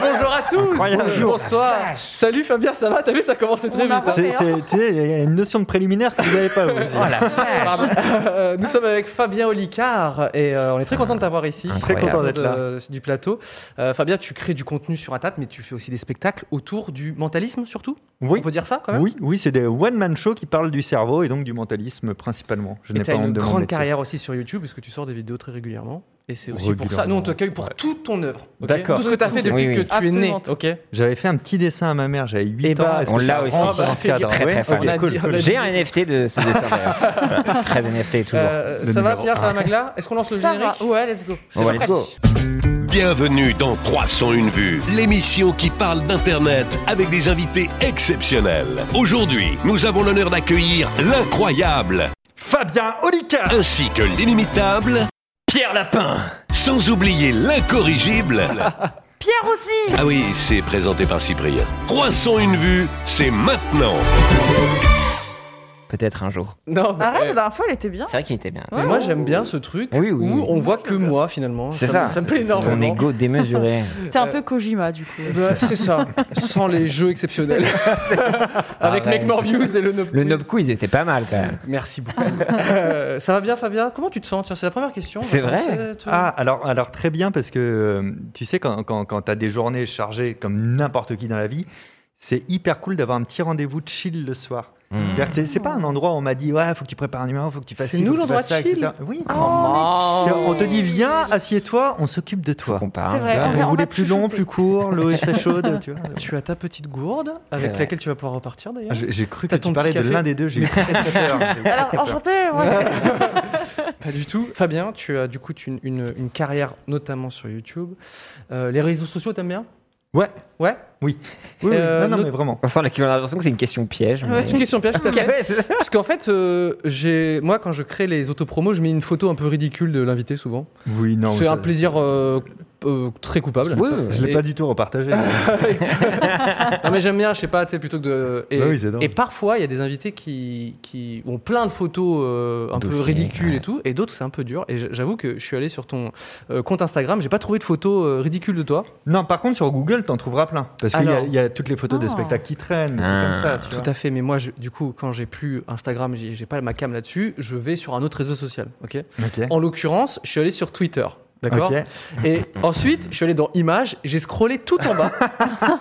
Bonjour à tous Incroyable. Bonsoir Salut Fabien, ça va T'as vu, ça commence très On a vite. hein. pas- C'est- c'est- tu sais, Il y a une notion de préliminaire que vous n'avez pas, vous aussi. Pardon. Euh, Nous sommes avec Fabien Olicard et euh, on est très content de t'avoir ici. Très content Autour d'être de- là. Du plateau. Euh, Fabien, tu crées du contenu sur Atat, mais tu fais aussi des spectacles autour du mentalisme surtout Oui. On peut dire ça quand même Oui, oui, c'est des one-man shows qui parlent du cerveau et donc du mentalisme principalement. Je Et n'ai tu pas as honte une de mon grande métier. carrière aussi sur YouTube, parce que tu sors des vidéos très régulièrement. Et c'est aussi pour ça. Régulièrement. Nous, on t'accueille pour toute ton œuvre. ok D'accord. Tout ce que tu as fait Tout. depuis Oui, oui. que tu es né. Absolument. Ok. J'avais fait un petit dessin à ma mère, j'avais 8 Eh ans. bah, Est-ce que On ça l'a se aussi, prend bah, dans ce cadre. très, très Ouais, fan. on a Cool, dit- cool. J'ai un NFT de ce dessin d'ailleurs. Voilà, 13 NFT toujours. Euh, Le ça va, numéro Pierre Ça va, un. Magla Est-ce qu'on lance le Ça générique va, ouais, let's go. On va let's go. Bienvenue dans 301 vues, l'émission qui parle d'Internet avec des invités exceptionnels. Aujourd'hui, nous avons l'honneur d'accueillir l'incroyable Fabien Olicard ainsi que l'inimitable, Pierre Lapin sans oublier l'incorrigible. Pierre aussi Ah oui, c'est présenté par Cyprien. 301 vues, c'est maintenant. Peut-être un jour. Non. mais- Arrête, la dernière fois, elle était bien. C'est vrai qu'il était bien. Mais Ouais, moi, ouais, j'aime ouais. bien ce truc Oui, oui, où oui. on voit que moi, finalement. C'est me- ça. Ça me plaît énormément. Ton ego démesuré. T'es un peu Kojima du coup. Bah, c'est ça, sans les jeux exceptionnels. Avec Arrête. Make More Views et le Nob Le Quiz. Nob Quiz était pas mal quand même. Merci beaucoup. Euh, ça va bien, Fabien Comment tu te sens Tiens, C'est la première question. C'est On va vrai. commencer, tu vois. Ah, alors, alors très bien, parce que euh, tu sais, quand, quand, quand tu as des journées chargées comme n'importe qui dans la vie, c'est hyper cool d'avoir un petit rendez-vous de chill le soir. Hmm. C'est-à-dire que c'est- C'est pas un endroit où on m'a dit, ouais, faut que tu prépares un numéro, faut que tu fasses C'est ci, nous faut que tu l'endroit fasses ça, de chill. etc. Oui, Oh, C'est- mais- on te dit, viens, assieds-toi, on s'occupe de toi. Qu'on parle. C'est vrai, Ah, on va- vous on voulez va plus te long, shooter. plus court, l'eau est très chaude, tu vois. Tu as ta petite gourde avec vrai. laquelle tu vas pouvoir repartir d'ailleurs. Ah, J'ai j'ai cru que T'as ton tu parlais petit de café Euh, l'un des deux, j'ai eu très, très peur. J'ai eu très, Alors, très peur. enchanté, moi. c'est- Pas du tout. Fabien, tu as du coup tu- une, une- une carrière notamment sur YouTube. Euh, les réseaux sociaux, t'aimes bien Ouais, Ouais oui, oui. Euh, non, non, notre- mais vraiment. On sent là qu'on a l'impression que c'est une question piège. mais- C'est une question piège, tout à fait. Ouais, c'est ça. Parce qu'en fait, euh, j'ai- moi, quand je crée les autopromos, je mets une photo un peu ridicule de l'invité souvent. Oui, non. C'est je- un plaisir euh, euh, très coupable. Oui, oui. Je l'ai Et- pas du tout repartagé. non, mais j'aime bien, je sais pas, tu sais, plutôt que de. Et, Bah oui, c'est drôle. et parfois, il y a des invités qui, qui ont plein de photos euh, un peu Dossier, ridicules ouais. et tout, et d'autres, c'est un peu dur. Et j- j'avoue que je suis allé sur ton euh, compte Instagram, j'ai pas trouvé de photos euh, ridicules de toi. Non, par contre, sur Google, t'en trouveras plein. Parce qu'il y, a- Alors. il y a toutes les photos des Ah. spectacles qui traînent, des Ah. trucs comme ça. Tu vois. Tout à fait, mais moi, je- du coup, quand j'ai plus Instagram, j'ai j'ai pas ma cam là-dessus, je vais sur un autre réseau social, ok Ok. En l'occurrence, je suis allé sur Twitter. D'accord Ok. Et ensuite, je suis allé dans Images, j'ai scrollé tout en bas.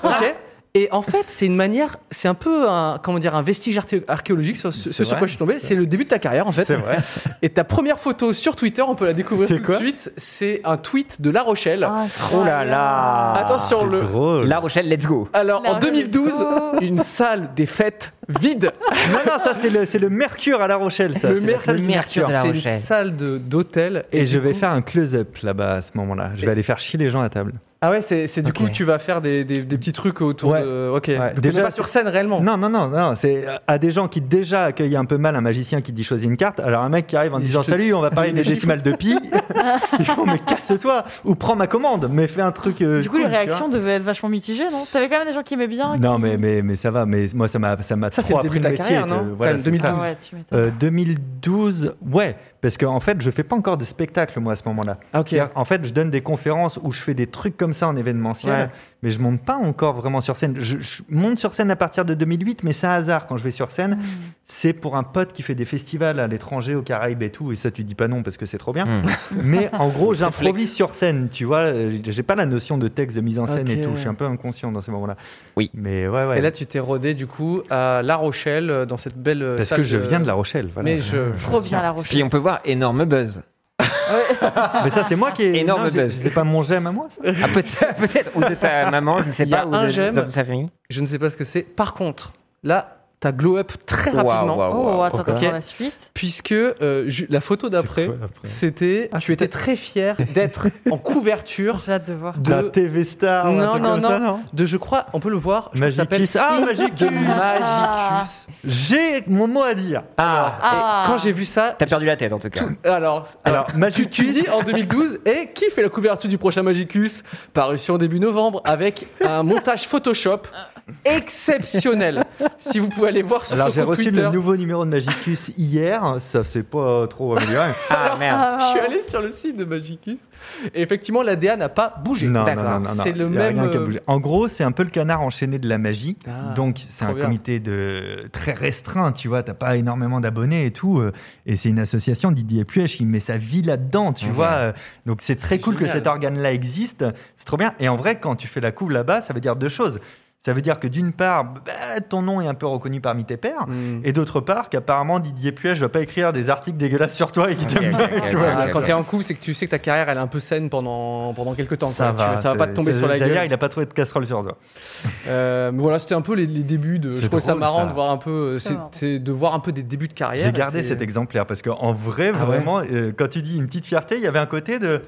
ok et en fait, c'est une manière, c'est un peu un, comment dire, un vestige arché- archéologique sur ce, C'est ce sur vrai. quoi je suis tombé. C'est le début de ta carrière, en fait. C'est vrai. Et ta première photo sur Twitter, on peut la découvrir C'est tout de quoi Ah. suite. C'est un tweet de La Rochelle. Incroyable. Oh là là. Oh. Attention, le. Drôle. La Rochelle, let's go. Alors, La en 2012, Rochelle, let's go. une salle des fêtes vide. Non, non, ça, c'est le, c'est le Mercure à La Rochelle, ça. C'est la mer- salle du Mercure de La C'est une Rochelle. salle de- d'hôtel. Et je du vais coup- faire un close-up là-bas à ce moment-là. Je vais aller faire chier les gens à table. Ah ouais, c'est c'est du Ok. coup, tu vas faire des, des- des petits trucs autour Ouais. de. Ok. Parce que Déjà, t'es pas c'est- sur scène réellement. Non, non, non, non. C'est euh, à des gens qui déjà accueillent un peu mal un magicien qui dit choisis une carte. Alors un mec qui arrive en Et disant je te- salut, on va parler des décimales de pi. Ils font mais casse-toi ou prends ma commande, mais fais un truc. euh, Du coup, cool, les tu vois. réactions devaient être vachement mitigées, non T'avais quand même des gens qui aimaient bien. Non, qui- mais, mais, mais ça va. Mais moi, ça m'a ça m'a Ça, c'est le trop début appris de ta métier, carrière, de- non voilà, Quand même, c'est ça. 2012. Ah ouais, tu m'étonnes. Euh, 2012, ouais, parce qu'en en fait, je fais pas encore de spectacle moi à ce moment-là. Ah, ok. C'est-à-dire, En fait, je donne des conférences où je fais des trucs comme ça en événementiel, Ouais. mais je monte pas encore vraiment sur scène. Je, je monte sur scène à partir de 2008, mais c'est un hasard quand je vais sur Hmm. scène. C'est pour un pote qui fait des festivals à l'étranger, aux Caraïbes et tout, et ça tu dis pas non parce que c'est trop bien. Hmm. Mm. Mais en gros, Réflexe. j'improvise sur scène, tu vois. euh, J'ai pas la notion de texte, de mise en scène Ok. et tout. Je suis un peu inconscient dans ces moments-là. Oui. Mais ouais, ouais. Et là, tu t'es rodé du coup à La Rochelle, euh, dans cette belle euh, parce salle. que je viens de La Rochelle. voilà. Mais je. Trop bien, la Puis Rochelle. on peut voir énorme buzz. Mais ça, c'est moi qui ai. Énorme Non, j'ai- buzz. C'est pas mon gemme à moi, ça Ah, peut-être, peut-être, ou de ta maman, je ne sais Il y a pas, ou un de, j'aime. de ta famille. Je ne sais pas ce que c'est. Par contre, là, T'as glow up très Waouh, rapidement. waouh, Oh, waouh. attends, attends, Ok. attends, la suite. Puisque euh, ju- la photo d'après, quoi, après c'était. Ah, tu étais c'était- très fier d'être en couverture J'ai hâte de voir. De... La de, TV Star ou un Non, truc non, comme non. ça, non de, je crois, on peut le voir. je crois que ça s'appelle Magicus. Ah, Hymne de Magicus Magicus. J'ai mon mot à dire. Alors, Ah. et quand j'ai vu ça, T'as perdu la tête en tout cas. alors, alors Alors, tu, Magicus. tu dis en 2012, et qui fait la couverture du prochain Magicus, paru sur début novembre, avec un montage Photoshop exceptionnel. si vous pouvez aller voir sur Alors, son j'ai compte reçu Twitter. le nouveau numéro de Magicus hier. Ça, c'est pas trop amélioré. Ah merde. Je suis Hmm. allé sur le site de Magicus et effectivement la DA n'a pas bougé. Non, non, non, non, D'accord, non. c'est le Il y a même, rien qui a euh, bougé. En gros, c'est un peu le canard enchaîné de la magie. Ah, Donc, c'est trop un bien. comité de très restreint, tu vois. T'as pas énormément d'abonnés et tout. euh, Et c'est une association, Didier Puech, il met sa vie là-dedans, tu Mhm. vois. euh, Donc, c'est très C'est cool que génial. cet organe-là existe. C'est trop bien. Et en vrai, quand tu fais la couve là-bas, ça veut dire deux choses. Ça veut dire que d'une part, bah, ton nom est un peu reconnu parmi tes pairs. Hmm. Et d'autre part, qu'apparemment Didier Puech va pas écrire des articles dégueulasses sur toi et qui Ok, t'aime ok, bien. ok, tu vois. Ah, ok, quand ok. t'es en coup, c'est que tu sais que ta carrière elle est un peu saine pendant, pendant quelques temps. quoi. Tu vois, ça va c'est- pas te tomber c'est- sur la c'est-à-dire, gueule. il a pas trouvé de casserole sur toi. Euh, mais voilà, c'était un peu les, les débuts de. Je C'est trouve ça drôle, marrant ça. de voir un peu. euh, C'est c'est- marrant. C'est de voir un peu des débuts de carrière. J'ai gardé Ah, C'est- cet exemplaire parce qu'en vrai, Ah ouais vraiment, euh, quand tu dis une petite fierté, il y avait un côté de.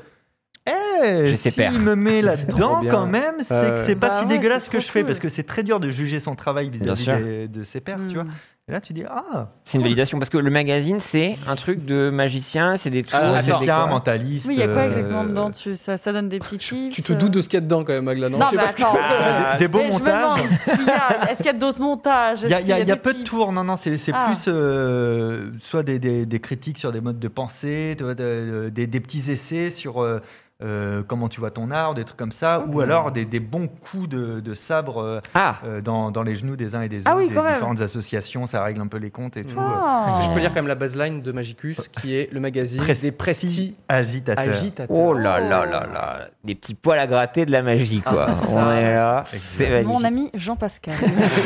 Eh, J'ai ses si pairs. il me met C'est là-dedans trop bien. quand même, c'est Ouais, que ouais. c'est pas Bah si ouais, dégueulasse c'est que trop je fais cool. Mm. parce que c'est très dur de juger son travail vis-à-vis Bien sûr. des- de ses pairs, tu vois. Et là, tu dis ah, C'est une validation parce que le magazine c'est un truc de magicien, c'est des tours, Alors, c'est des attends. magicien, quoi. mentaliste. Oui, il y a quoi euh, exactement dedans tu, ça, ça donne des petits tips. Tu te doutes de ce qu'il y a dedans quand même, Agla. Non, Non, je sais mais bah, pas ce que- attends. des- des beaux Mais je me montages. demande, est-ce qu'il y a- Est-ce qu'il y a d'autres montages Il y a, Est-ce il y a- qu'il il y a des peu de tips tours, non, non, c'est c'est Ah. plus euh, soit des, des- des critiques sur des modes de pensée, tu vois, de- euh, des, des petits essais sur euh, euh, comment tu vois ton art, des trucs comme ça, ou alors des, des bons coups de, de sabre euh, Ah, euh, dans, dans les genoux des uns et des Ah autres, oui, des quand même. différentes associations, ça règle un peu les comptes et tout. euh, Ah. Je peux lire quand même la baseline de Magicus, qui est le magazine Presti- des presti Agitateur. agitateurs. oh là là là là, des petits poils à gratter de la magie quoi. Ah, ça. On est là, c'est Exact. magnifique. Mon ami Jean-Pascal.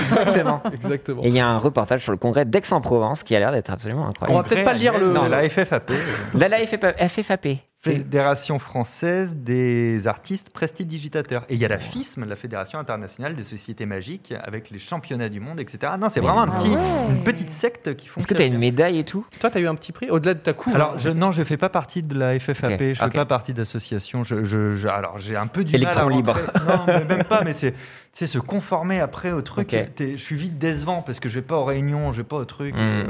Exactement. Exactement. Et il y a un reportage sur le congrès d'Aix-en-Provence qui a l'air d'être absolument On va incroyable. peut-être pas lire le- Non, la FFAP, Là, la FFAP, FFAP. Fédération française des artistes prestidigitateurs. Et il y a la FISM, la Fédération internationale des sociétés magiques, avec les championnats du monde, etc. Non, c'est Mais- vraiment un Ah petit, ouais. une petite secte qui fonctionne. Est-ce que t'as une médaille et tout Toi, t'as eu un petit prix au-delà de ta couve. alors je, non, je fais pas partie de la FFAP, Ok, je fais ok. pas partie d'association. Je, je- je- alors j'ai un peu du Électron mal à libre. rentrer- Non, mais même pas. Mais c'est, c'est se conformer après au truc. Ok. T'es- Je suis vite décevant parce que je vais pas aux réunions, je vais pas au truc. Hmm. Euh,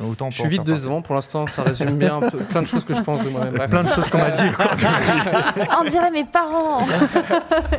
Autant Je pas en suis vite faire décevant pour l'instant, ça résume bien un peu- plein de choses que je pense de moi-même. partie. Bref. Plein de choses qu'on m'a dit. quoi. On dirait mes parents.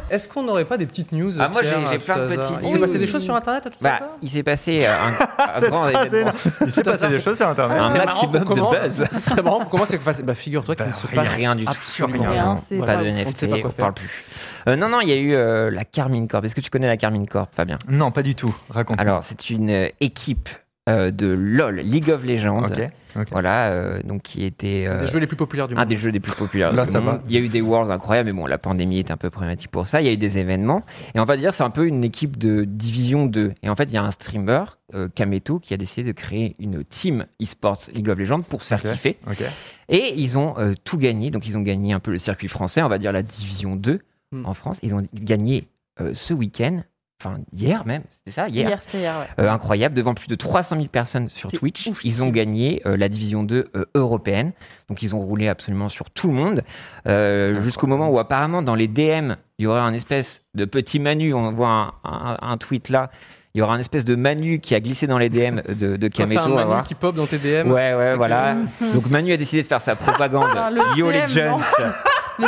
Est-ce qu'on n'aurait pas des petites news Ah, moi, Pierre, j'ai- j'ai à tout plein de hasard petites Il s'est passé news. des choses sur internet à tout Bah, hasard il s'est passé euh, un, un Cette grand phrase est événement. là. Il s'est passé des choses sur Internet. un Ce serait maximum marrant qu'on de commence- buzz. Ce serait marrant qu'on commence avec. face- Bah, figure-toi qu'il Bah, ne se rien. passe Rien du tout. absolument Rien, rien. non, c'est pas pas de bon. On ne sait NFT, pas on quoi faire. parle plus. Euh, non, non, il y a eu euh, la Carmine Corp. Est-ce que tu connais la Carmine Corp, Fabien Non, pas du tout. Raconte. Alors, c'est une euh, équipe euh, de LOL, League of Legends. Ok, ok. Voilà, euh, donc qui était euh, Un des jeux les plus populaires du un monde. des jeux les plus populaires. Là, du ça monde. va. Il y a eu des Worlds incroyables, mais bon, la pandémie est un peu problématique pour ça. Il y a eu des événements. Et on va dire, c'est un peu une équipe de division 2. Et en fait, il y a un streamer, euh, Kameto, qui a décidé de créer une team e-sport League of Legends pour se faire Ok. kiffer. Ok. Et ils ont euh, tout gagné. Donc, ils ont gagné un peu le circuit français, on va dire la division 2 Hmm. en France. Ils ont gagné euh, ce week-end, enfin hier même, c'était ça, hier. Hier, c'était hier, ouais. Euh, incroyable, devant plus de 300 000 personnes sur C'est Twitch. ouf, ils ont c'est- gagné euh, la division 2 euh, européenne. Donc ils ont roulé absolument sur tout le monde. Euh, Jusqu'au moment où apparemment dans les DM, il y aurait un espèce de petit Manu, on voit un, un- un tweet là, il y aura un espèce de Manu qui a glissé dans les DM de, de Quand t'as Kameto. un on va Manu voir. qui pop dans tes DM. Ouais, c'est ouais, que- voilà. Donc Manu a décidé de faire sa propagande. Ah, le Yo les CM, jeunes. non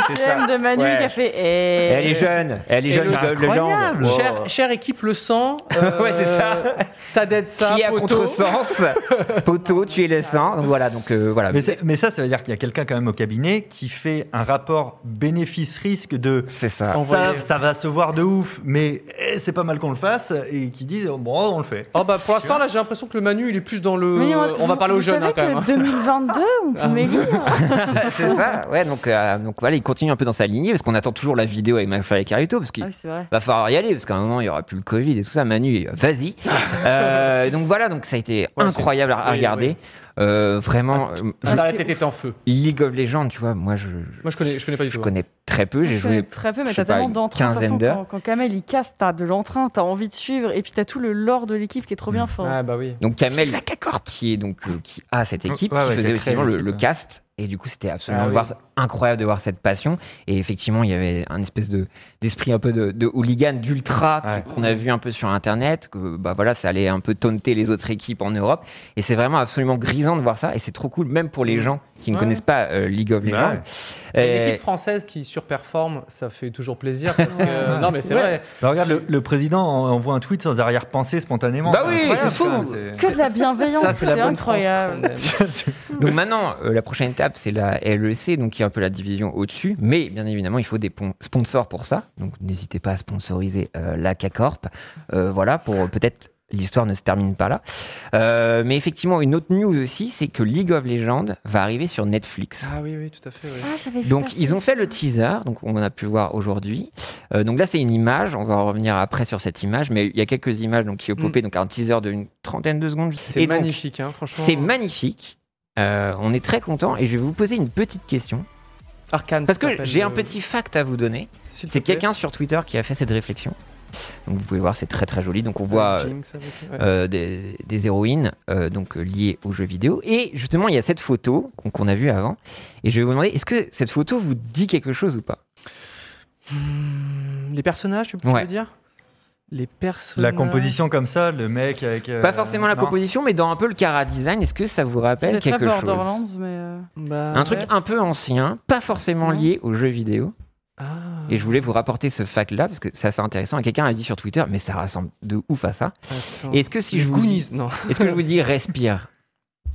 Le C'est ça. CM de Manu Ouais. qui a fait. Eh, eh. Elle est jeune, elle est Et jeune, le- League of Legends. Incroyable. Wow. Chère, chère équipe, le sang. euh, Ouais, c'est ça. T'adèdes ça. Si à poteau. contresens, poteau, tu es le sang. Donc Voilà, donc euh, voilà. Mais, c'est- mais ça, ça veut dire qu'il y a quelqu'un quand même au cabinet qui fait un rapport bénéfice-risque de C'est ça. ça, Envoyer. ça va se voir de ouf, mais eh, c'est pas mal qu'on le fasse et qui disent bon, on le fait. Oh bah pour l'instant là j'ai l'impression que le Manu il est plus dans le. Mais on, va vous- parler aux vous jeunes savez hein, quand même. que 2022, on peut Ah. maigrir. C'est ça, ouais. Donc, euh, donc voilà, ils continue un peu dans sa lignée, parce qu'on attend toujours la vidéo avec McFly et Carlito, parce qu'il Ah oui, c'est vrai. va falloir y aller, parce qu'à un moment, il y aura plus le Covid et tout ça. Manu, vas-y. Euh, donc voilà, donc ça a été Ouais, incroyable à, à oui, regarder. oui. Euh, vraiment, euh, Starlet était en feu. League of Legends, tu vois, moi, je, Moi, je connais, je connais pas du je tout. connais très peu. J'ai Je connais joué très peu, mais je sais t'as pas, tellement une d'entrain. De toute quinzaine façon, d'heures. Quand, quand Kamel il casse, t'as de l'entrain, t'as envie de suivre, et puis t'as tout le lore de l'équipe qui est trop bien. fort. Ah, bah oui. Donc Kamel, qui est donc euh, qui a cette équipe, Ouais, ouais, qui qui faisait a aussi créé souvent le, l'équipe, le ouais. cast. Et du coup, c'était absolument Ah oui. voir- incroyable de voir cette passion. Et effectivement, il y avait un espèce de d'esprit un peu de, de hooligan, d'ultra Ouais. qu'on a vu un peu sur Internet. Que, bah voilà, ça allait un peu taunter les autres équipes en Europe. Et c'est vraiment absolument grisant de voir ça. Et c'est trop cool, même Mmh. pour les gens qui ne Ouais. connaissent pas euh, League Bah of Legends. Et Et- L'équipe française qui surperforme, ça fait toujours plaisir. Parce que... non, mais c'est Ouais. vrai. Bah, regarde, le, le président en- envoie un tweet sans arrière-pensée spontanément. Bah oui, incroyable, c'est fou. quand même, c'est- Que de la bienveillance, Ça, c'est c'est la bonne France incroyable. qu'on aime. Donc maintenant, euh, la prochaine étape, c'est la LEC, donc qui est un peu la division au-dessus. Mais bien évidemment, il faut des pon- sponsors pour ça. Donc n'hésitez pas à sponsoriser euh, la CACorp. Euh, voilà, pour peut-être l'histoire ne se termine pas là. Euh, mais effectivement, une autre news aussi, c'est que League of Legends va arriver sur Netflix. Ah oui, oui, tout à fait. oui. Ah, j'avais vu Donc passer. ils ont fait le teaser, donc on a pu voir aujourd'hui. Euh, donc là c'est une image, on va en revenir après sur cette image, mais il y a quelques images donc qui ont popé, donc un teaser d'une trentaine de secondes. C'est Mm. Et donc, magnifique, hein, franchement. c'est magnifique. Euh, on est très content et je vais vous poser une petite question Arcane. parce ça que s'appelle, j'ai un euh, petit fact à vous donner. s'il te C'est plaît. quelqu'un sur Twitter qui a fait cette réflexion. Donc vous pouvez voir, c'est très très joli. Donc on voit euh, Jinx avec- ouais. euh, des, des héroïnes euh, donc euh, liées aux jeux vidéo et justement il y a cette photo qu'on qu'on a vue avant et je vais vous demander est-ce que cette photo vous dit quelque chose ou pas Hmm, Les personnages, tu peux Ouais. me dire Les personnages. La composition comme ça, le mec avec. euh, Pas forcément la non. composition, mais dans un peu le cara design, est-ce que ça vous rappelle C'est très quelque chose Borderlands, mais. euh, Bah, Un truc ouais. un peu ancien, pas forcément Forcément. lié aux jeux vidéo. Ah, Et je voulais vous rapporter ce fact-là, parce que c'est assez intéressant. Et Quelqu'un a dit sur Twitter, mais ça rassemble de ouf à ça. attends. Et Est-ce que si Oh. Les je vous dis, Goonies, non. est-ce que je vous dis respire,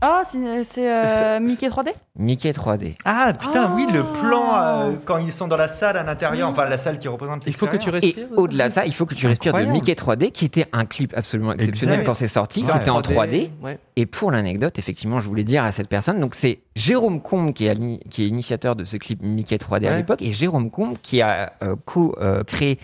Ah, c'est c'est, euh, Ça- Mickey 3D Mickey 3D Ah putain, oui, le plan euh, Ah. quand ils sont dans la salle à l'intérieur, enfin la salle qui représente. Il faut que tu l'extérieur. et respires. euh, au-delà de ça, il faut que tu respires de Incroyable. Mickey 3D, qui était un clip absolument exceptionnel Exact. quand c'est sorti. Ouais. C'était en 3D. Ouais. Et pour l'anecdote, effectivement, je voulais dire à cette personne, donc c'est Jérôme Combe qui est, ali- qui est initiateur de ce clip Mickey 3D à Ouais. l'époque, et Jérôme Combe qui a euh, co-créé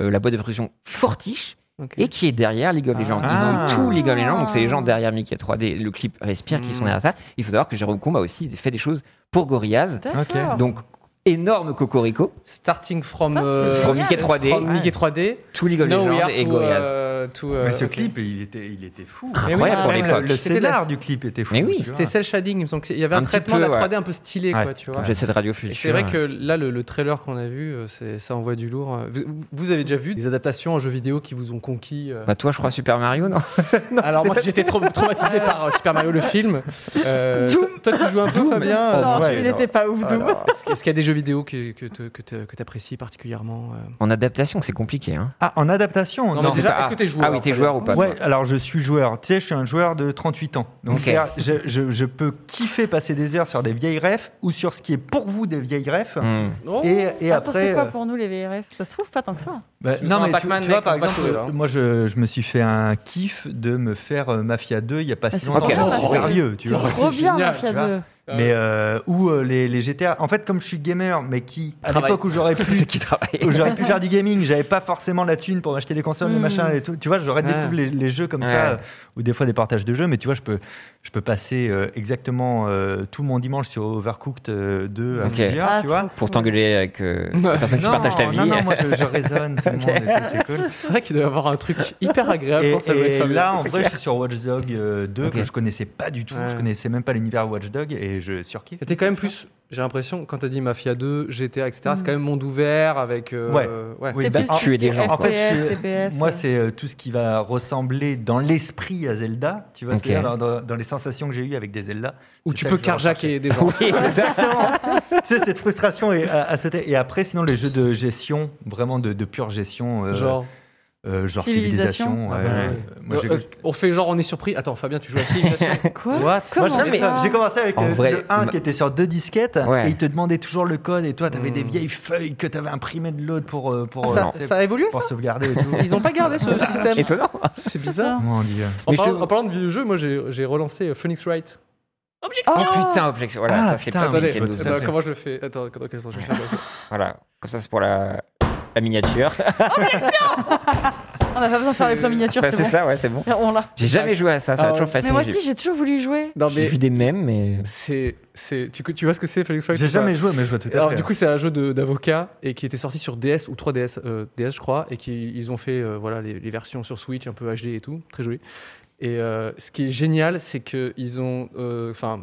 euh, la boîte de production Fortiche, ok. et qui est derrière League of Legends. Ah. Ils ont eu tout League of Legends, donc c'est les gens derrière Mickey 3D, le clip Respire qui sont Mm. derrière ça. Il faut savoir que Jérôme Combe a aussi fait des choses pour Gorillaz, Ah. D'accord. donc énorme cocorico, Starting from, Ah, c'est euh, From Mickey 3D. from Ouais. Mickey 3D. tout League of Now we Legends are et to, Gorillaz. euh, to, euh, Mais ce ok. clip, il était, il était fou. Ah, Incroyable oui, pour mais- l'époque. Le, le C'était la- scénar du clip était fou. Mais oui, tu vois. C'était cel shading, il me semble qu'il y avait un, Un petit traitement de peu, la ouais. 3D un peu stylé, Ouais. quoi, tu vois. J'ai cette radio Et future. C'est vrai que là, le, le trailer qu'on a vu, euh, c'est- ça envoie du lourd. euh. Vous, vous avez déjà vu des adaptations en jeux vidéo qui vous ont conquis euh, Bah toi, je crois Super Mario, non Alors moi, j'étais trop traumatisé par euh, Super Mario le film. Euh, Doom. toi, toi, tu joues un peu, Fabien. euh, Non, ouais, il non. n'était pas Oh, ouf, Doom. alors, Est-ce est-ce qu'il y a des jeux vidéo que, que, te- que te- que t'apprécies particulièrement euh En adaptation, c'est compliqué. Hein. Ah, en adaptation. Non, Non, mais c'est déjà, pas- est-ce que t'es joueur Ah oui, t'es joueur ou pas toi Ouais, alors je suis joueur. Tu sais, je suis un joueur de 38 ans. Donc Ok. c'est-à-dire, je, je- je peux kiffer passer des heures sur des vieilles refs ou sur ce qui est pour vous des vieilles refs. Hmm. Oh. Et, et Attends, c'est après. quoi euh, pour nous les VRF Ça se trouve pas tant que ça. bah, Je me sens non, un mais tu, Pac-Man, tu mec, vois, par on va exemple, sauver, là. moi je, je me suis fait un kiff de me faire euh, Mafia 2 il y a pas Ah, si c'est longtemps. pas mal, C'est Mafia super 2. vieux, tu C'est vois. vrai. Trop bien, génial, Mafia Oh, tu vois. 2. Mais euh, ou euh, les, les GTA. En fait, comme je suis gamer, mais qui à Travaille. l'époque où j'aurais pu C'est qui travaille. où j'aurais pu faire du gaming, j'avais pas forcément la thune pour m'acheter les consoles, les Mm. machins et tout. Tu vois, j'aurais Ouais. découvert les, les jeux comme Hmm. Ouais. ça, euh, ou des fois des partages de jeux, mais tu vois, je peux, je peux passer euh, exactement euh, tout mon dimanche sur Overcooked euh, 2 à Ok. plusieurs, Ah, tu vois. trop Pour t'engueuler avec euh, la personne qui Non, partage ta vie. non, non, moi je, je raisonne tout le monde, et tout, c'est cool. C'est vrai qu'il doit y avoir un truc hyper agréable. Et, pour ça, le et mec Fabien. là, en vrai, je suis sur Watch Dog euh, 2 Ok. que je connaissais pas du tout. Ouais. Je connaissais même pas l'univers Watch Dog et je surkiffe. Mais T'es quand même plus, j'ai l'impression, quand t'as dit Mafia 2, GTA, etc., c'est quand même monde ouvert avec. euh, Ouais. ouais. Oui, T'es bah, plus en- tuer des gens, FPS, quoi. En fait, je- TPS. moi, euh. c'est euh, tout ce qui va ressembler dans l'esprit à Zelda. Tu vois ce que Ok. je veux dire, dans, dans- dans les sensations que j'ai eues avec des Zelda. Où C'est tu ça peux que je vais carjacker des gens. Oui, exactement. tu sais, cette frustration est à, à sauter. Et après, sinon, les jeux de gestion, vraiment de, de pure gestion, euh, Genre, euh, genre Civilisation. civilisation. ouais, Ah bah ouais. euh, moi, j'ai- euh, on fait genre on est surpris. Attends, Fabien, tu joues à Civilization What Quoi moi, j'ai- Comment mais- ça j'ai commencé avec En euh, vrai, le 1 ma- qui était sur deux disquettes Ouais. et il te demandait toujours le code et toi t'avais Hmm. des vieilles feuilles que t'avais imprimées de l'autre pour, euh, pour, Ah, euh, ça, tu sais, ça a évolué ça pour sauvegarder et tout. Ils ont pas gardé ce système. Étonnant. C'est bizarre. Mon Dieu. En Mais je parlant, te- en parlant de vieux jeux, moi j'ai j'ai relancé euh, Phoenix Wright. Oh, putain, objection. Voilà, Ah, ça fait putain, pas oui, Attendez, Mickey Mouse. attends, comment je le fais Attends, comment quel sens je le fais Voilà, comme ça c'est pour la, la miniature. On n'a pas besoin de faire les plans miniatures, Bah, c'est c'est bon. ça, ouais, c'est bon. On l'a. J'ai jamais joué à ça, ça Ah a ouais. toujours fasciné. Mais moi aussi, j'ai toujours voulu y jouer. Non J'ai mais vu des mèmes, mais. c'est c'est tu, tu vois ce que c'est Félix Wright J'ai ou pas jamais joué, mais je vois tout à fait. hein. Alors du coup c'est un jeu de- d'avocat et qui était sorti sur DS ou 3DS, euh, DS je crois, et qui ils ont fait euh, voilà les, les versions sur Switch un peu HD et tout, très joli. Et euh, ce qui est génial c'est que ils ont, euh, enfin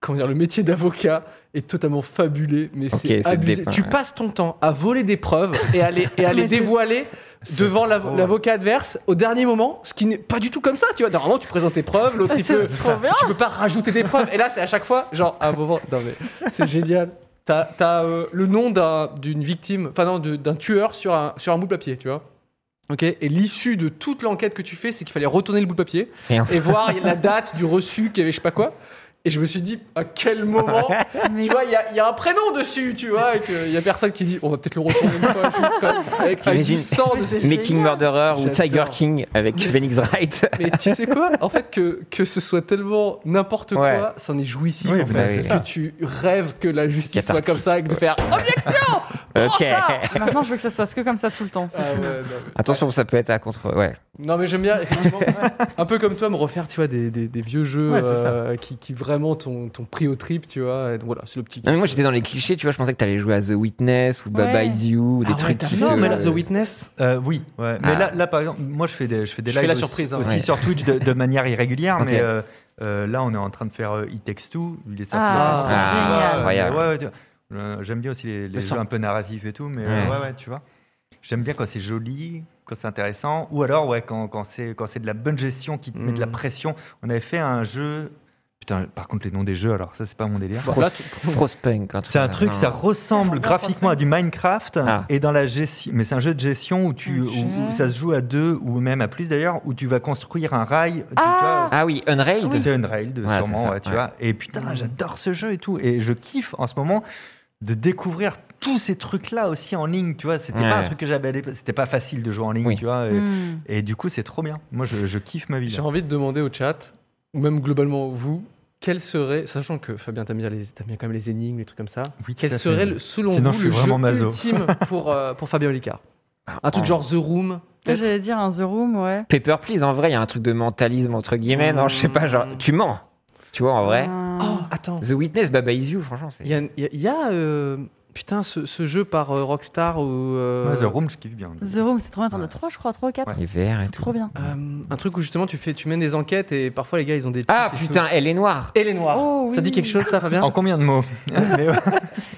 comment dire, le métier d'avocat est totalement fabulé, mais Ok, c'est c'est abusé. dépeint, Tu ouais. passes ton temps à voler des preuves et à les, et à Mais les c'est- dévoiler C'est devant l'av- drôle. l'avocat adverse au dernier moment, ce qui n'est pas du tout comme ça, tu vois. Normalement tu présentes tes preuves, l'autre il peut, trop bien. tu peux pas rajouter des preuves. Et là, c'est à chaque fois, genre, à un moment, non mais c'est génial. T'as t'as, euh, le nom d'un- d'une victime, enfin non, de- d'un tueur sur un, sur un bout de papier, tu vois. Ok. Et l'issue de toute l'enquête que tu fais, c'est qu'il fallait retourner le bout de papier Et en- et voir la date du reçu qu'il y avait je sais pas quoi. Et je me suis dit, à quel moment Mais Tu vois, il y, a- il y a un prénom dessus, tu vois, et qu'il y a personne qui dit, on va peut-être le retourner une fois, juste comme, avec, avec du T'imagines- sang dessus. Making génial. Murderer ou Tiger J'adore. King avec Phoenix Wright. Mais tu sais quoi En fait, que, que ce soit tellement n'importe quoi, Ouais. c'en est jouissif Oui, en fait. bah oui. Que tu rêves que la justice soit cathartique. comme ça et que de faire oh, objection Prends ok. ça maintenant, je veux que ça se passe que comme ça tout le temps. Ah ouais, non, mais... Attention, ça peut être à contre. Ouais. Non, mais j'aime bien, effectivement, un peu comme toi, me refaire tu vois, des, des, des vieux jeux Ouais, c'est ça. euh, qui, qui vraiment t'ont t'ont pris au trip, tu vois. Et donc, voilà, c'est le petit. Non, mais moi j'étais dans les clichés, tu vois, je pensais que t'allais jouer à The Witness ou Baba Ouais. Is You ou des Ah ouais, trucs t'as qui. fait ça, te- mais là, The Witness Euh, oui, ouais. mais Ah. là, là, par exemple, moi je fais des, je fais des Je fais lives la aussi- surprise, hein. aussi, Ouais. sur Twitch de, de manière irrégulière, Ok. mais euh, euh, là on est en train de faire euh, It Takes Two, il est sorti Ah, il y a c'est pas longtemps. génial. Euh, Incroyable. ouais, ouais, tu vois. Euh, J'aime bien aussi les, les Mais jeux ça- un peu narratifs et tout, mais euh, Ouais. ouais, ouais, tu vois. J'aime bien quand c'est joli, quand c'est intéressant, ou alors ouais, quand, quand c'est quand c'est de la bonne gestion qui te met de la Mm. pression. On avait fait un jeu, putain, par contre les noms des jeux, alors ça c'est pas mon délire. Bon, là, tu- Frostpunk, un truc. C'est un comme truc, Non. ça ressemble Non. graphiquement à du Minecraft Ah. et dans la gestion. Mais c'est un jeu de gestion où, tu, Ok. où- où ça se joue à deux ou même à plus d'ailleurs, où tu vas construire un rail. tu- Ah. Ah oui, Unrailed. tu vois, C'est Unrailed, Ouais, sûrement, c'est ça, ouais, tu ouais. vois. Et putain, j'adore ce jeu et tout. Et je kiffe en ce moment de découvrir tous ces trucs-là aussi en ligne, tu vois. C'était Ouais. pas un truc que j'avais à l'époque. C'était pas facile de jouer en ligne, Oui. tu vois. Et, Hmm. et du coup, c'est trop bien. Moi, je, je kiffe ma vie. J'ai là. envie de demander au chat, ou même globalement vous, quel serait, sachant que Fabien t'aimes bien, les- t'aimes bien quand même les énigmes, les trucs comme ça, Oui, tout quel à fait. serait le- selon Sinon, vous je suis le jeu vraiment maso. Oh. ultime pour, euh, pour Fabien Olicard Un truc en- genre The Room Moi, peut-être J'allais dire un The Room, ouais. Paper Please, en vrai, il y a un truc de mentalisme entre guillemets, non, je sais pas, genre, tu mens. Tu vois, en vrai. Un- Oh, attends. The Witness, Baba Is You, franchement, c'est. Il y a, il y a- il y a, euh, putain, ce, ce jeu par euh, Rockstar ou. euh, Ouais, The Room, je kiffe bien. The Room, c'est trop bien. T'en as trois, je crois, trois, quatre. Ouais. Les verts et C'est tout. trop bien. euh, un truc où justement tu, fais, tu mènes des enquêtes et parfois les gars ils ont des. Ah tics et putain, elle est noire. tout. Et les noirs. Oh, Ça oui. dit quelque chose ça Fabien En combien de mots Mais ouais.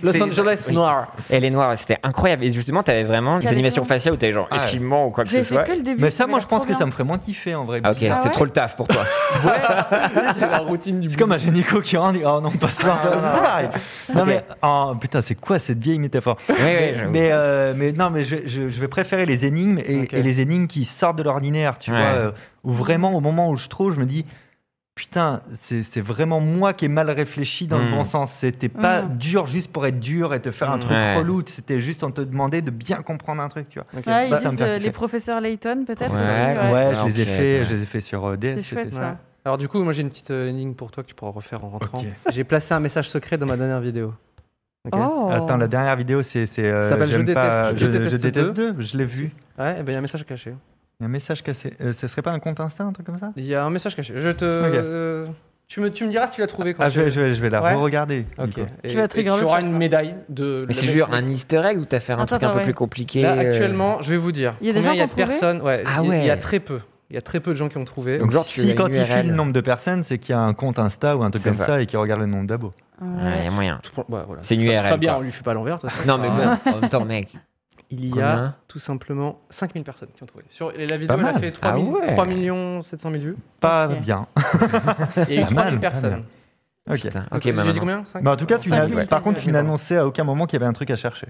Los C'est- Angeles oui. noir. Elle est noire, c'était incroyable. Et justement, t'avais vraiment des T'avais animations vraiment- faciales où t'avais genre, Ah ouais. est-ce qu'il ment ou quoi que ce J'ai fait soit. que le début. Mais ça, avait moi, je l'air pense trop que bien. ça me ferait moins kiffer en vrai. Ah, ok, Ah c'est ouais trop le taf pour toi. C'est la routine du C'est comme boulot. un génico qui rentre. et, Oh non, pas ce soir. c'est pareil. Non Ok. mais oh, putain, c'est quoi cette vieille métaphore Oui, oui, mais, je- mais, euh, mais non, mais je, je- je vais préférer les énigmes et, Ok. et les énigmes qui sortent de l'ordinaire, tu Ouais. vois. euh, Où vraiment, au moment où je trouve, je me dis. Putain, c'est c'est vraiment moi qui ai mal réfléchi dans Mm. le bon sens. C'était pas Mm. dur juste pour être dur et te faire un Mm. truc Ouais. relou. C'était juste on te demandait de bien comprendre un truc, tu vois. Ok. Ouais, ils Ça, ça me disent fait euh, kiffer. les professeurs Layton, peut-être. Ouais. c'est- Ouais, je Ouais, les ai ok, fait, ouais. je les ai fait sur euh, DS. C'est chouette, c'était- ça. Alors du coup, moi j'ai une petite euh, énigme pour toi que tu pourras refaire en rentrant. Ok. J'ai placé un message secret dans ma dernière vidéo. Ok Oh. Attends, la dernière vidéo, c'est. c'est, euh, Ça s'appelle j'aime Je pas- déteste- Je je, je déteste déteste 2. Je l'ai vu. Ouais, eh ben, il y a un message caché. Il y a un message cassé. Euh, ce serait pas un compte Insta, un truc comme ça Il y a un message caché. Je te, Ok. euh, tu me, tu me diras si tu l'as trouvé quand Ah, tu- je vais, je vais, je vais la Ouais. re-regarder. Ok. Nico. Et- Tu vas trigger et le Tu auras chat, une là. médaille de. Mais la c'est mé- jure un Easter egg ou t'as fait un Attends, truc un attends, peu ouais. plus compliqué. Là euh, Bah, actuellement, je vais vous dire. Il y a des combien gens il y a qui de ont trouvé personnes. Ouais. Ah il y a- Il y a ouais. très peu. Il y a très peu de gens qui ont trouvé. Donc, genre, tu as si une quantifie URL. le nombre de personnes, c'est qu'il y a un compte Insta ou un truc C'est comme ça. ça, et qu'il regarde le nombre d'abos. Ouais, y a moyen. Tout pour- ouais, voilà. C'est une Fa- URL, Fabien, quoi. on lui fait pas l'envers. de toute façon, Non, ça mais sert à rien. bon, en même temps, mec. Il y a Combien tout simplement 5000 personnes qui ont trouvé. Sur, et la vidéo, Pas elle a mal. fait 3, Ah 000 ouais. 3 millions 700 000 vues. Pas Ok. bien. Et il y a eu Pas 3000 mal, personnes. Ok. Putain, Ok, bah, J'ai dit maman. combien Cinq Mais Bah, en tout cas, tu Cinq n'as- mille, par contre, ouais. tu n'annonçais à aucun moment qu'il y avait un truc à chercher.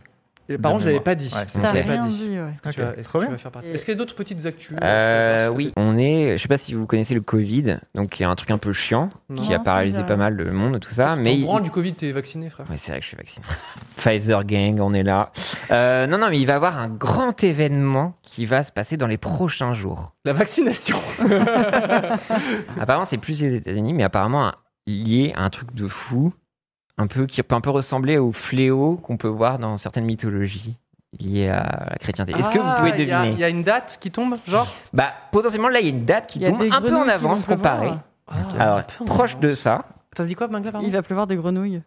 Et Par de contre, je l'avais mémoire. pas dit. Ouais. Je T'as l'avais Ok. pas rien dit. dit, ouais. Est-ce que tu Ok, vas- est-ce trop que tu bien. vas faire partie Est-ce qu'il y a d'autres petites actus Euh, oui, on est, je sais pas si vous connaissez le Covid, donc il y a un truc un peu chiant Non. qui a Non, paralysé ça me pas dit mal le monde, tout ça, mais Mais il- branle du Covid, t'es vacciné, frère. Ouais, c'est vrai que je suis vacciné. Pfizer Gang, on est là. Euh, non, non, mais il va y avoir un grand événement qui va se passer dans les prochains jours. La vaccination. Apparemment, c'est plus les États-Unis, mais apparemment, un- lié à un truc de fou, un peu qui peut un peu ressembler au fléau qu'on peut voir dans certaines mythologies liées à la chrétienté. Est-ce que vous pouvez Ah, il y a- deviner Il y, a une date qui tombe, genre Bah potentiellement là il y a une date qui Il y a tombe des un peu grenouilles en qui avance vont pleuvoir. comparée. Ah, Alors un peu en proche avance. de ça, T'as dit quoi, Magla, pardon Il va pleuvoir des grenouilles.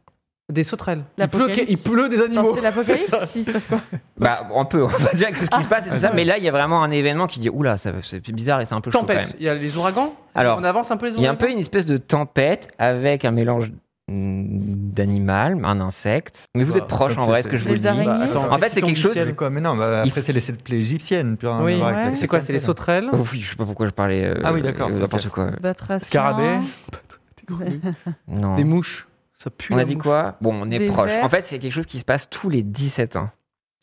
Des sauterelles. Il pleut, L'apocalypse. il pleut des Genre, animaux. C'est l'apocalypse Il se passe quoi bah on peut on va dire que ce qui se passe et tout ça, ouais. mais là il y a vraiment un événement qui dit oula ça c'est bizarre et c'est un peu chaud quand même. Tempête. Il y a les ouragans. Alors, on avance un peu les Il y a un ouragans. peu une espèce de tempête avec un mélange mm, d'animal, un insecte. Mais vous Bah, êtes proche en c'est- vrai, est-ce que je c'est- vous le Les dis araignées. En fait, c'est quelque chose- C'est quoi Mais non, bah, après, c'est les sept égyptiennes. hein, plus rien à Oui, voir avec ouais. la- C'est quoi C'est les sauterelles Oh Oui, je sais pas pourquoi je parlais. euh, Ah oui, d'accord, euh, N'importe quoi. Batracien. Scarabée. Ah, Non. Des mouches. Ça pue. On la a dit mouche. quoi Bon, on est Des proche. vers. En fait, c'est quelque chose qui se passe tous les 17 ans,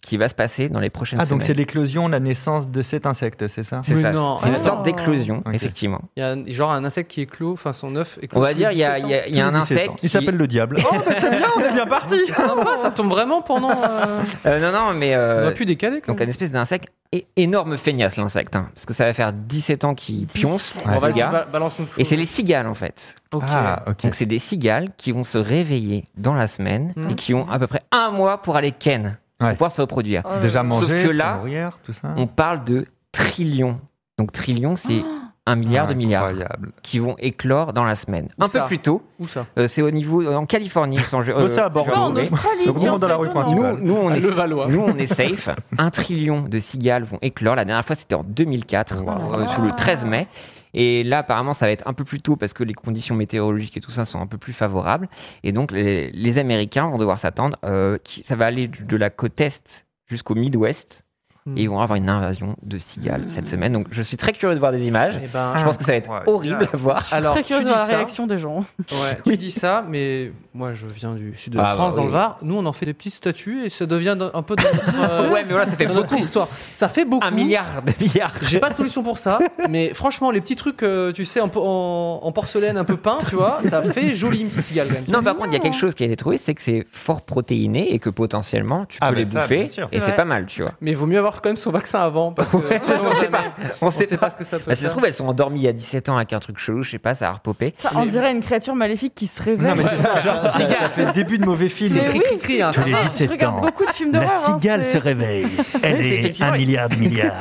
qui va se passer dans les prochaines Ah, donc c'est semaines. l'éclosion, la naissance de cet insecte, c'est ça C'est Mais ça. non. C'est une Ah. sorte d'éclosion, Ok. effectivement. Il y a un- genre un insecte qui éclot, enfin son œuf éclot. On va tous dire, les il y a, 17 il y a- il y a un insecte. Il qui- s'appelle le diable. Oh, bah c'est bien, on est bien parti ans. Sympa, ça tombe vraiment pendant. euh, Euh, non, non, mais. On euh, aurait pu décaler. quand Donc, un même. espèce d'insecte. é- énorme feignasse, l'insecte. hein, parce que ça va faire 17 ans qu'il pionce. On le On va gars. ba- balance une Et c'est les cigales, en fait. Ok. Ah, ok. Donc, c'est des cigales qui vont se réveiller dans la semaine Mhm. et qui ont à peu près un mois pour aller ken, pour Ouais. pouvoir se reproduire. Oh, Déjà Sauf manger, que se là, nourrir, tout ça. On parle de trillions. Donc, trillion, c'est un milliard de milliards Ah, Incroyable. qui vont éclore dans la semaine. Où un ça peu plus tôt. Où ça Euh, c'est au niveau en Californie, il me semble. euh, Bon, c'est à si Bordeaux. je me Non, en trompe. Australie. Donc, tiens, on est dans la c'est rue étonnant. principale. nous, nous, on est, Le Valois. nous, on est safe. Un trillion de cigales vont éclore. La dernière fois, c'était en 2004, Wow. euh, sous le 13 mai. Et là, apparemment, ça va être un peu plus tôt parce que les conditions météorologiques et tout ça sont un peu plus favorables. Et donc, les, les Américains vont devoir s'attendre. euh, qui- ça va aller du- de la côte est jusqu'au Midwest. Hmm. Et ils vont avoir une invasion de cigales cette semaine. Donc, je suis très curieux de voir des images. Eh ben, Je pense que ça va être Incroyable. horrible à voir. alors, Très tu curieuse dis de la ça, réaction des gens. ouais, tu dis ça, mais moi je viens du sud de la Ah, bah, France, dans oui. le Var. Nous, on en fait des petites statues et ça devient dans- un peu dans notre, euh, Ouais, mais voilà, ça fait dans notre beaucoup. histoire. Ça fait beaucoup. Un milliard de milliards. Mmh. J'ai pas de solution pour ça, mais franchement, les petits trucs, euh, tu sais, en, po- en- en porcelaine un peu peint, tu vois, ça fait joli une petite cigale quand même. Non, bah- par contre, il y a quelque Ah. chose qui a été trouvé, c'est que c'est fort protéiné et que potentiellement tu peux Ah, bah les ça, bouffer bien sûr. et C'est c'est vrai. pas mal, tu vois. Mais il vaut mieux avoir quand même son vaccin avant, parce que Ouais, sinon, on sait jamais- pas. on sait pas ce que ça peut Bah, si ça faire. se trouve, elles sont endormies il y a 17 ans avec un truc chelou, je sais pas, ça a repopé. Enfin, On dirait une créature maléfique qui se réveille. Ah, Non, mais c'est ça, genre, ça, ça fait le début de mauvais film. Mais oui, Cri, hein, ça les va. je 17 regarde ans, beaucoup de films d'horreur. hein, c'est- réveille. Elle C'est effectivement- milliard de milliards.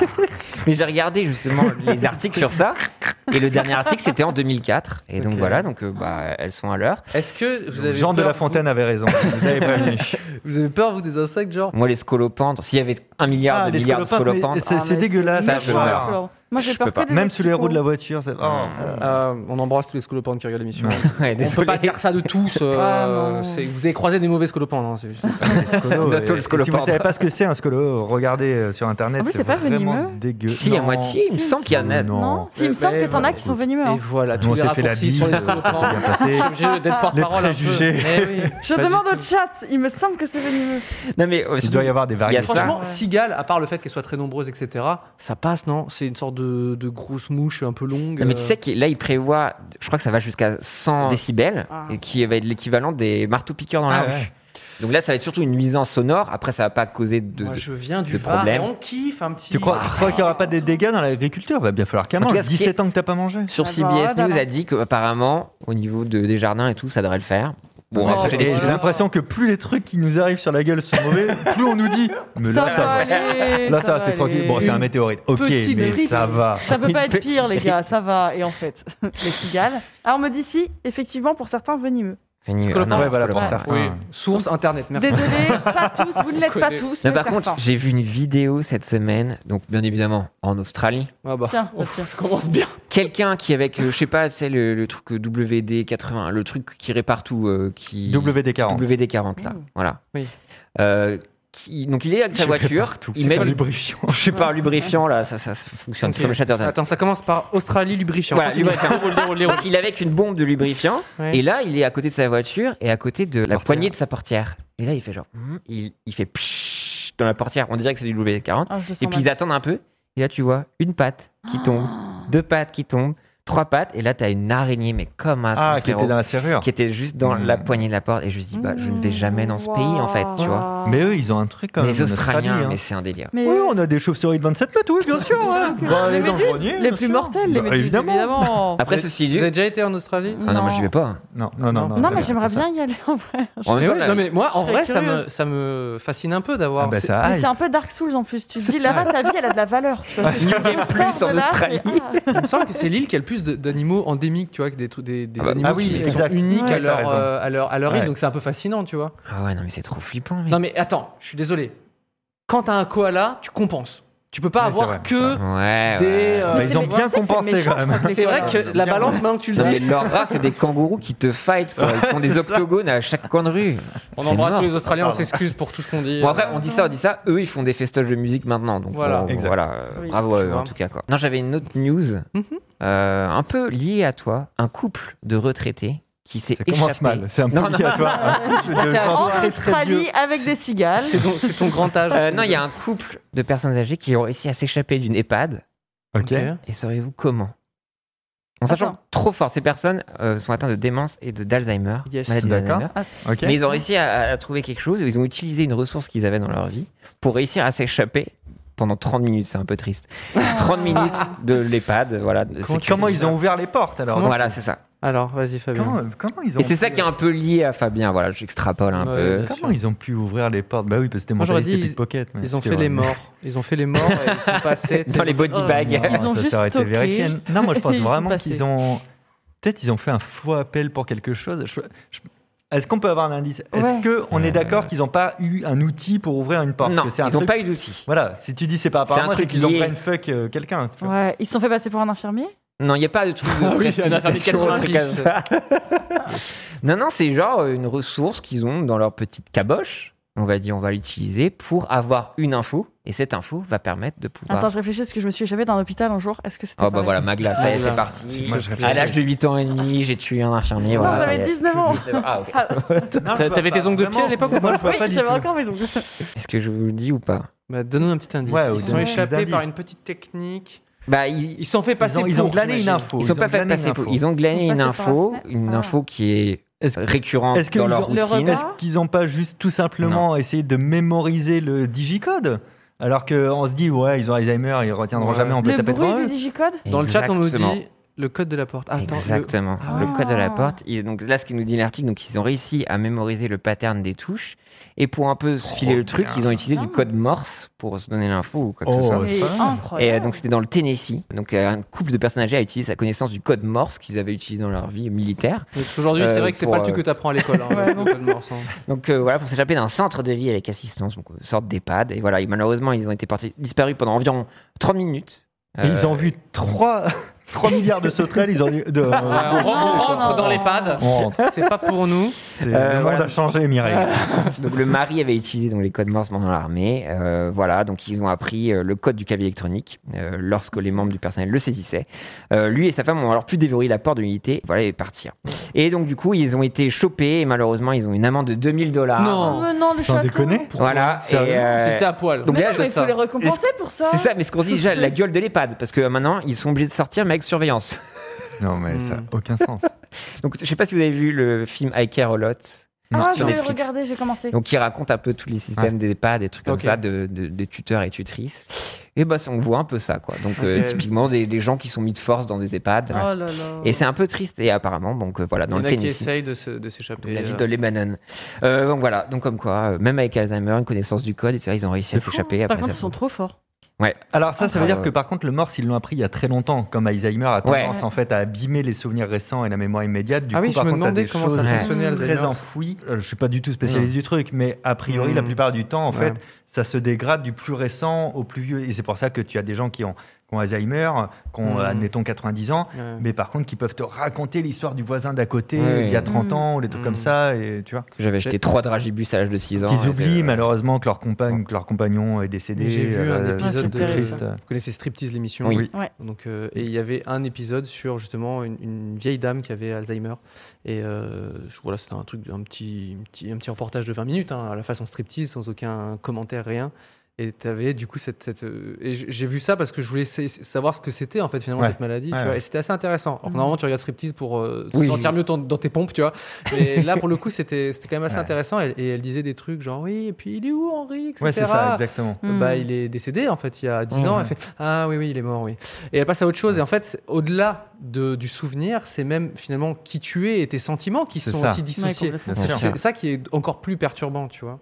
Mais j'ai regardé justement les articles sur ça et le dernier article c'était en 2004 et donc Ok. voilà, donc euh, bah elles sont à l'heure. Est-ce que vous avez Jean de peur, La Fontaine avait raison. Vous avez prévenu. vous- Vous avez peur, vous, des insectes, genre Moi les scolopendres, s'il y avait un milliard Ah, de les milliards de scolopendres, scolopendres, mais c'est- Ah, mais dégueulasse, c'est ça, je méchant, meurs. parce que alors, Moi, j'ai Je peur peux que pas. des Même sous les roues de la voiture, asticots. c'est. oh. Euh, On embrasse tous les scolopendres qui regardent l'émission. Ouais. ouais, On peut pas désolé. dire ça de tous. euh, Ah, non. c'est- vous avez croisé des mauvais scolopendres. hein, c'est juste ça. Scolo, Noto, et- le et scolopendre. Si vous ne savez pas ce que c'est un scolo, regardez euh, sur internet. En plus, c'est pas vraiment venimeux Dégueu. Si à Non. moitié, il me semble qu'il y en a. Non. Non, Si, il me Euh, semble bah, que t'en as qui bah, sont hein. venimeux. Et voilà, tous On les s'est fait la raccourcis sur les bise, ça s'est scolopendres. bien passé. Je suis obligé d'être porte-parole un peu. préjugés. Mais oui. Je Pas du demande au tout. chat, il me semble que c'est venimeux. Non mais euh, Il doit y avoir des Il y a variations. ça. Franchement, Ouais. cigale, à part le fait qu'elle soit très nombreuse, etc., ça passe, non C'est une sorte de, de grosse mouche un peu longue. Non, mais tu euh, sais que là, il prévoit, je crois que ça va jusqu'à 100 décibels, Ah. et qui va être l'équivalent des marteaux-piqueurs dans la Ah, rue. ouais. Donc là, ça va être surtout une nuisance sonore. Après, ça va pas causer de. Moi, de- je viens du de Var problème. et on kiffe un petit. Tu crois, tu crois qu'il n'y aura pas des dégâts dans l'agriculture Il va bien falloir qu'à En tout manger. cas, ce qui est- 17 ans que t'as pas mangé. Sur Ah bah, CBS ouais, bah, News bah. a dit qu'apparemment, au niveau de, des jardins et tout, ça devrait le faire. Bon, Oh, après, j'ai des Et petites- J'ai voilà. l'impression que plus les trucs qui nous arrivent sur la gueule sont mauvais, plus on nous dit. Mais là, ça va. aller. Là, ça, va c'est tranquille. aller. Bon, c'est un météorite. Ok, petite mais grippe. ça va. Ça peut Une pas être petite pire, les grippe. gars, ça va. Et en fait, les cigales. Ah, on me dit si, effectivement, pour certains, venimeux. Fini. Ah, Scolopendre. non, Ouais, voilà, scolopendre. pour ça. Oui, Ah. source internet, merci. Désolé, pas tous, vous ne l'êtes pas Connais. tous. Non, mais par certains. contre, j'ai vu une vidéo cette semaine, donc bien évidemment en Australie. Ah bah, Tiens, ouf, tiens. ça commence bien. Quelqu'un qui, avec, euh, je sais pas, c'est le, le truc euh, WD80, le truc qui répare tout, euh, qui. WD40. WD40, là. Mm. Voilà. Oui. Euh, qui- donc il est avec sa voiture, il met C'est pas du- lubrifiant. Je sais pas, lubrifiant là, ça, ça fonctionne. C'est Ok. comme le Chatterton. Attends, ça commence par Australie lubrifiant. Voilà, Continue. lubrifiant. Roule, roule, roule. Donc il est avec une bombe de lubrifiant, Ouais. et là il est à côté de sa voiture et à côté de la Portière. poignée de sa portière. Et là il fait genre, mm, il, il fait pshhh dans la portière, on dirait que c'est du WD-40. Ah, je le sens Et puis mal. Ah. ils attendent un peu, et là tu vois une patte qui tombe, deux pattes qui tombent, trois pattes, et là, t'as une araignée, mais comme un Ah, frérot, qui était dans la serrure. qui était juste dans la Mm. poignée de la porte, et je me dis, bah, je Mmh, Mmh. ne vais jamais dans ce pays, en fait, tu vois. Mais eux, ils ont un truc comme Les Australiens, hein. mais c'est un délire. Mais Oui, on a des chauves-souris de 27 mètres, oui, bien sûr. hein. Bah, les dans le méduses, grenier, les bien plus sûr. mortelles, les Bah, méduses, évidemment. évidemment. Après, Vous êtes- ceci dit. Vous avez déjà été en Australie Ah non, moi, j'y vais pas. Non, non, non. Non, mais très j'aimerais bien. bien y aller en vrai. En même mais temps, Eh ouais, la- non, mais moi, en serais vrai, ça me, curieuse. ça me fascine un peu d'avoir. Ah, bah, c'est- ça Mais aille. c'est un peu Dark Souls en plus. Tu te dis là-bas, ta vie, elle a de la valeur. tu vois. New Ah. Game On sort Plus de en là, Australie. c'est- ah. Il me semble que c'est l'île qui a le plus de- d'animaux endémiques, tu vois, que des, tru- des, des Ah bah, animaux ah oui, qui sont exact. uniques Ouais, à, t'as leur, raison. euh, à leur, à leur île, Ouais. donc c'est un peu fascinant, tu vois. Ah ouais, non, mais c'est trop flippant, mec. Non mais attends, je suis désolé. Quand t'as un koala, tu compenses. Tu peux pas Ouais, avoir c'est vrai, que... Ouais, Des, ouais. euh, Bah, Mais ils ont c'est- bien tu sais que c'est compensé méchant, quand même. je crois, les C'est vrai koalas. que la Bien balance, ouais. maintenant que tu le Non, mais dis, leur race, c'est des kangourous qui te fight, quoi. Ils font des octogones à chaque coin de rue. on C'est embrasse mort. tous les Australiens, on s'excuse pour tout ce qu'on dit. euh, Bon, après, on dit ça, on dit ça. Eux, ils font des festoches de musique maintenant. Donc, Voilà. on- Exact. voilà, euh, Oui. bravo à Tu eux, vois. en tout cas. Quoi. Non, j'avais une autre news, Mhm. euh, un peu liée à toi. Un couple de retraités qui s'est Ça commence échappé. mal, c'est un peu Non, non. obligatoire. ah, En Très, très Australie vieux. avec des cigales. C'est ton, c'est ton grand âge. Euh, non, il y a un couple de personnes âgées qui ont réussi à s'échapper d'une EHPAD. Ok. Et saurez-vous comment En sachant Attends. que trop fort, ces personnes euh, sont atteintes de démence et de- d'Alzheimer. Yes. maladie D'accord. d'Alzheimer. Ok. Mais ils ont réussi à, à trouver quelque chose, ils ont utilisé une ressource qu'ils avaient dans leur vie pour réussir à s'échapper pendant 30 minutes, c'est un peu triste. 30 minutes de l'EHPAD, voilà. de Comment- sécurité. Comment ils ont ouvert les portes alors Voilà, c'est ça. Alors, vas-y Fabien. Comment, comment ils ont Et c'est ça pu- euh, qui est un peu lié à Fabien, voilà, j'extrapole un Ouais, peu. bien sûr. Comment ils ont pu ouvrir les portes Bah oui, parce que c'était Moi, mon j'aurais journaliste dit, et pickpocket. mais Ils ont c'était fait les vrai. morts. Ils ont fait les morts et ils sont passés. tu sais, Dans les body bags. Ils ont ça, ça juste aurait été stocké. vérifié. Non, moi je pense Ils sont vraiment passés. qu'ils ont. Peut-être ils ont fait un faux appel pour quelque chose. Je- je- Est-ce qu'on peut avoir un indice Est-ce Ouais. qu'on est d'accord qu'ils n'ont pas eu un outil pour ouvrir une porte Euh, Non, que c'est un ils n'ont truc- pas eu d'outils. Voilà, si tu dis c'est pas C'est par un moi, c'est truc qu'ils ont lié. brainfuck euh, quelqu'un. tu vois. Ouais, ils se sont fait passer pour un infirmier Non, il n'y a pas de truc de Ah oui, prestige, un affaire des c'est sûr, un truc 90. comme ça. non, non, c'est genre euh, une ressource qu'ils ont dans leur petite caboche. On va dire, on va l'utiliser pour avoir une info, et cette info va permettre de pouvoir. Attends, je réfléchis parce que je me suis échappée d'un hôpital un jour. Est-ce que c'était Bah. Oh bah pareil voilà, Magla, ça y est, Magla. c'est parti. Moi, je réfléchis. À l'âge de 8 ans et demi, j'ai tué un infirmier. Non, voilà, ça y j'avais est. 19 ans. 19 Ah, ok. Ah, Non, je T'a- vois t'avais pas. tes ongles de pied à Vraiment, l'époque ou Moi je vois oui, pas du j'avais tout. encore mes ongles. Est-ce que je vous le dis ou pas Bah, Donne-nous un petit indice. Ouais, ils ou sont donne-nous échappés des indices. par une petite technique. Bah, ils, Ils s'en fait passer Ils ont- pour. ils ont glané une j'imagine. info. ils sont Ils pas ont fait glané passer une pour. info. Ils ont glané Ils sont une passés par la info, fenêtre. une Ah. info qui est Est-ce récurrente Est-ce que dans ils leur ont- le routine. repas Est-ce qu'ils n'ont pas juste tout simplement essayé de mémoriser le digicode Alors qu'on se dit, ouais, ils ont Alzheimer, ils retiendront Ouais. jamais, on peut Le taper devant bruit eux. du digicode Dans le chat, on nous Exactement. dit le code de la porte. Attends, le- Exactement. Ah Le... ouais. code de la porte. Et donc là, ce qui nous dit l'article, donc ils ont réussi à mémoriser le pattern des touches. Et pour un peu se filer le truc, bien. ils ont utilisé du Ah. code Morse pour se donner l'info ou quoi que Oh, ce soit. ouais, Mais c'est pas mal. Et euh, Ah, incroyable. donc c'était dans le Tennessee. Donc euh, un couple de personnes âgées a utilisé sa connaissance du code Morse qu'ils avaient utilisé dans leur vie militaire. Parce Aujourd'hui, c'est Euh, vrai que c'est pour, pas le truc euh, que t'apprends à l'école. hein, Ouais, le non. code Morse, hein. Donc euh, voilà, pour s'échapper d'un centre de vie avec assistance, donc euh, sorte d'EHPAD. Et voilà, et malheureusement, ils ont été partis- disparus pendant environ 30 minutes. Et ils Euh, ont vu 3, 3 milliards de sauterelles, ils ont eu de, euh, Ouais, on on rentre dans les pads. On rentre. C'est pas pour nous. C'est Euh, le monde voilà. Euh, a changé, Mireille. Donc le mari avait utilisé donc, les codes morse pendant l'armée. Euh, voilà, donc ils ont appris euh, le code du cavalier électronique euh, lorsque les membres du personnel le saisissaient. Euh, lui et sa femme ont alors pu déverrouiller la porte de l'unité voilà, et partir. Et donc du coup, ils ont été chopés et malheureusement, ils ont une amende de 2000 dollars. Non. Oh, mais non, le Sans château. déconner. Voilà. et, Sérieux euh, Si C'était à poil. donc Mais là, non, je- mais il faut les récompenser pour ça. c'est ça, mais ce qu'on dit déjà, la gueule de l'EHPAD, parce que euh, maintenant, ils sont obligés de sortir, mais avec surveillance. Non, mais Hmm. ça n'a aucun sens. Donc, je sais pas si vous avez vu le film I Care a Lot. Ah, je sur vais le Netflix. regarder, j'ai commencé. Donc qui raconte un peu tous les systèmes des EHPAD, des trucs comme Ok. ça, de, de- des tuteurs et tutrices. Et bah ça, on voit un peu ça quoi. Donc euh, Ok. typiquement des, des gens qui sont mis de force dans des EHPAD. Oh là là. Et c'est un peu triste et apparemment donc euh, voilà Il y dans en le a qui Tennessee. essayent de se- de donc, s'échapper. La ville euh, de Lebanon. Euh, donc voilà, donc comme quoi, euh, même avec Alzheimer, une connaissance du code, etc., ils ont réussi à s'échapper. Par après contre, ils ça. sont trop forts. Alors ça, ça veut Ah, dire ouais. que par contre, le morse, ils l'ont appris il y a très longtemps, comme Alzheimer a Ouais. tendance en fait à abîmer les souvenirs récents et la mémoire immédiate. Du ah coup, oui, je par me contre, t'as demandais des comment ça choses ouais. fonctionnait très Alzheimer. enfouies. Euh, Je suis pas du tout spécialiste du truc, mais a priori, Mm. la plupart du temps, en Ouais. fait, ça se dégrade du plus récent au plus vieux. Et c'est pour ça que tu as des gens qui ont, qui ont Alzheimer, qui ont, Mm. admettons, 90 ans, Ouais. mais par contre, qui peuvent te raconter l'histoire du voisin d'à côté Ouais. il y a 30 Mm. ans, ou des trucs Mm. comme ça, et tu vois. J'avais acheté trois dragibus à l'âge de 6 ans. Qu'ils et, oublient euh, malheureusement que leur compagne, que leur compagnon est décédé. J'ai vu un euh, épisode c'est de- triste. Vous connaissez Striptease l'émission Oui. Ouais. Donc, euh, et il y avait un épisode sur justement une, une vieille dame qui avait Alzheimer. Et euh, je- voilà, c'était un truc, un petit, un petit, un petit reportage de 20 minutes, hein, à la façon striptease, sans aucun commentaire, rien. Et t'avais du coup cette. cette, euh, et j- j'ai vu ça parce que je voulais sa- savoir ce que c'était en fait finalement Ouais. cette maladie. Ouais, tu vois, ouais. Et c'était assez intéressant. Alors, que Mhm. Normalement, tu regardes Striptease pour euh, te Oui. sentir mieux ton- dans tes pompes, tu vois. Mais là, pour le coup, c'était c'était quand même assez Ouais. intéressant. Et, et elle disait des trucs genre oui, et puis il est où Henri, etc. Ouais, c'est ça, exactement. Hmm. Bah, il est décédé en fait il y a 10 ans. Mhm. Elle fait Ah oui, oui, il est mort, oui. Et elle passe à autre chose. Et en fait, c'est- au-delà de- du souvenir, c'est même finalement qui tu es et tes sentiments qui C'est sont ça. aussi Ouais, dissociés. complètement. Bien sûr. c'est ça qui est encore plus perturbant, tu vois.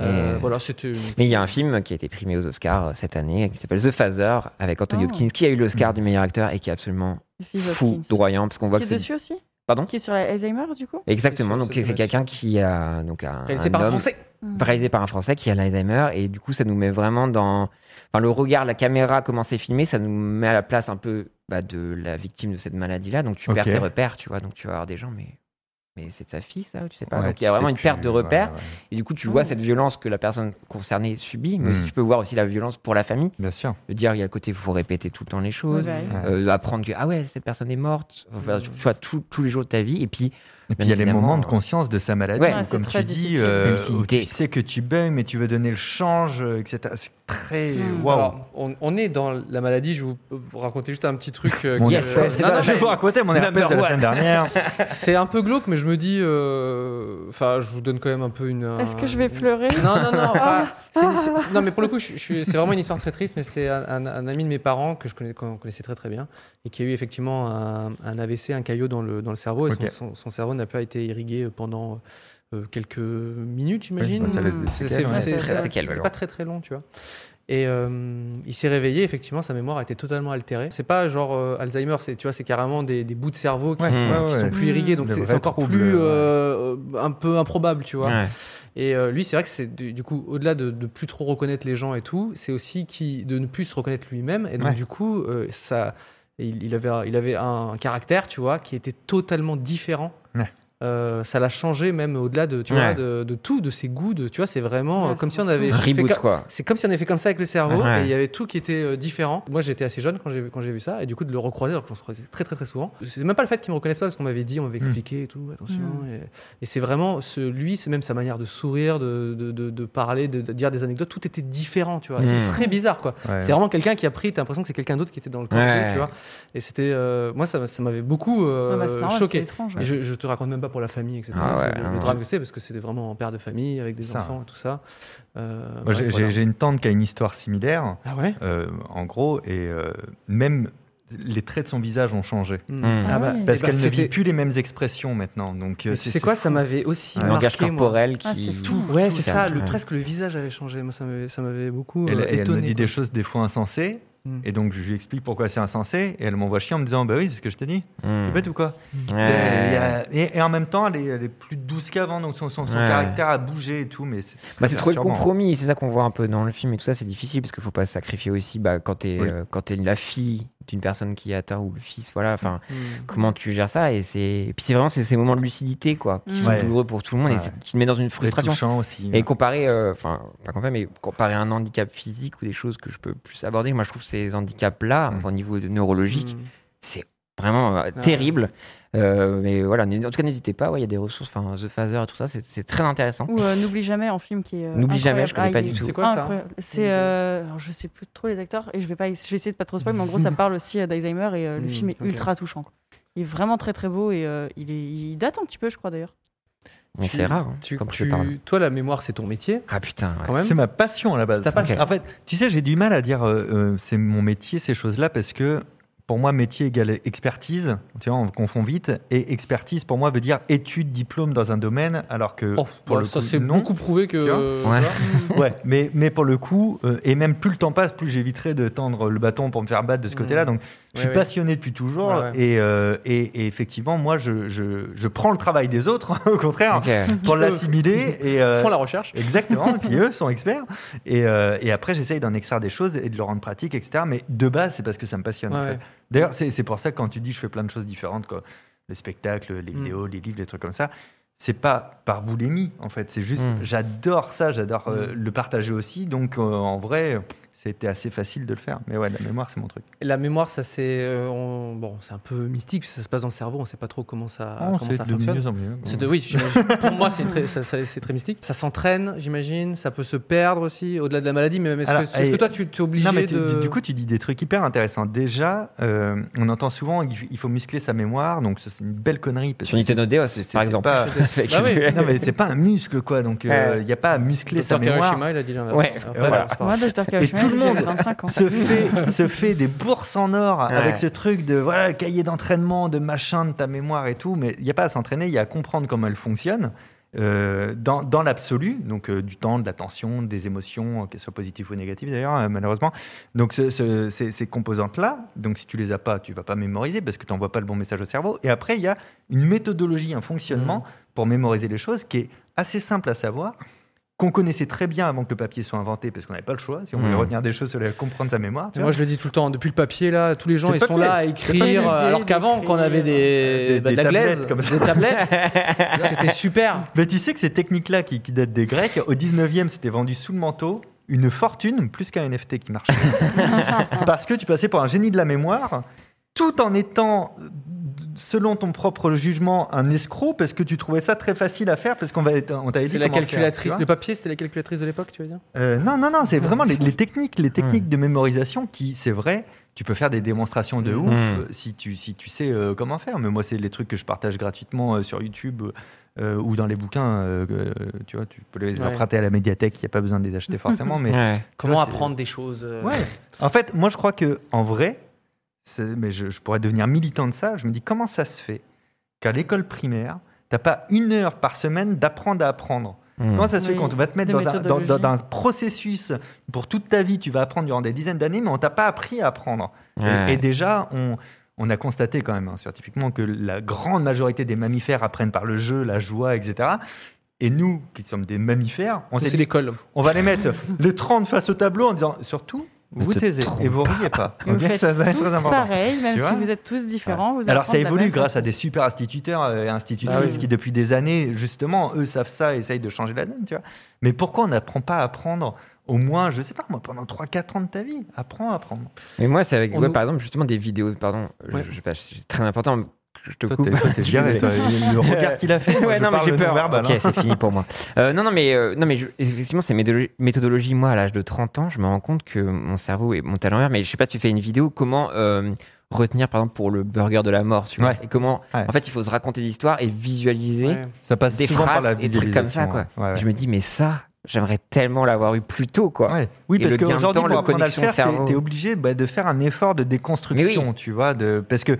Euh, Et- Voilà, c'était. une- Mais il y a un film qui a été primé aux Oscars euh, cette année qui s'appelle The Father avec Anthony Oh. Hopkins qui a eu l'Oscar du meilleur acteur et qui est absolument Steve fou, Hopkins. droyant parce qu'on voit Qui que est c'est dessus aussi Pardon Qui est sur la Alzheimer du coup exactement C'est donc sur c'est cette quelqu'un qui a donc un, Réalisé un par un homme Français. réalisé par un Français qui a l'Alzheimer et du coup ça nous met vraiment dans enfin, le regard, la caméra, comment c'est filmé, ça nous met à la place un peu bah, de la victime de cette maladie-là. Donc tu Ok. perds tes repères, tu vois. Donc tu vas avoir des gens, mais mais c'est de sa fille, ça, tu sais pas. Ouais, donc tu il y a vraiment sais une perte plus, de ouais, repères. ouais. Et du coup, tu Oh. vois cette violence que la personne concernée subit, mais aussi Mm. tu peux voir aussi la violence pour la famille. Bien sûr. De dire, il y a le côté, il faut répéter tout le temps les choses. Ouais, bah, euh, apprendre que, ah ouais, cette personne est morte. Enfin, tu vois, tout- tous les jours de ta vie. Et puis, Et puis il y a les évidemment, moments de euh, conscience de sa maladie, Ouais. où, Ouais, c'est comme très tu dis, difficile. euh, Même si où t'es- tu sais que tu baignes, mais tu veux donner le change, euh, etc. C'est très. Hmm. Mm. Waouh! Alors, on, on est dans la maladie. Je vais vous, vous raconter juste un petit truc. euh, Mon qui- Yes, herpès, ouais, c'est c'est non, ça, non, je vais mais vous raconter mon herpès de Number la one. semaine dernière. C'est un peu glauque, mais je me dis. euh, Enfin, je vous donne quand même un peu une. euh, Est-ce que je vais une- pleurer Non, non, non. enfin, c'est- c'est- c'est- non, mais pour le coup, je- je suis- c'est vraiment une histoire très triste, mais c'est un, un- un ami de mes parents que je connais, qu'on connaissait très très bien et qui a eu effectivement un, un AVC, un caillot dans le, dans le cerveau. Et Ok. son, son- son cerveau n'a pas été irrigué pendant euh, quelques minutes, Oui, j'imagine. bah, ça laisse des C'est- séquelles, c'est- ouais. c'est- Ouais, c'est- ouais. Séquelles, C'était ouais. pas très très long, tu vois. Et euh, il s'est réveillé, effectivement, sa mémoire a été totalement altérée. C'est pas genre euh, Alzheimer, c'est tu vois, c'est carrément des, des bouts de cerveau Hmm. qui, Ouais, Mm. ouais, qui sont ouais. plus irrigués, donc Des c'est vrais c'est encore troubles, plus ouais. euh, un peu improbable, tu vois. ouais. Et euh, lui, c'est vrai que c'est du, du coup, au-delà de, de plus trop reconnaître les gens et tout, c'est aussi qui, de ne plus se reconnaître lui-même. Et donc, Ouais. du coup, euh, ça, il, il avait, un- il avait un caractère, tu vois, qui était totalement différent. Ouais. Euh, ça l'a changé même au-delà de, tu Ouais. vois, de, de tout, de ses goûts, de, tu vois, c'est vraiment Ouais, euh, comme je si on comprends. avait fait Reboot, comme- quoi. c'est comme si on avait fait comme ça avec le cerveau et Ouais. il y avait tout qui était euh, différent. Moi j'étais assez jeune quand j'ai vu, quand j'ai vu ça et du coup de le recroiser alors qu'on se croisait très très très souvent. C'est même pas le fait qu'ils me reconnaissent pas parce qu'on m'avait dit, on Mm. m'avait expliqué et tout, attention. Mm. Et, et c'est vraiment ce, lui, c'est même sa manière de sourire, de, de, de- de parler, de, de dire des anecdotes, tout était différent, tu vois. Mm. C'est très bizarre quoi. Ouais. C'est vraiment quelqu'un qui a pris, t'as l'impression que c'est quelqu'un d'autre qui était dans le corps, Ouais. tu vois. Et c'était, euh, moi ça, ça m'avait beaucoup euh, Ah bah, c'est normal, c'est choqué. étrange. Et je, je te raconte même pas pour la famille, etc. Ah ouais, C'est non, le, le non. drame que c'est, parce que c'était vraiment un père de famille avec des Ça. enfants et tout ça. Euh, Moi, bref, j'ai- voilà. J'ai j'ai une tante qui a une histoire similaire, Ah ouais euh, en gros, et euh, même les traits de son visage ont changé. Mm. Ah ouais. Hmm. Parce Eh ben, qu'elle ne c'était- vit plus les mêmes expressions maintenant. Donc, euh, Mais tu sais quoi, ça fou. m'avait aussi Un marqué, langage moi. corporel Ah, qui. c'est fou. Ouais, Tout c'est ça, ça, le, ouais. presque le visage avait changé. Moi, ça m'avait, ça m'avait beaucoup Elle, euh, elle me étonné. dit quoi. des choses des fois insensées. Mm. Et donc, je lui explique pourquoi c'est insensé. Et elle m'envoie chier en me disant Bah oui, c'est ce que je t'ai dit. Mm. C'est bête ou quoi Ouais. Et, euh, et- et en même temps, elle est, elle est plus douce qu'avant. Donc, son, son- son Ouais. caractère a bougé et tout. Mais c'est Bah, très c'est trouver le perturbant. compromis, c'est ça qu'on voit un peu dans le film et tout ça, c'est difficile parce qu'il faut pas se sacrifier aussi bah, quand t'es Oui. euh, quand t'es la fille d'une personne qui est atteinte ou le fils, voilà, enfin Mm. comment tu gères ça et c'est et puis c'est vraiment ces, ces moments de lucidité quoi qui sont Ouais. douloureux pour tout le monde et Ouais. c'est- qui te met dans une Très frustration. touchant aussi. Et comparé, euh, enfin pas comparé, mais comparé à un handicap physique ou des choses que je peux plus aborder, moi je trouve ces handicaps là Mm. au niveau de neurologique, Mm. Ah c'est vraiment euh, terrible. Euh, mais voilà, n- en tout cas n'hésitez pas, ouais, il y a des ressources, enfin The Phaser et tout ça, c'est- c'est très intéressant. Ou euh, N'oublie jamais, un film qui est. euh, N'oublie jamais, incroyable. je connais Ah, pas il du est tout. C'est quoi ça incroyable. C'est, euh, alors, je sais plus trop les acteurs et je vais pas, je vais essayer de pas trop spoiler, mais en Mm. gros ça parle aussi euh, d'Alzheimer et euh, le Mm, film est ok. ultra touchant. quoi. Il est vraiment très très beau et euh, il, est, il date un petit peu, je crois d'ailleurs. Mais Tu- c'est rare, hein, tu- comme tu, tu- parles. Toi, la mémoire, c'est ton métier, Euh, Ah putain, ouais. quand même. C'est ma passion à la base. C'est ta passion. En fait, tu sais, j'ai du mal à dire euh, euh, c'est mon métier, ces choses-là, parce que pour moi, métier égale expertise. Tu vois, on confond vite. Et expertise, pour moi, veut dire étude, diplôme dans un domaine, alors que. Oh, pour bah, le ça, coup, c'est non. beaucoup prouvé que. Tu vois euh, Ouais. voilà. Ouais, mais, mais pour le coup, euh, et même plus le temps passe, plus j'éviterai de tendre le bâton pour me faire battre de ce Mhm. côté-là. Donc, je suis Ouais, ouais. passionné depuis toujours. Ouais, ouais. Et, euh, et- et effectivement, moi, je, je- je prends le travail des autres, au contraire, Ok. pour Qui, eux, l'assimiler. et, euh, Font la recherche. Exactement, et puis eux sont experts. Et, euh, et après, j'essaye d'en extraire des choses et de le rendre pratique, etc. Mais de base, c'est parce que ça me passionne. en Ouais, fait. ouais. D'ailleurs, c'est c'est pour ça que quand tu dis je fais plein de choses différentes, quoi, le spectacle, les Mm. vidéos, les livres, les trucs comme ça, c'est pas par boulimie, en fait. C'est juste, Mm. j'adore ça, j'adore euh, Mm. le partager aussi. Donc, euh, en vrai, C'était assez facile de le faire. Mais ouais, la mémoire, c'est mon truc. La mémoire, ça c'est euh, on- bon, c'est un peu mystique parce que ça se passe dans le cerveau, on ne sait pas trop comment ça, Oh, Ah, comment ça de fonctionne. mieux en mieux. C'est de- oui, j'imagine. pour moi, c'est très, ça- ça- c'est très mystique. Ça s'entraîne, j'imagine. Ça peut se perdre aussi, au-delà de la maladie. Mais est-ce, Alors, que, est-ce que et- toi, tu t'es obligé non, mais tu- de. du coup, tu dis des trucs hyper intéressants. Déjà, euh, on entend souvent il il faut muscler sa mémoire, donc ça, c'est une belle connerie. Parce Sur que c'est- Nintendo DOS, c'est- par c'est exemple. pas- Avec- Bah oui. non, mais c'est pas un muscle, quoi. Donc, il Ouais. n'y a pas à muscler sa Dr. mémoire. Kawashima, il a dit l'inverse. Ouais, Après, voilà. bon, c'est pas Moi, grave. docteur Kawashima, tout le j'avais monde 25 ans. se fait, se fait des bourses en or Ouais. avec ce truc de voilà, cahier d'entraînement, de machin, de ta mémoire et tout. Mais il n'y a pas à s'entraîner, il y a à comprendre comment elle fonctionne euh, dans, dans l'absolu, donc euh, du temps, de l'attention, des émotions, euh, qu'elles soient positives ou négatives d'ailleurs, euh, malheureusement. Donc ce- ce- ces, ces composantes-là, donc si tu les as pas, tu vas pas mémoriser parce que tu n'envoies pas le bon message au cerveau. Et après, il y a une méthodologie, un fonctionnement pour mémoriser les choses qui est assez simple à savoir qu'on connaissait très bien avant que le papier soit inventé, parce qu'on n'avait pas le choix. Si on voulait Mhm. retenir des choses, il fallait comprendre sa mémoire. tu Moi, vois. je le dis tout le temps, depuis le papier, là, tous les gens, C'est ils le sont papier. là à écrire, euh, pas l'idée alors qu'avant, d'écrire, quand on avait des, euh, des- bah, de des la tablettes glaise, comme ça. des tablettes, c'était super. Mais tu sais que ces techniques-là qui, qui datent des Grecs, au 19e, c'était vendu sous le manteau, une fortune, plus qu'un NFT qui marchait. parce que tu passais pour un génie de la mémoire, tout en étant, euh, selon ton propre jugement, un escroc, parce que tu trouvais ça très facile à faire, parce qu'on va- on t'avait dit. C'est la comment faire, tu calculatrice. vois. le papier, c'était la calculatrice de l'époque, tu veux dire Euh, non, non, non, c'est vraiment les, les techniques, les techniques de mémorisation qui, c'est vrai, tu peux faire des démonstrations de Mm. ouf Mm. euh, si tu, si tu sais euh, comment faire. Mais moi, c'est les trucs que je partage gratuitement euh, sur YouTube euh, ou dans les bouquins. euh, euh, tu vois, tu peux les Ouais. emprunter à la médiathèque, il n'y a pas besoin de les acheter forcément. mais Ouais. Comment Là, c'est- apprendre des choses euh, Ouais. En fait, moi, je crois que en vrai, c'est- mais je, je pourrais devenir militant de ça. Je me dis comment ça se fait qu'à l'école primaire, t'as pas une heure par semaine d'apprendre à apprendre. Mm. Comment ça se fait Oui, qu'on te- va te mettre des dans un, dans- dans- méthodologies. dans un processus pour toute ta vie, tu vas apprendre durant des dizaines d'années, mais on t'a pas appris à apprendre. Et- Ouais. Et, déjà, on, on a constaté quand même hein, scientifiquement que la grande majorité des mammifères apprennent par le jeu, la joie, etc. Et nous, qui sommes des mammifères, on s'est C'est dit, l'école. on va les mettre les 30 face au tableau en disant, surtout, Ne vous te taisez trompe et vous riez pas. Et vous Bien que faites ça, ça va être tous très important. pareil, même Tu si vois vous êtes tous différents. vous Alors apprendrez ça de la hein. évolue même grâce façon. à des super instituteurs euh, et institutrices Ah oui. qui depuis des années, justement, eux savent ça et essayent de changer la donne, tu vois. Mais pourquoi on n'apprend pas à apprendre au moins, je sais pas moi, pendant 3-4 ans de ta vie Apprends à apprendre. Mais moi, c'est avec, On ouais, nous- par exemple, justement, des vidéos, pardon, je- Ouais. je, sais pas, c'est très important, je te Toi, t'es- coupe. toi, t'es Je suis viré, désolé. toi. Le regard qu'il a fait. quand Ouais, je non, mais parle j'ai peur. non-verbal, ok, hein. c'est fini pour moi. Euh, non, non, mais, euh, non, mais je- effectivement, ces méthodolo- méthodologies, moi, à l'âge de 30 ans, je me rends compte que mon cerveau est monté à l'envers. Mais je sais pas, tu fais une vidéo, comment euh, retenir, par exemple, pour le burger de la mort, tu vois. Ouais. Et comment, Ouais. en fait, il faut se raconter des histoires et visualiser. Ouais. Ça passe Des souvent par phrases, la des trucs comme ça, visualisation, hein. quoi. ouais, ouais. Je me dis, mais ça, j'aimerais tellement l'avoir eu plus tôt, quoi. Ouais. Oui, Et parce le gain de qu'aujourd'hui, temps, pour le apprendre à le connexion faire, t'es- cerveau. t'es obligé bah, de faire un effort de déconstruction, Mais oui. tu vois, de, parce que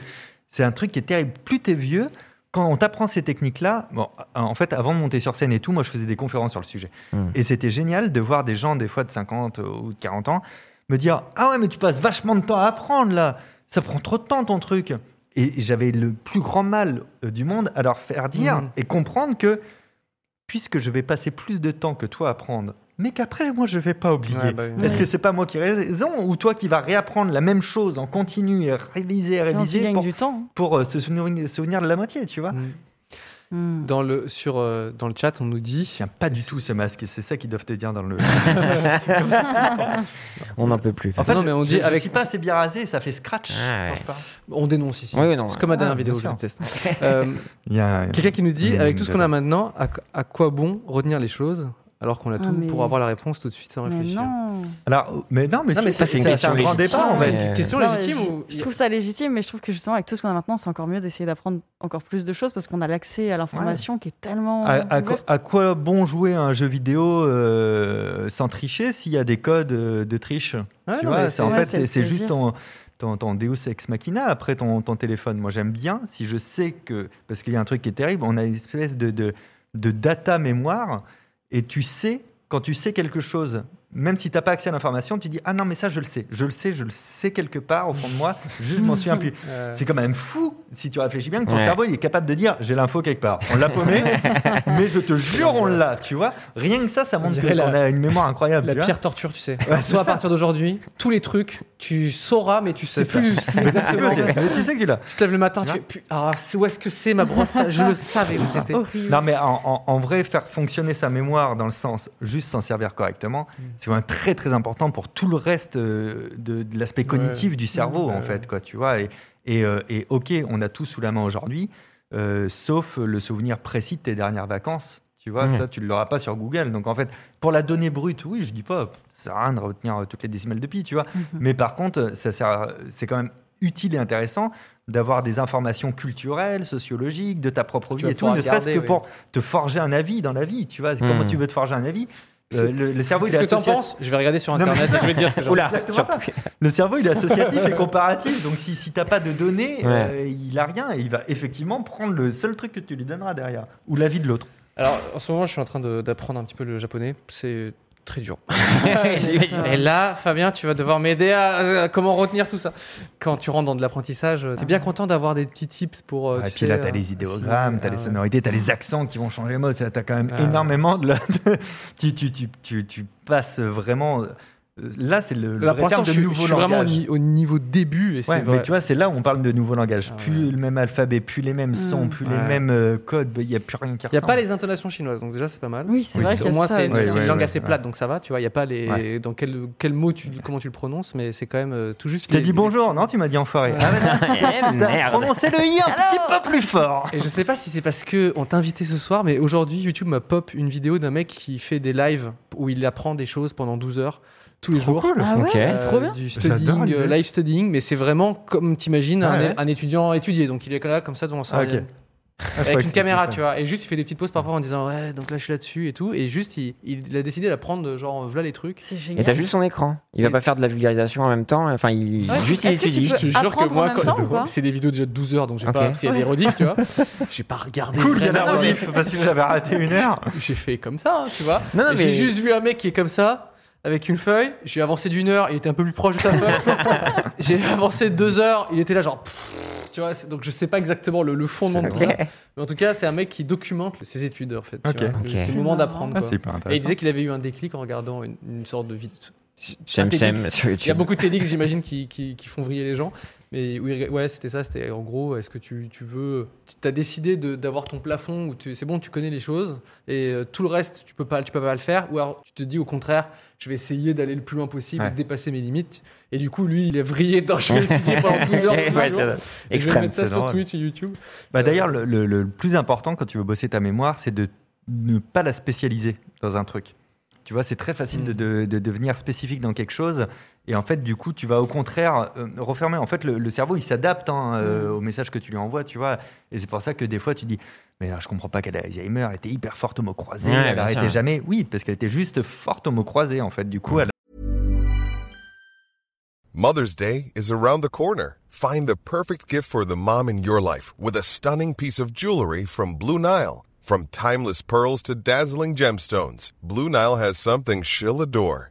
c'est un truc qui est terrible. Plus t'es vieux, quand on t'apprend ces techniques-là, bon, en fait, avant de monter sur scène et tout, moi, je faisais des conférences sur le sujet. Hmm. Et c'était génial de voir des gens, des fois de 50 ou de 40 ans, me dire « Ah ouais, mais tu passes vachement de temps à apprendre, là Ça prend trop de temps, ton truc !» Et j'avais le plus grand mal euh, du monde à leur faire dire Hmm. et comprendre que, puisque je vais passer plus de temps que toi à apprendre, mais qu'après, moi, je vais pas oublier. Ouais, bah oui. Est-ce Ouais. que c'est pas moi qui ai raison ou toi qui vas réapprendre la même chose en continu et réviser, Puis on s'y réviser gagne pour, du temps. hein. pour, euh, se souvenir, souvenir de la moitié, tu vois Mm. Hmm. Dans le, sur, euh, dans le chat, on nous dit. Tiens, pas du tout ce masque, et c'est ça qu'ils doivent te dire dans le. On n'en peut plus. En fait, Non, mais on dit je, je avec- suis pas assez bien rasé, ça fait scratch. Ah ouais. je pense pas. On dénonce ici. Oui, oui, non, c'est comme ma ouais. dernière Ah, vidéo, bien je sûr. déteste. Euh, Quelqu'un qui nous dit Mm, avec tout ce qu'on a j'adore. maintenant, à, qu- à quoi bon retenir les choses alors qu'on a Ah, tout mais- pour avoir la réponse tout de suite sans Mais réfléchir non. Alors, mais non, mais, Non, mais c'est- ça, c'est une un question grand légitime, débat, en c'est- fait. une petite question Non, légitime je- ou- je, trouve ça légitime, mais je trouve que justement, avec tout ce qu'on a maintenant, c'est encore mieux d'essayer d'apprendre encore plus de choses parce qu'on a l'accès à l'information qui est tellement. À, à quoi, ouverte. à quoi bon jouer à un jeu vidéo euh, sans tricher s'il y a des codes euh, de triche Ouais, Tu Ah non, vois, mais c'est- en ouais, fait, c'est le c'est c'est juste plaisir. ton, ton, ton Deus ex machina après ton, ton téléphone. Moi, j'aime bien si je sais que. Parce qu'il y a un truc qui est terrible, on a une espèce de, de, de data mémoire et tu sais, quand tu sais quelque chose, même si tu n'as pas accès à l'information, tu dis Ah non, mais ça, je le sais. Je le sais, je le sais quelque part au fond de moi, juste, je m'en souviens plus. euh, C'est quand même fou, si tu réfléchis bien, que ton Ouais. cerveau il est capable de dire J'ai l'info quelque part. On l'a paumé, mais je te jure, on l'a, tu vois. Rien que ça, ça montre dirait qu'on la- a une mémoire incroyable. la tu vois. pire torture, tu sais. Alors, toi, à partir d'aujourd'hui, tous les trucs tu sauras, mais tu sais C'est ça. plus exactement. Mais tu sais que tu l'as. Tu te lèves le matin, tu fais, Pu- ah, c'est- où est-ce que c'est ma brosse à- Je le savais où c'était. Horrible. Non, mais en, en- en vrai, faire fonctionner sa mémoire dans le sens juste s'en servir correctement, c'est quand même très très important pour tout le reste euh, de, de l'aspect cognitif du cerveau, Ouais, en ouais. fait, quoi, tu vois. Et, et, euh, et ok, on a tout sous la main aujourd'hui, euh, sauf le souvenir précis de tes dernières vacances. Tu vois, Ouais. ça, tu ne l'auras pas sur Google. Donc, en fait, pour la donnée brute, oui, je dis pas, ça sert à rien de retenir euh, toutes les décimales de pi, tu vois. Mhm. Mais par contre, ça sert- c'est quand même utile et intéressant d'avoir des informations culturelles, sociologiques, de ta propre Tu vie vas et tout, pouvoir ne serait-ce regarder, que oui. pour te forger un avis dans la vie, tu vois. Comment tu veux te forger un avis Euh, Hmm. C'est- le, le cerveau, il Qu'est-ce que t'en associatif- penses Je vais regarder sur Non, mais- internet et je vais te dire ce que j'en Oula, pense. Exactement ça. Le cerveau, il est associatif et comparatif. Donc, si, si tu n'as pas de données, euh, il a rien. Et il va effectivement prendre le seul truc que tu lui donneras derrière, ou l'avis de l'autre. Alors, en ce moment, je suis en train de- d'apprendre un petit peu le japonais. C'est très dur. J'imagine. Ah. Et là, Fabien, tu vas devoir m'aider à, à comment retenir tout ça. Quand tu rentres dans de l'apprentissage, euh, t'es bien content d'avoir des petits tips pour. euh, Ah, tu et puis là, sais, tu as euh, les idéogrammes, si- tu as les ah ouais. sonorités, tu as les accents qui vont changer le mode. Tu as quand même Ah ouais. énormément de. la- tu, tu, tu, tu, tu passes vraiment. euh, Là, c'est le, le Là, vrai pour l'instant, terme je, de suis- je nouveau suis vraiment au, langage. ni- au niveau début. Et Ouais, c'est mais vrai. tu vois, c'est là où on parle de nouveau Ah langage. ouais. plus le même alphabet, plus les mêmes sons, Mm. plus Ouais. les mêmes euh, codes, il n'y a plus rien qui Il n'y a ressemble. pas les intonations chinoises, donc déjà c'est pas mal. Oui, c'est Oui, vrai au qu'il y Au a moins, ça c'est aussi, c'est ouais, une hein. ouais, langue ouais, assez ouais. plate, donc ça va, tu vois. Il n'y a pas les. Dans quel, quel mot tu, comment tu le prononces, mais c'est quand même euh, tout juste. Je t'ai les- dit bonjour, non Tu m'as dit enfoiré. Ah, mais non, Eh, t'as merde. prononcé le i un petit Alors peu plus fort. Et je sais pas si c'est parce que on t'a invité ce soir, mais aujourd'hui YouTube m'a pop une vidéo d'un mec qui fait des lives où il apprend des choses pendant 12 heures tous les jours. Euh, Ah ouais, Ok. c'est trop bien. Du J'adore studying, l'idée. euh, live studying, mais c'est vraiment comme t'imagines un, Ouais, é- ouais. un étudiant étudié. Donc il est là comme ça devant son Ah, ordi. ok. avec une caméra, tu vois. Et juste il fait des petites pauses parfois en disant ouais, donc là je suis là-dessus et tout. Et juste il, il a décidé d'apprendre genre voilà les trucs. C'est génial. Et t'as juste son écran. Il va pas faire de la vulgarisation en même temps. Enfin, il Ouais. juste il Est-ce que tu étudie. peux- Je te jure apprendre que moi, en même quand- temps ou pas c'est des vidéos déjà de 12 heures, donc j'ai Ok. pas s'il y a des rediffs, tu vois. J'ai pas regardé. Cool, il y a la vraiment les- rediff, parce que vous avez raté une heure. j'ai fait comme ça, hein, tu vois. Non, non, Et mais- J'ai juste vu un mec qui est comme ça, avec une feuille. J'ai avancé d'une heure, il était un peu plus proche de sa feuille. j'ai avancé de deux heures, il était là genre. pfff, tu vois, c'est- donc je sais pas exactement le, le fondement de tout ça. Ok. Mais en tout cas, c'est un mec qui documente ses études en fait. Ok. Tu vois, Ok. Ah, C'est C'est le moment marrant. d'apprendre. quoi. Ah, pas Et il disait qu'il avait eu un déclic en regardant une, une sorte de vidéo. Chem, chem, TEDx. sur YouTube. Il y a beaucoup de TEDx, j'imagine, qui, qui, qui font vriller les gens. Mais oui, ouais, c'était ça. C'était en gros, est-ce que tu, tu veux. Tu as décidé de- d'avoir ton plafond où tu- c'est bon, tu connais les choses et euh, tout le reste, tu peux pas, tu peux pas le faire. Ou alors tu te dis au contraire, je vais essayer d'aller le plus loin possible et Ouais. de dépasser mes limites. Et du coup, lui, il est vrillé dans je vais étudier pendant plusieurs Ouais, heures. et c'est je vais Extrême. mettre ça c'est sur drôle. Twitch et YouTube. Euh. Bah, D'ailleurs, le, le- le plus important quand tu veux bosser ta mémoire, c'est de ne pas la spécialiser dans un truc. Tu vois, c'est très facile Mm. de, de- de devenir spécifique dans quelque chose. Et en fait, du coup, tu vas au contraire euh, refermer. En fait, le, le cerveau, il s'adapte hein, Mm. euh, au message que tu lui envoies, tu vois. Et c'est pour ça que des fois, tu dis Mais alors, je comprends pas qu'elle a Alzheimer, elle était hyper forte au mot croisé, Ouais, elle bien n'arrêtait sûr. Mm. jamais. Oui, parce qu'elle était juste forte au mot croisé, en fait. Du coup, elle Mother's Day is around the corner. Find the perfect gift for the mom in your life with a stunning piece of jewelry from Blue Nile. From timeless pearls to dazzling gemstones, Blue Nile has something she'll adore.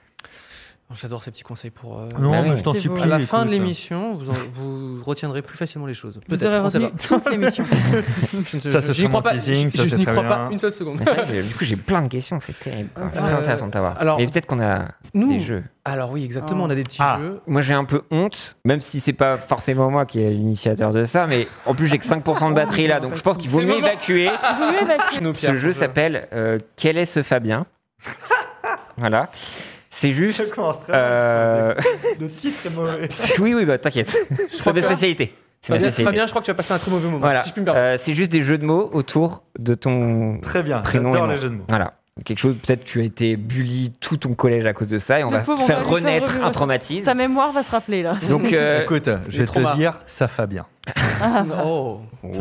Oh, J'adore ces petits conseils pour. euh, Non, hein. mais je je t'en t'en C'est supplie, supplie. beau. à la fin de hein. l'émission, vous, en- vous retiendrez plus facilement les choses. Vous Peut-être, aurez on sait retenu pas. toute l'émission. Je ne sais- Ça, ce je n'y serait crois mon pas, teasing, je- ça, je c'est n'y très crois bien. pas une seule seconde. Mais c'est vrai que, du coup, j'ai plein de questions. C'est terrible. quoi. C'est très Euh, intéressant de savoir. alors- Mais peut-être qu'on a Nous- des jeux. Alors oui, exactement, Ah. on a des petits Ah. jeux. Moi, j'ai un peu honte, même si c'est pas forcément moi qui est l'initiateur de ça, mais en plus, j'ai que 5% de batterie là, donc je pense qu'il vaut C'est le mieux moment. évacuer. Vous pouvez évacuer. Nos Ce pierres, jeu ce s'appelle euh, Quel est ce Fabien Voilà. C'est juste. euh, Le titre est mauvais. c'est- Oui, oui, bah t'inquiète. C'est ma que- spécialité. C'est ma Fabien, spécialité. Fabien, je crois que tu as passé un très mauvais moment. Voilà. Si je puis me permettre. Euh, c'est juste des jeux de mots autour de ton Très bien. prénom. J'adore les et nom. jeux de mots. Voilà. Quelque chose, peut-être tu as été bully tout ton collège à cause de ça et on Le va pauvre, on va faire lui faire renaître revivre un ça. traumatisme. Ta mémoire va se rappeler là. Donc, euh, Écoute, je vais traumas. te dire, ça fait bien. Oh, ça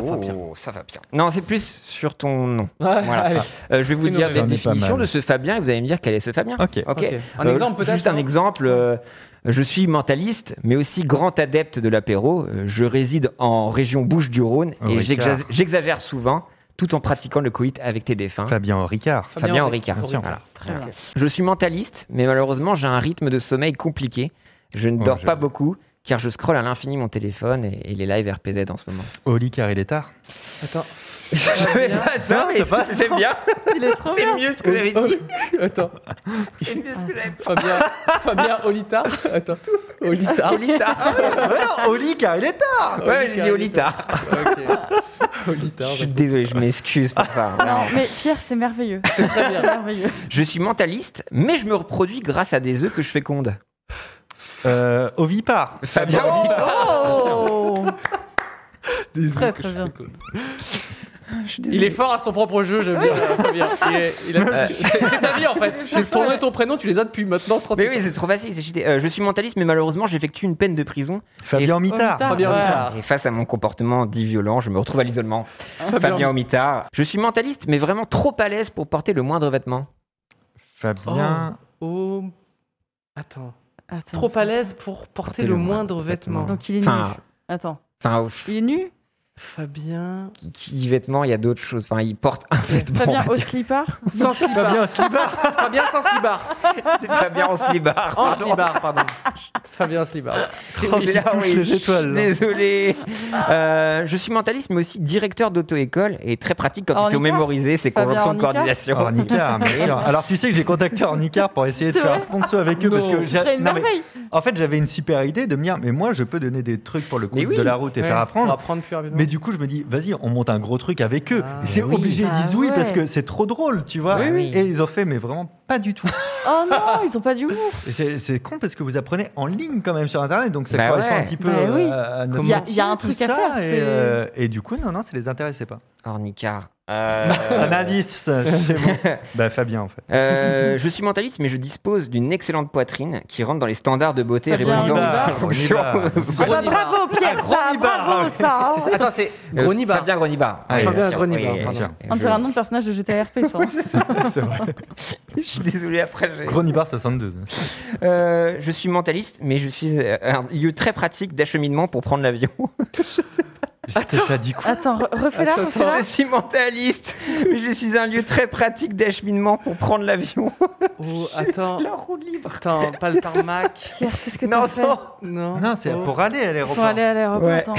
va bien. oh, ça va bien. Non, c'est plus sur ton nom. Ouais, Voilà. allez. Euh, je vais vous Fais-nous dire rêver. des J'en ai pas définitions mal. de ce Fabien et vous allez me dire quel est ce Fabien. Ok. Ok. Ok. Un Euh, exemple, peut-être, Juste un hein. exemple. euh, je suis mentaliste, mais aussi grand adepte de l'apéro. Euh, Je réside en région Bouches-du-Rône Oh, et Ricard. j'exa- j'exagère souvent. tout en pratiquant le coït avec tes défunts. Fabien Ricard. Fabien Henricard. Henricard. Voilà. Très bien. Je suis mentaliste, mais malheureusement, j'ai un rythme de sommeil compliqué. Je ne Oh, dors je- pas beaucoup, car je scrolle à l'infini mon téléphone et, et les lives RPZ en ce moment. Oli Carré Létard. Attends, Je vais bien. pas ça, mais c'est pas c'est bien. Il est trop C'est bien. mieux ce que j'avais dit. attends. C'est mieux ce que j'avais dit. Fabien, Fabien Olita. Attends, Olita. Olita. Oli Carré Létard Ouais, j'ai dit Olita. Ok. Olita. Je suis d'accord. désolé, je m'excuse pour ça. Non, vraiment. mais Pierre, c'est merveilleux. C'est très C'est bien. merveilleux. Je suis mentaliste, mais je me reproduis grâce à des œufs que je féconde. euh, Ovipar. Fabien Olita. Oh Des Très, œufs que très je bien. fais, quoi. Il est fort à son propre jeu, j'aime bien euh, Fabien. Il est- il a- Euh, C'est c'est ta vie en fait. C'est ton nom et ton prénom, tu les as depuis maintenant 30 Mais oui, c'est trop facile, c'est cheaté. Euh, je suis mentaliste, mais malheureusement, j'effectue une peine de prison. Fabien Mitard. Mitard. Fabien Ah, Ouais. Olita. Et face à mon comportement dit violent, je me retrouve à l'isolement. Fabien Fabien. Omitard. Je suis mentaliste, mais vraiment trop à l'aise pour porter le moindre vêtement. Fabien. Oh. Attends. Attends. Trop à l'aise pour porter Porter le le moindre moindre vêtement. vêtement. Donc il est Enfin, nu. Attends. enfin, ouf, Il est nu Fabien. qui qui dit vêtement, il y a d'autres choses. Enfin, il porte un vêtement. Fabien on va au dire. slipper Sans slibard. Fabien Slibard. Fabien sans slibard. Fabien en slibard. En slibard, pardon. Oh, Fabien slibard. C'est là où touche il- les étoiles, là. Désolé. Euh, je suis mentaliste, mais aussi directeur d'auto-école et très pratique quand il faut Ornicard. mémoriser ses Fabien conventions de Ornicard. coordination. Ornicard, bien sûr. Alors tu sais que j'ai contacté Ornicard pour essayer de C'est faire vrai un sponsor avec eux parce Non. que Ce serait j'ai- une non, mais merveille. en fait j'avais une super idée de me dire mais moi je peux donner des trucs pour le compte Mais oui. de la route et faire apprendre. apprendre plus rapidement. Mais du coup, je me dis, vas-y, on monte un gros truc avec eux. Ah, c'est oui. obligé, ils Ah disent oui ouais. parce que c'est trop drôle, tu vois. Oui, oui. Et ils ont fait, mais vraiment pas du tout. Oh non, ils ont pas d'humour. Et c'est c'est con parce que vous apprenez en ligne quand même sur Internet, donc ça Bah correspond ouais. un petit peu Bah euh, oui. à notre Il y a- métier, il y a un tout truc à ça, faire, Et, c'est- euh, et du coup, non, non, ça les intéressait pas. Ornicard. Euh, Un indice, c'est bon. bah, Fabien, en fait. Euh, je suis mentaliste, mais je dispose d'une excellente poitrine qui rentre dans les standards de beauté Fabien répondant Olivard. aux injonctions. Olivard. Ah bah Gronibard. bravo Pierre, ça, Gronibard. bravo ça. hein. C'est ça. Attends, c'est Euh, Gronibar. Fabien Gronibar. Ah, Fabien Gronibar, pardon. On dirait un nom de personnage de GTRP, ça. hein. C'est vrai. Je suis désolé après. j'ai- Gronibar 62. Euh, je suis mentaliste, mais je suis euh, un lieu très pratique d'acheminement pour prendre l'avion. J'étais pas dit quoi Attends, re- refais-la, Attends, refais-la. je suis mentaliste, mais je suis un lieu très pratique d'acheminement pour prendre l'avion. Oh, Je suis attends. la roue libre. Attends, pas le tarmac. Pierre, qu'est-ce que Non, t'as fait non. Non. Non, c'est Oh. pour aller à l'aéroport. Pour aller à l'aéroport, Ouais. attends.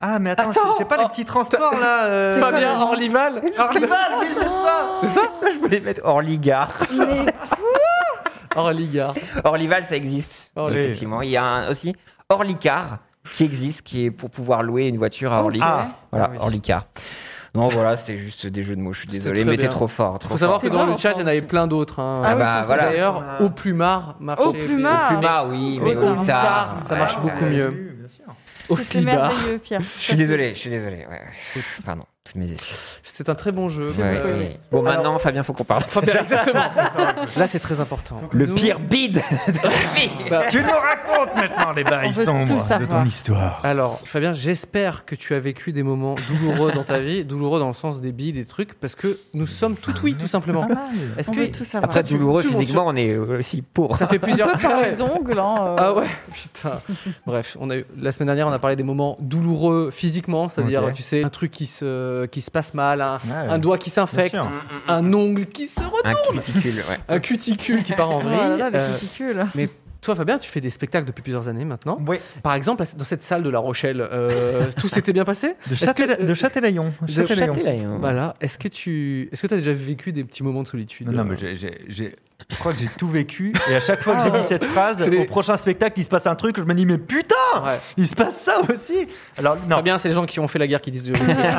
Ah, mais attends, c'est- c'est pas Oh, les petits transports là. euh, Fabien quoi, Orlival. Orlival, oui, c'est ça. C'est ça Je voulais mettre Orligard. Mais Orligar. Orlival, ça existe. Orly. Effectivement. Il y a un- aussi Orlicar qui existe, qui est pour pouvoir louer une voiture à Orly. Ah, Voilà, Ah oui. Orlicar. Non, voilà, c'était juste des jeux de mots. Je suis C'était désolé, très mais t'es bien. trop fort. Trop Faut savoir que fort. T'es dans le vraiment chat, il y en avait fort. plein d'autres. hein. Ah Ah bah voilà. D'ailleurs, au plumard, marché. Au plumard. Au Pluma, oui, Ah, mais Au au Litard. ça Ah, marche bah, beaucoup mieux. Au c'est slibard. merveilleux Pierre. Je suis désolé, je suis désolé. ouais. Pardon, toutes mes excuses. C'était un très bon jeu. Ouais, Euh, ouais. Bon, maintenant, Fabien, faut qu'on parle. Fabien, exactement. Là, c'est très important. Le Nous- pire bide de la vie. Bah, Tu nous racontes maintenant les On bails veut tout sombres de ton savoir. histoire. Alors, Fabien, j'espère que tu as vécu des moments douloureux dans ta vie, douloureux dans le sens des billes, des trucs, parce que nous sommes tout oui, tout simplement. Est-ce On que veut tout savoir. Après, tout- douloureux tout le monde physiquement, on est aussi pour. ça fait plusieurs Dans Ah les ouais. dongles, hein, euh, Ah ouais, putain. Bref, on a eu- la semaine dernière, on a parlé des moments douloureux physiquement, c'est-à-dire, Ok. tu sais, un truc qui se, qui se passe mal, un, Ouais. un doigt qui s'infecte, Bien sûr. un ongle qui se re... Un cuticule, ouais. un cuticule qui part en oh vrille. là là, les Euh, cuticules. toi, Fabien, tu fais des spectacles depuis plusieurs années maintenant. Oui, Par exemple, dans cette salle de La Rochelle, euh, tout s'était bien passé de, Est-ce Châtel- que- de Châtelaillon. Châtelaillon. Châtelaillon. Voilà. Est-ce que tu est-ce que as déjà vécu des petits moments de solitude Non, non, mais j'ai- j'ai- j'ai- je crois que j'ai tout vécu. Et à chaque fois que j'ai dit cette phrase, Ah. C'est des- au prochain spectacle, il se passe un truc, je me dis, mais putain, Ah, Ouais. il se passe ça aussi. Alors, non. Très bien, c'est les gens qui ont fait la guerre qui disent. euh,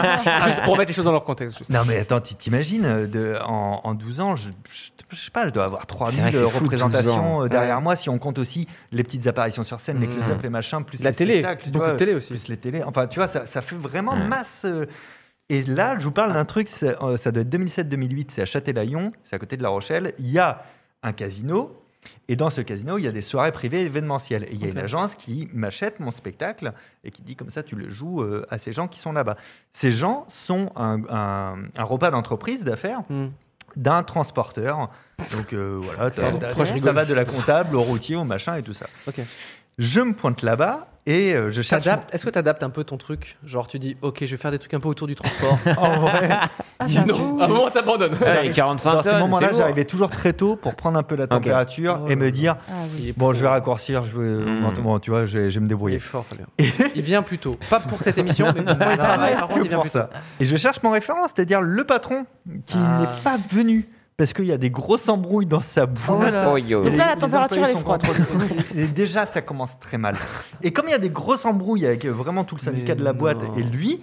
juste pour mettre les choses dans leur contexte. juste. Non mais attends, tu t'imagines, euh, de- en, en 12 ans, je, je, je sais pas, je dois avoir vrai 3000 que c'est fou, 12 représentations ans. euh, derrière Ouais. moi, si on compte aussi les petites apparitions sur scène, les Mhm. close-ups, les machins, plus La les télé, spectacles, tu beaucoup vois, de télé aussi. Plus les télés, enfin tu vois, ça, ça fait vraiment Ouais. masse. euh, et là, je vous parle d'un truc, c'est, euh, ça doit être 2007-2008, c'est à Châtelaillon, c'est à côté de La Rochelle, il y a un casino, et dans ce casino, il y a des soirées privées événementielles. Et il y a Ok. une agence qui m'achète mon spectacle et qui dit comme ça, tu le joues euh, à ces gens qui sont là-bas. Ces gens sont un, un- un repas d'entreprise d'affaires Hmm. d'un transporteur. Donc euh, voilà, t'as- Pardon, t'as- pourquoi je ça rigole va de la comptable au routier, au machin et tout ça. Ok. Je me pointe là-bas et euh, je cherche. T'adaptes- Est-ce que tu adaptes un peu ton truc Genre, tu dis, ok, je vais faire des trucs un peu autour du transport. En vrai, Ah, dis non, j'avoue. à un moment, t'abandonnes. Ouais, les 45 dans tonnes, ces moments-là, c'est lourd. j'arrivais toujours très tôt pour prendre un peu la température Oh et là là. me dire Ah oui. Il est bon, pro. je vais raccourcir, je vais, Hmm. bon, tu vois, je vais, je vais Il me est débrouiller. fort, Fabien. Il vient plus tôt. Pas pour cette émission, mais pour les travail. Par contre, il Que vient pour plus tôt. ça. Et je cherche mon référent, c'est-à-dire le patron qui Ah. n'est pas venu parce qu'il y a des grosses embrouilles dans sa boîte. Oh là. Oh, yo. Donc là, la Les température, employés elle est sont froide. contre- Et déjà, ça commence très mal. Et comme il y a des grosses embrouilles avec euh, vraiment tout le syndicat Mais de la boîte non. et lui,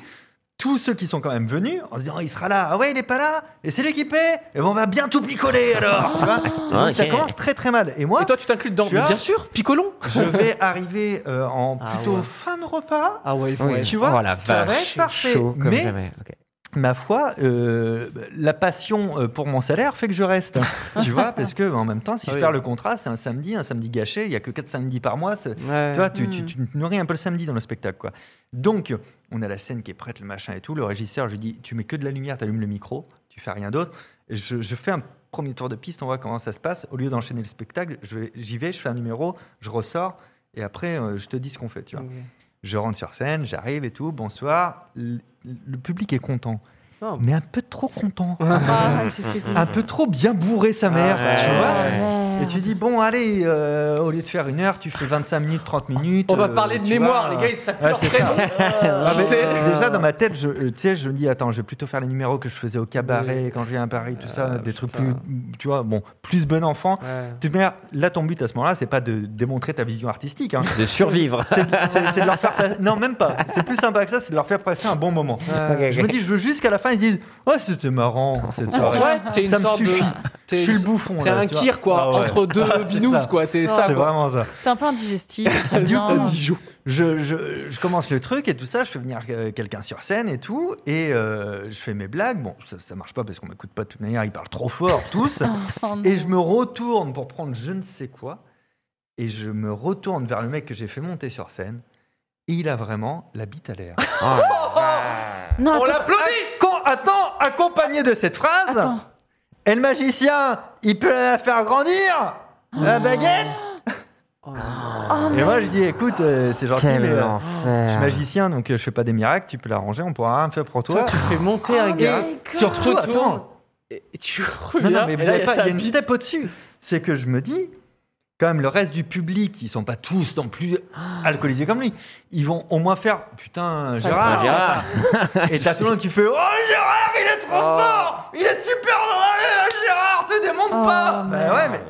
tous ceux qui sont quand même venus, en se disant, oh, il sera là, ah ouais, il est pas là, et c'est l'équipé, et ben on va bien tout picoler alors, tu vois. Et Ah, donc, Ça Ok. commence très très mal. Et moi, Et toi, tu t'inclus dedans Tu Mais as- bien sûr, picolon je vais arriver euh, en Ah plutôt ouais. fin de repas. Ah ouais, il faut. Oui. ouais. Tu vois, oh la ça va être vache, parfait, chaud comme mais- jamais. Ok. Ma foi, euh, la passion euh, pour mon salaire fait que je reste. tu vois, parce que en même temps, si Ah je oui. perds le contrat, c'est un samedi, un samedi gâché, il y a que 4 samedis par mois, c'est- Ouais. Tu Euh, vois, tu, tu- Hmm. tu nourris un peu le samedi dans le spectacle. Quoi. Donc, on a la scène qui est prête, le machin et tout. Le régisseur, je lui dis Tu mets que de la lumière, tu allumes le micro, tu fais rien d'autre. Et Je, je fais un premier tour de piste, on voit comment ça se passe. Au lieu d'enchaîner le spectacle, je vais- j'y vais, je fais un numéro, je ressors, et après, euh, je te dis ce qu'on fait. Tu Hmm. vois. Je rentre sur scène, j'arrive et tout, bonsoir. Le, le public est content, Oh. mais un peu trop content. Ah, c'était cool. Un peu trop bien bourré, sa mère. Ah, tu ouais. vois Merde. et tu dis, bon, allez, euh, au lieu de faire une heure, tu fais 25 minutes, 30 minutes. On va euh, parler de tu mémoire, les vois. gars, ils savent plus Ouais, leur c'est prénom. Ah, mais Tu sais. déjà dans ma tête, je, euh, tu sais, je me dis attends, je vais plutôt faire les numéros que je faisais au cabaret quand je viens à Paris, tout ça, Ah, des trucs plus, putain. tu vois, bon, plus bon enfant. Ouais. De toute manière, là, ton but à ce moment-là, c'est pas de démontrer ta vision artistique. hein. De survivre. C'est c'est- c'est de leur faire passer- non même pas. C'est plus sympa que ça, c'est de leur faire passer un bon moment. Ok, Euh, Je me ok. dis, je veux juste qu'à la fin ils disent, oh c'était marrant cette soirée. Ouais, t'es une Ça me sorte de. suffit. t'es- Je suis le bouffon. T'es là, un tu vois. kir, quoi, Ah ouais. entre deux C'est binous, ça. quoi. T'es ça, C'est quoi. vraiment ça. T'es un peu indigestif. c'est Du bien. coup, je, je- je commence le truc et tout ça, je fais venir euh, quelqu'un sur scène et tout, et euh, je fais mes blagues. Bon, ça, ça marche pas parce qu'on m'écoute pas de toute manière, ils parlent trop fort tous. Oh non. et je me retourne pour prendre je ne sais quoi, et je me retourne vers le mec que j'ai fait monter sur scène, et il a vraiment la bite à l'air. Oh, Non, On attends, l'applaudit Quand- attends, accompagné de cette phrase, attends. et le magicien, il peut la faire grandir La Oh. baguette Et moi je dis, écoute, euh, c'est gentil, mais. quel euh, enfer. je suis magicien, donc euh, je fais pas des miracles, tu peux l'arranger, on pourra rien faire pour Toi, toi. tu fais monter un Et gars. surtout, Tu te retournes, attends, Et tu non, reviens. non, mais et vous là, avez y a pas, sa il y a une bite. step au-dessus. C'est que je me dis, quand même, le reste du public, ils sont pas tous non plus alcoolisés comme lui. Ils vont au moins faire, putain, Gérard. Ah, Gérard. Et t'as tout le monde qui fait, oh Gérard, il est trop fort, il est super, drôle, Eh, Gérard, te démonte Oh, pas. merde. Bah ouais, mais-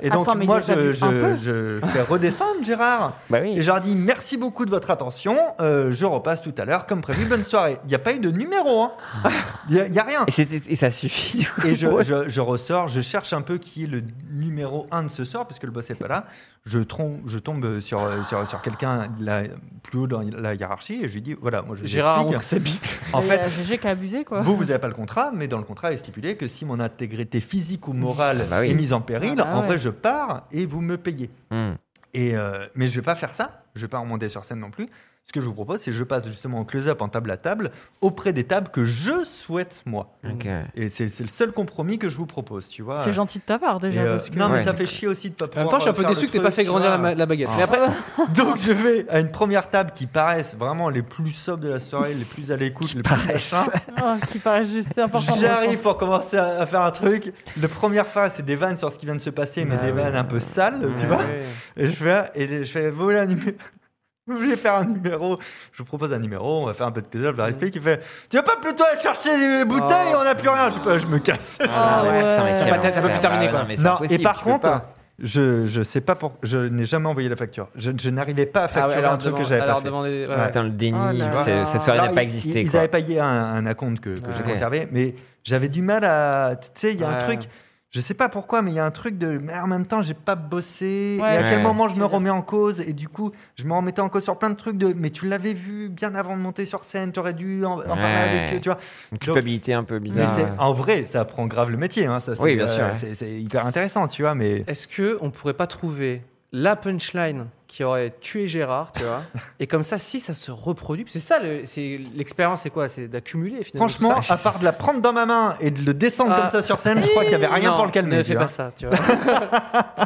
Et donc, Attends, mais moi, ils ont je, pas bu un peu je, je fais redescendre Gérard. Bah Et oui. je leur dis merci beaucoup de votre attention. euh, je repasse tout à l'heure, comme prévu. Bonne soirée. Il n'y a pas eu de numéro. hein. Il n'y a, rien. Et, c'était- et ça suffit du coup. Et je, je- je ressors, je cherche un peu qui est le numéro 1 de ce soir, puisque le boss n'est pas là. Je, trom- je tombe sur, euh, sur, sur quelqu'un de la- plus haut dans la hiérarchie et je lui dis voilà, moi je Gérard j'explique. montre sa bite. En Et, fait, euh, GG qui a abusé, quoi. vous, vous n'avez pas le contrat, mais dans le contrat, il est stipulé que si mon intégrité physique ou morale Ah bah oui. est mise en péril, Ah bah en ouais. vrai, je pars et vous me payez. Hmm. Et euh, mais je vais pas faire ça. Je vais pas remonter sur scène non plus. Ce que je vous propose, c'est que je passe justement en close-up, en table à table, auprès des tables que je souhaite moi. Ok. Et c'est c'est le seul compromis que je vous propose, tu vois. C'est gentil de ta part, Et, déjà. euh, parce que- non, mais Ouais. ça fait chier aussi de pas En pouvoir. euh, même temps, je suis un peu faire déçu le que t'aies truc, pas fait tu grandir la, vois. ma- la baguette. Ah. Mais après, Donc je vais à une première table qui paraissent vraiment les plus sobres de la soirée, les plus à l'écoute, les plus paraissent. machins. Oh, qui paraît juste, c'est important. J'arrive pour pour commencer à, à faire un truc. La première phrase, c'est des vannes sur ce qui vient de se passer, mais Ah des ouais. vannes un peu sales, tu Ah vois. Ah Et je fais, et je fais, vous voulez un numéro Vous voulez faire un numéro Je vous propose un numéro, on va faire un peu de close-up, je leur explique. Il fait, tu vas pas plutôt aller chercher les bouteilles, Oh. on n'a plus rien. Je, fais, je me casse. Ah ouais. putain, mais quel Ta patate, elle peut enfer. plus terminer, Bah quoi. ouais, mais c'est Non, et impossible, par tu peux contre, pas. je, je sais pas pour, je n'ai jamais envoyé la facture. Je, je n'arrivais pas à Ah facturer ouais, alors un truc demander- que j'avais alors pas fait. demander- ouais, Ouais. Putain, le Oh déni, là ça- là. cette soirée Alors, n'a pas euh, ils- existé. Ils quoi. n'avaient pas payé un, un acompte que, que j'ai Ouais. conservé, mais j'avais du mal à. Tu sais, il y a un Ouais. truc. Je sais pas pourquoi, mais il y a un truc de. Mais en même temps, j'ai pas bossé. Ouais, et à ouais. quel moment je C'est me sûr. remets en cause Et du coup, je me remettais en cause sur plein de trucs de. Mais tu l'avais vu bien avant de monter sur scène. T'aurais dû en, en parler Ouais. avec eux, tu vois. Une culpabilité un peu Mais bizarre. c'est- en vrai, ça apprend grave le métier. hein, ça, Oui, c'est, bien sûr, ouais. c'est- C'est hyper intéressant, tu vois. Mais Est-ce que on pourrait pas trouver la punchline qui aurait tué Gérard, tu vois Et comme ça, si ça se reproduit, c'est ça, le- c'est l'expérience, c'est quoi C'est d'accumuler finalement. tout franchement, ça. à part de la prendre dans ma main et de le descendre Ah. comme ça sur scène, je crois qu'il y avait rien Non, pour le calmer. Ne tu fais vois. pas ça, tu vois.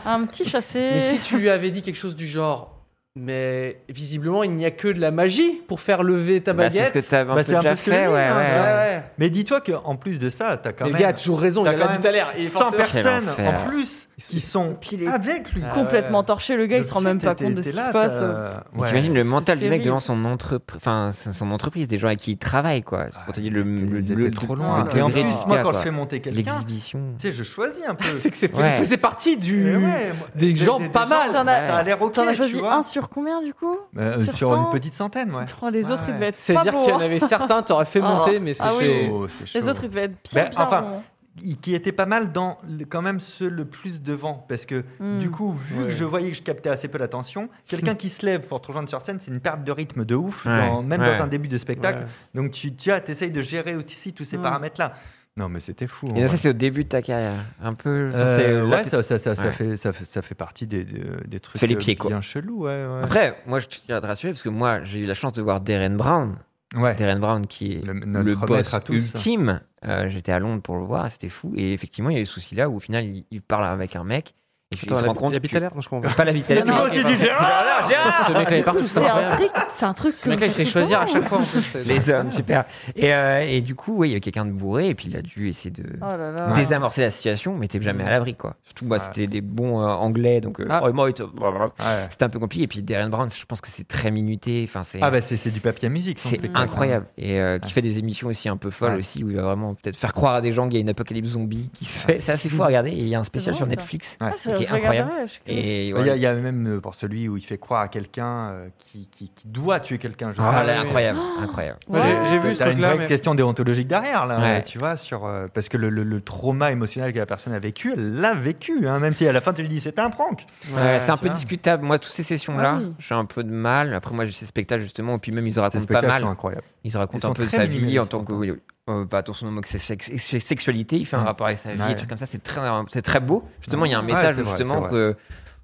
Un petit chassé. Mais si tu lui avais dit quelque chose du genre, Mais visiblement, il n'y a que de la magie pour faire lever Ah, ta Bah, c'est baguette. ce que tu avais un Bah, peu c'est un peu déjà ce que je fait, dis, ouais, hein, ouais, Ouais, c'est- ouais. ouais. Mais dis-toi qu'en plus de ça, t'as quand Les même. gars, a toujours raison, il t'as a quand l'habit même à l'air. Il est 100 forcément- personnes Quel enfer. en plus qui sont pilés. avec lui. Ah ouais. Complètement torché, le gars, il Donc, se rend même t'es- pas compte de t'es ce qui là, se passe. euh. t'as- Mais ouais. T'imagines le mental du mec terrible. devant son, entrep- enfin, son- son entreprise, des gens avec qui il travaille, quoi. C'est pour te dire le, le, Ils le- étaient trop le loin. degré Et en de plus, dégâts, moi, quand quoi. je fais monter quelqu'un, tu L'exhibition. sais, je choisis un peu. C'est que c'est Ouais. faisait partie du. Eh ouais, moi, des gens pas gens, mal. Ça a l'air ok, T'en as tu choisi vois. un sur combien du coup Euh, sur sur une 100. petite centaine, ouais. Oh, Les Ouais, autres, ils ouais. devaient être pas C'est-à-dire qu'il y en beaux. hein. avait certains, t'aurais fait Ah. monter, mais Ah oui. c'était. Oh, c'est chaud. Les autres, ils devaient être bien, Ben, bien enfin, ronds. Il- qui était pas mal dans le- quand même ceux le plus devant parce que Hmm. du coup vu Ouais. que je voyais que je captais assez peu l'attention quelqu'un qui se lève pour te rejoindre sur scène c'est une perte de rythme de ouf Ouais, dans- même ouais. dans un début de spectacle Ouais. donc tu tu vois, t'essayes de gérer aussi tous ces Hmm. Ouais. paramètres là non mais c'était fou Et en ça, vrai. c'est au début de ta carrière. Un peu. ça, c'est- Euh, là, ouais, t'es- ça, ça, ça, ça ouais. fait, ça, fait, ça fait partie des, des- des trucs Fais les euh, pieds, quoi. bien chelous. Ouais, ouais. Après, moi, je tiens à te rassurer parce que moi, j'ai eu la chance de voir Darren Brown. Ouais. Darren Brown, qui est Le- le, notre boss maître à tous. ultime. Euh, J'étais à Londres pour le voir, c'était fou. Et effectivement, il y a eu ce souci-là où au final, il, il parle avec un mec et puis, Attends, il se elle rend hab- compte. elle habite que- à l'air, moi je comprends pas. Pas l'habitalité. Non, non, Moi, j'ai dit, Ah, Gérard, Gérard Ce mec-là est partout, c'est C'est un incroyable. truc, c'est un truc Ce que mec-là, il je hein. se fait fais choisir tout à le chaque temps. fois. en plus, c'est- Les hommes, super. Et, euh, et du coup, oui, il y a quelqu'un de bourré et puis il a dû essayer de. Oh là là. désamorcer la situation, mais t'es jamais à l'abri, quoi. Surtout, moi, Ouais. c'était des bons euh, anglais, donc euh, Ah. oh, moi, it- blablabla. Ouais. c'était un peu compliqué. Et puis Darren Brown, je pense que c'est très minuté. Enfin, c'est Ah, bah, c'est c'est du papier à musique. son c'est spectacle. incroyable et euh, qui fait des émissions aussi un peu folles Ouais. aussi où il va vraiment peut-être faire croire à des gens qu'il y a une apocalypse zombie qui se fait. C'est assez fou à regarder. Et il y a un spécial C'est sur drôle, ça. Netflix Ouais. qui est Ah, Je regarderai, incroyable. je suis curieuse. Et Il y, voilà. a, il y a même euh, pour celui où il fait croire à quelqu'un euh, qui, qui- qui doit tuer quelqu'un. je sais Ah, pas. là, oui. incroyable, Oh. incroyable. Moi, j'ai- Ouais. J'ai vu ce T'as une truc-là, vraie mais. question déontologique derrière, là, Ouais. tu vois, sur, euh, parce que le, le- le trauma émotionnel que la personne a vécu, elle l'a vécu, hein, même si à la fin tu lui dis c'était un prank. Ouais, c'est un tu peu vois. discutable. Moi, toutes ces sessions-là, Ah oui. j'ai un peu de mal. Après, moi, j'ai ces spectacles justement, et puis même, ils en Ces racontent pas spectacles mal. sont incroyables. Il se raconte Ils un sont peu de très sa vie en minimalistes, tant que oui, euh, bah, attention homosexualité, sexualité, il fait un Ouais. rapport avec sa vie, Ouais. des trucs comme ça, c'est très, c'est très beau. Justement, il y a un Ouais, message c'est vrai, justement c'est que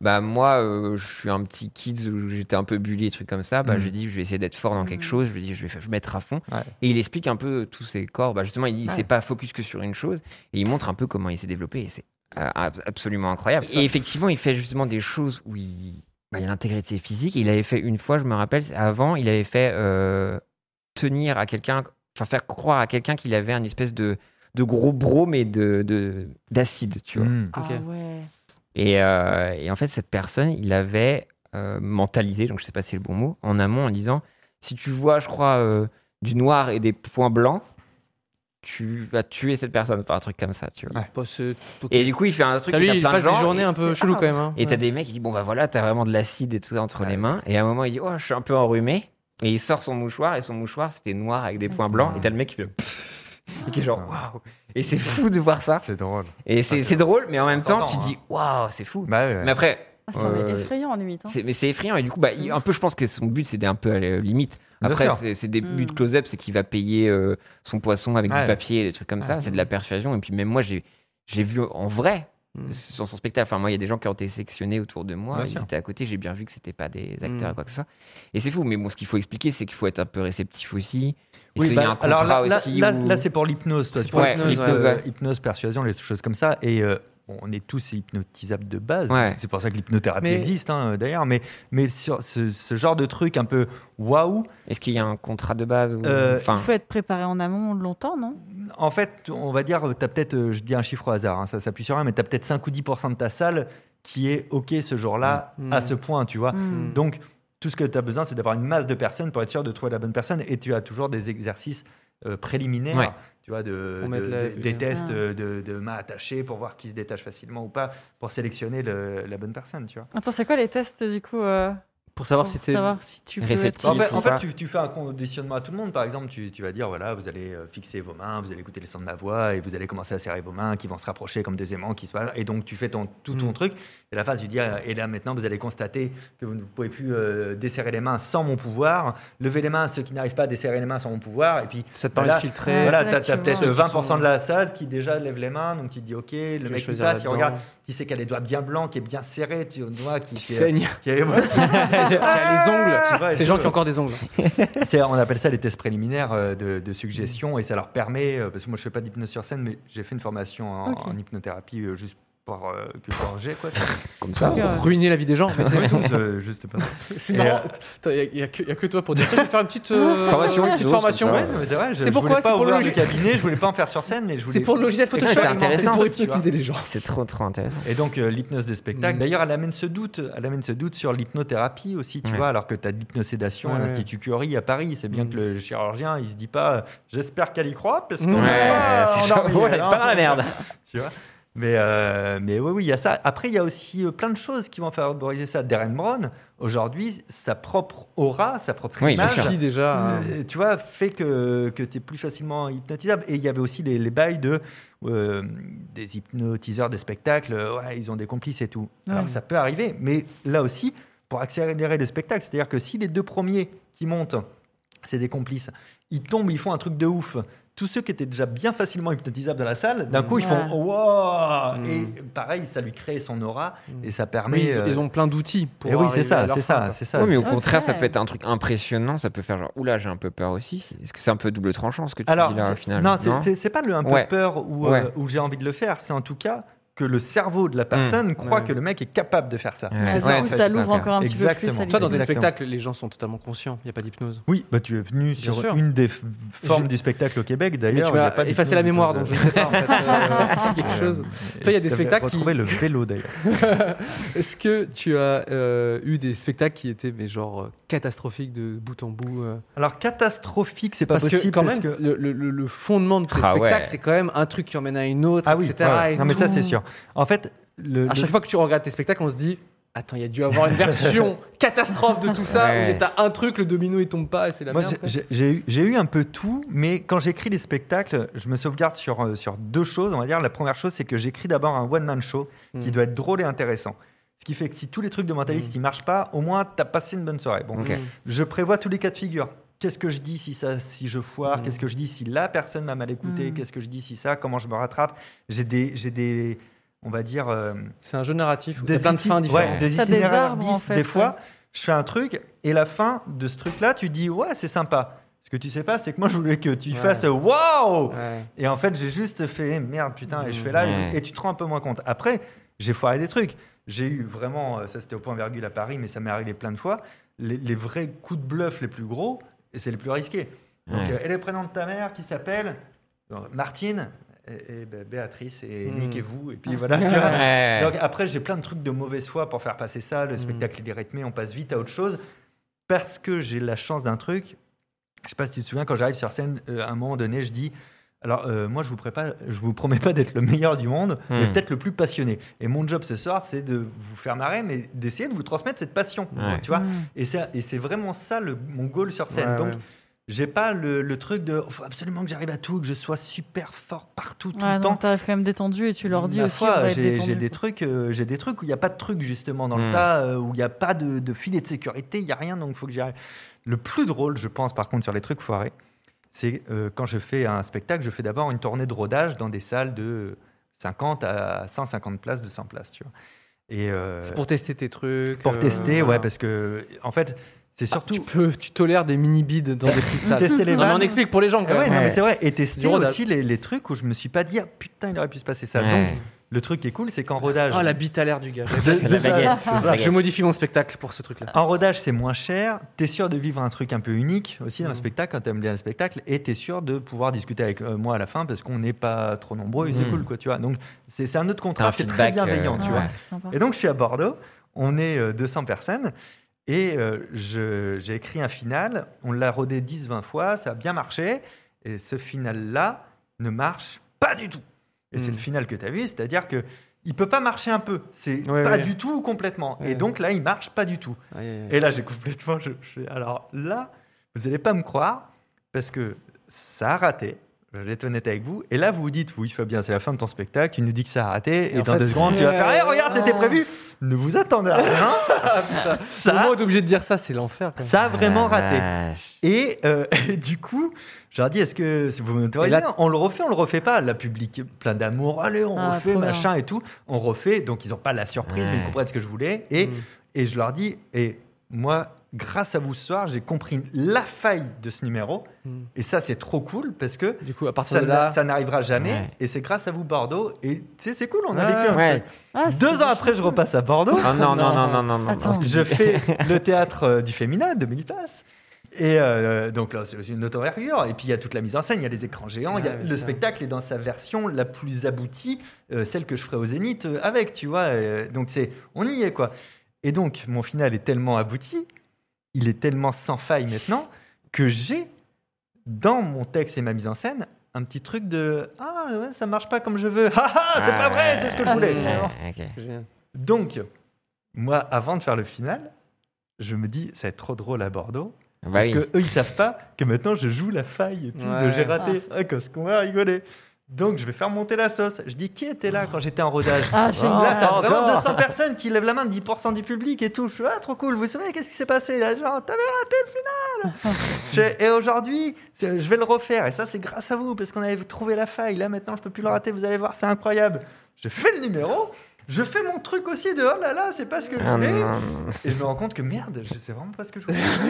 bah moi, euh, je suis un petit kid, où j'étais un peu bully, des trucs comme ça. Bah Mm. j'ai dit, je vais essayer d'être fort dans quelque chose. Je vais dire, je vais fa- je vais mettre à fond. Ouais. Et il explique un peu tous ses corps. Bah justement, il dit, c'est pas focus que sur une chose. Et il montre un peu comment il s'est développé. Et c'est euh, ab- absolument incroyable. Et effectivement, il fait justement des choses où il bah, il y a l'intégrité physique. Il avait fait une fois, je me rappelle, avant, il avait fait euh, tenir à quelqu'un, enfin faire croire à quelqu'un qu'il avait un espèce de, de gros bro, mais de- de- d'acide, tu Mmh. vois. Mm. Ah Ok. ouais. Et, euh, et en fait, cette personne, il avait euh, mentalisé, donc je sais pas si c'est le bon mot, en amont en disant si tu vois, je crois, euh, du noir et des points blancs, tu vas tuer cette personne, enfin un truc comme ça, tu vois. Bah, c'est- Et du coup, il fait un truc T'as qui vu, a il plein de passe des gens, journées et- un peu chelou quand même. hein. et t'as des mecs qui disent bon bah voilà t'as vraiment de l'acide et tout ça entre les mains et à un moment il dit oh je suis un peu enrhumé et il sort son mouchoir et son mouchoir c'était noir avec des points blancs et t'as le mec qui fait Pfff et qui est genre waouh et c'est fou de voir ça C'est drôle. et c'est c'est drôle mais en même On temps tu s'entend, dis waouh c'est fou Bah, hein. ouais. mais après Ah, c'est un- euh, effrayant limite. hein. c'est- mais c'est effrayant et du coup bah il- un peu je pense que son but c'était un peu à la limite Bien après sûr. c'est c'est des Mm. buts de close-up c'est qu'il va payer euh, son poisson avec Ouais. du papier et des trucs comme ça c'est de la persuasion et puis même moi j'ai j'ai vu en vrai Mm. sur son spectacle. Enfin, moi, il y a des gens qui ont été sectionnés autour de moi. Bien Ils sûr. Hmm. étaient à côté. J'ai bien vu que c'était pas des acteurs Mm. et quoi que ce soit. Et c'est fou. Mais bon, ce qu'il faut expliquer, c'est qu'il faut être un peu réceptif aussi. Est-ce Oui, qu'il y a bah, un alors contrat là, là- aussi là- où- là, c'est pour l'hypnose, toi. C'est tu pour vois. Ouais, l'hypnose, l'hypnose, ouais. Hypnose, persuasion, les choses comme ça. Et euh, bon, on est tous hypnotisables de base. Ouais. C'est pour ça que l'hypnothérapie Mais- existe, hein, d'ailleurs. Mais, mais sur ce, ce genre de truc un peu waouh, Est-ce qu'il y a un contrat de base ou... Euh, Enfin, Il faut être préparé en amont longtemps, non en fait, on va dire, tu as peut-être, euh, je dis un chiffre au hasard, hein, ça s'appuie sur un, mais tu as peut-être 5 ou 10% de ta salle qui est OK ce jour-là, Mm. à ce point, Ah. tu vois. Hmm. Donc, tout ce que tu as besoin, c'est d'avoir une masse de personnes pour être sûr de trouver la bonne personne. Et tu as toujours des exercices euh, préliminaires. Ouais. Tu vois, de, Pour de- mettre la- de- des tests Ah. euh, de, de mains attachées pour voir qui se détache facilement ou pas, pour sélectionner le- la bonne personne, tu vois. Attends, c'est quoi les tests du coup euh, Pour savoir pour si t'es. savoir si tu peux réceptif. être... Bah, En fait, faut en fait, pas. tu, tu fais un conditionnement à tout le monde. Par exemple, tu, tu vas dire, voilà, vous allez euh, fixer vos mains, vous allez écouter le son de ma voix et vous allez commencer à serrer vos mains qui vont se rapprocher comme des aimants qui se parlent. Et donc, tu fais ton, tout ton Mm. truc. Et à la fin, tu dis, euh, et là maintenant, vous allez constater que vous ne pouvez plus euh, desserrer les mains sans mon pouvoir. Lever les mains à ceux qui n'arrivent pas à desserrer les mains sans mon pouvoir. Et puis, Ça te permet Voilà. de filtrer. Ouais, voilà, c'est là tu as, que tu vois. peut-être Ceux qui 20% sont- de la salle qui déjà lève les mains. Donc, tu te dis, OK, vais le mec qui choisir passe, il là-dedans. regarde, qui sait qu'elle a les doigts bien blancs, qui est bien serré, tu vois, qui, Qui saigne. qui est- Qui euh, a les ongles. Tu vois, et Ces tout, gens qui euh, ont encore des ongles. c'est- on appelle ça les tests préliminaires euh, de, de Mm. suggestion et ça leur permet, euh, parce que moi je fais pas d'hypnose sur scène, mais j'ai fait une formation en, Ok. en hypnothérapie euh, juste par, euh, que par jet, quoi. comme ça. Ouais. Ruiner la vie des gens. mais c'est- Ouais, non, c'est- euh, je sais pas. C'est Et, marrant. Il n'y a, que- y a que toi pour dire Tiens, je vais faire une petite euh, Formation, une tu petite vois, formation. comme ça, Ouais, non, mais c'est vrai, je, C'est je pourquoi voulais c'est pas pour ouvrir le de logic- cabinet, je voulais pas en faire sur scène, mais je voulais... C'est pour le logiciel Photoshop. Ouais, c'est non, intéressant, pour tu vois. hypnotiser les gens. C'est trop, trop intéressant. Et donc euh, l'hypnose des spectacles. Mm. D'ailleurs, elle amène ce doute, elle amène ce doute sur l'hypnothérapie aussi, tu Ouais. vois, alors que tu as de l'hypnocédation Ouais, à ouais. l'Institut Curie à Paris. C'est bien Mm. que le chirurgien, il se dit pas, euh, j'espère qu'elle y croit, parce qu'on Ouais, va pas c'est en ça. arriver Oh, elle est là, pas dans la merde. Tu vois. Mais, euh, mais oui, oui, il y a ça. Après, il y a aussi euh, plein de choses qui vont favoriser ça. Darren Brown, aujourd'hui, sa propre aura, sa propre Oui, bien image, sûr. Qui déjà. euh, euh, tu vois, fait que, que tu es plus facilement hypnotisable. Et il y avait aussi les, les bails de, euh, des hypnotiseurs des spectacles, euh, ouais, ils ont des complices et tout. Alors Ouais. ça peut arriver, mais là aussi, pour accélérer les spectacles, c'est-à-dire que si les deux premiers qui montent, c'est des complices, ils tombent, ils font un truc de ouf. Tous ceux qui étaient déjà bien facilement hypnotisables dans la salle, d'un Mm. coup, ils font Ouais. Wow Mm. Et pareil, ça lui crée son aura Mm. et ça Mais permet. ils, euh, ils ont plein d'outils pour. et oui, arriver c'est à ça, leur c'est fin, ça, quoi. c'est ça. oui, mais au Ok. contraire, ça peut être un truc impressionnant. Ça peut faire genre, oula, j'ai un peu peur aussi. Est-ce que c'est un peu double tranchant ce que tu Alors, dis là au c'est- final non, c'est- c'est- c'est pas le un peu Ouais. peur ou, Ouais. Mm. euh, ou j'ai envie de le faire, c'est en tout cas que le cerveau de la personne croit Ouais. que le mec est capable de faire ça. Ouais. Ah, du Ouais, coup, ça, ça c'est ça, l'ouvre encore un petit peu Exactement. plus à Toi, dans des Exactement. spectacles, les gens sont totalement conscients. Il n'y a pas d'hypnose. Oui, bah tu es venu sur sûr. une des f- formes J'ai- du spectacle au Québec Mais d'ailleurs. tu il y a m'as pas du effacé tout la de- mémoire, de- donc je ne sais pas. En fait, euh, quelque chose. Toi, il y a des J'avais spectacles qui- retrouvé le vélo d'ailleurs. Est-ce que tu as euh, eu des spectacles qui étaient mais genre euh, catastrophiques de bout en bout euh Alors catastrophique, c'est pas Parce possible que quand parce même, que- le, le- le- le fondement de tes Ah spectacles, ouais. c'est quand même un truc qui emmène à une autre, ah oui, etc. ouais. et non mais ça tout. c'est sûr. En fait, le, À le- chaque fois que tu regardes tes spectacles, on se dit attends, il y a dû avoir une version catastrophe de tout ça Ouais. où t'as un truc, le domino il tombe pas et c'est la Moi, merde. quoi. j'ai- j'ai- j'ai eu- j'ai eu un peu tout, mais quand j'écris des spectacles, je me sauvegarde sur, euh, sur deux choses. On va dire la première chose, c'est que j'écris d'abord un one man show qui Mm. doit être drôle et intéressant. Ce qui fait que si tous les trucs de mentaliste ils marchent pas, au moins t'as passé une bonne soirée. Bon, Ok. Hmm. je prévois tous les cas de figure. Qu'est-ce que je dis si ça, si je foire Mm. Qu'est-ce que je dis si la personne m'a mal écouté Mm. Qu'est-ce que je dis si ça Comment je me rattrape J'ai des, j'ai des, on va dire. euh, C'est un jeu narratif où t'as plein de iti- fins différentes. ouais, des T'as des itinéraires arbres, en bis. fait, Des ouais. fois, je fais un truc et la fin de ce truc-là, tu dis ouais, c'est sympa. Ce que tu sais pas, c'est que moi, je voulais que tu Ouais. fasses waouh. Ouais. Et en fait, j'ai juste fait merde, putain, et je fais là, Ouais. et, et tu te rends un peu moins compte. Après, j'ai foiré des trucs. J'ai eu vraiment, euh, ça c'était au point virgule à Paris, mais ça m'est arrivé plein de fois, les, les vrais coups de bluff les plus gros, et c'est les plus risqués. Donc, Ouais. euh, et le prénom de ta mère qui s'appelle euh, Martine, et, et, ben, Béatrice, et Mm. Nick et vous, et puis voilà. tu vois. euh, Donc après, j'ai plein de trucs de mauvaise foi pour faire passer ça. Le Mm. spectacle, il est rythmé, on passe vite à autre chose. Parce que j'ai la chance d'un truc. Je sais pas si tu te souviens, quand j'arrive sur scène, euh, à un moment donné, je dis Alors, euh, moi, je vous, prépare, je vous promets pas d'être le meilleur du monde, mais Mm. peut-être le plus passionné. Et mon job ce soir, c'est de vous faire marrer, mais d'essayer de vous transmettre cette passion. Ouais. Tu vois Mm. Et c'est et c'est vraiment ça le, mon goal sur scène. Ouais, Donc, ouais. j'ai pas le, le truc de Faut absolument que j'arrive à tout, que je sois super fort partout, tout Ouais, le non, temps. t'arrives quand même détendu et tu leur dis Ma aussi. foi, on va être j'ai détendu, j'ai des quoi. trucs, euh, j'ai des trucs où il n'y a pas de trucs justement dans Mm. Hmm. le tas, euh, où il n'y a pas de, de filet de sécurité, il n'y a rien, donc il faut que j'y arrive. Le plus drôle, je pense, par contre, sur les trucs foirés, c'est euh, quand je fais un spectacle, je fais d'abord une tournée de rodage dans des salles de 50 à 150 places, 200 places, tu vois. Et euh, C'est pour tester tes trucs. pour euh, tester, ouais, voilà. parce que en fait, Ah, c'est tu surtout peux, tu tolères des mini bides dans des petites salles. tester les Non, mais on vannes. explique pour les gens Ah quand ouais, même. non, Ouais. mais c'est vrai. Et tester Du rodage. aussi les, les trucs où je me suis pas dit, ah, putain, il aurait pu se passer ça. Ouais. Donc, le truc qui est cool, c'est qu'en rodage. Ah, la bite à l'air du gars. C'est de la baguette. C'est c'est de la Je baguette. modifie mon spectacle pour ce truc-là. En rodage, c'est moins cher. T'es sûr de vivre un truc un peu unique aussi dans Mm. le spectacle quand t'aimes bien le spectacle, et t'es sûr de pouvoir discuter avec euh, moi à la fin parce qu'on n'est pas trop nombreux et c'est Mm. cool quoi, tu vois. Donc c'est c'est un autre T'as un contrat, c'est très feedback. bienveillant, euh, tu Ah, vois. ouais. sympa. Et donc je suis à Bordeaux, on est euh, 200 personnes et euh, je- j'ai écrit un final. On l'a rodé 10-20 fois, ça a bien marché et ce final là ne marche pas du tout. Et c'est Mm. le final que tu as vu, c'est-à-dire que il peut pas marcher un peu, c'est Ouais, pas ouais. du tout ou complètement. Ouais. Et donc là, il marche pas du tout. Aïe, aïe, aïe. Et là, j'ai complètement. je- je- alors là, vous n'allez pas me croire parce que ça a raté. Je vais être honnête avec vous. Et là, vous vous dites, oui, Fabien, c'est la fin de ton spectacle. Tu nous dis que ça a raté. Et Et, en dans fait, euh, ah. deux secondes, tu vas faire, Eh, regarde, c'était prévu. Ne vous attendez à rien. Le moment ça, où t'es obligé de dire ça, c'est l'enfer. quand même. ça a vraiment Ah, raté. vache. Et euh, du coup, je leur dis, est-ce que si vous m'autorisez Et là- On le refait, on le refait pas. La public plein d'amour, allez, on Ah, refait, trop bien. machin et tout. On refait. Donc, ils n'ont pas la surprise, mais Ouais. ils comprennent ce que je voulais. Et Mm. et je leur dis, et moi, grâce à vous ce soir, j'ai compris la faille de ce numéro. Et ça, c'est trop cool parce que Du coup, à partir ça, de n'a- là. ça n'arriver jamais. Ouais. Et c'est grâce à vous, Bordeaux. Et tu sais, c'est cool, on a Ouais, vécu un ouais. truc. Ah, c'est Deux ans vachement après, je cool. repasse à Bordeaux. Ah non, non, non, non, non, non. Attends. non. Je fais le théâtre euh, du féminin, 2000 places. Et euh, donc là, c'est aussi une autre envergure. Et puis il y a toute la mise en scène, il y a les écrans géants, il y a Ouais, le Ah c'est ça. spectacle est dans sa version la plus aboutie, euh, celle que je ferai au Zénith euh, avec, tu vois. euh, donc c'est, on y est quoi. Et donc mon final est tellement abouti, il est tellement sans faille maintenant que j'ai dans mon texte et ma mise en scène un petit truc de ah ouais, ça marche pas comme je veux, ah ah c'est pas vrai, c'est ce que je voulais. ouais. Ah, ok. C'est génial. Donc, moi, avant de faire le final, je me dis, ça va être trop drôle à Bordeaux. Bah parce oui. que eux, ils savent pas que maintenant, je joue la faille et tout, de Ouais. j'ai raté. Ah, qu'est-ce qu'on va rigoler. Donc, je vais faire monter la sauce. Je dis, qui était là quand j'étais en rodage Ah, Là, génial. t'as Ah, vraiment encore. 200 personnes qui lèvent la main, 10% du public et tout. Je suis, ah, trop cool. Vous vous souvenez, qu'est-ce qui s'est passé là Genre, t'avais raté le final Je- Et aujourd'hui, c'est- je vais le refaire. Et ça, c'est grâce à vous, parce qu'on avait trouvé la faille. Là, maintenant, je peux plus le rater. Vous allez voir, c'est incroyable. Je fais le numéro. Je fais mon truc aussi de oh là là, c'est pas ce que je Ah, non, voulais. non, non. Et je me rends compte que merde, je sais vraiment pas ce que je voulais. Ah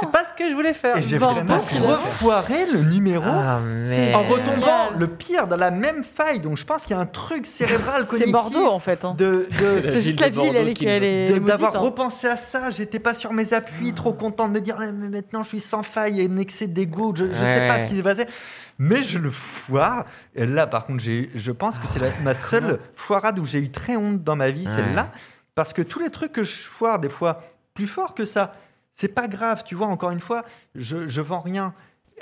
C'est pas ce que je voulais faire. Et j'ai Bon, vraiment refoiré le numéro. Ah, C'est- merde. En retombant le pire dans la même faille, donc je pense qu'il y a un truc cérébral C'est cognitif Bordeaux en fait. hein. de, de- C'est juste la ville, elle est qu'elle est. de- maudite, d'avoir hein. repensé à ça, j'étais pas sur mes appuis, trop content de me dire Ah, mais maintenant je suis sans faille et un excès d'ego, je, je sais Ouais, pas ouais. ce qui s'est passé, mais je le foire. Et là, par contre, j'ai, je pense que c'est la- ma seule foirade où j'ai eu très honte dans ma vie, Ah, Ouais. celle-là, parce que tous les trucs que je foire des fois plus fort que ça, c'est pas grave, tu vois. Encore une fois, je, je vends rien.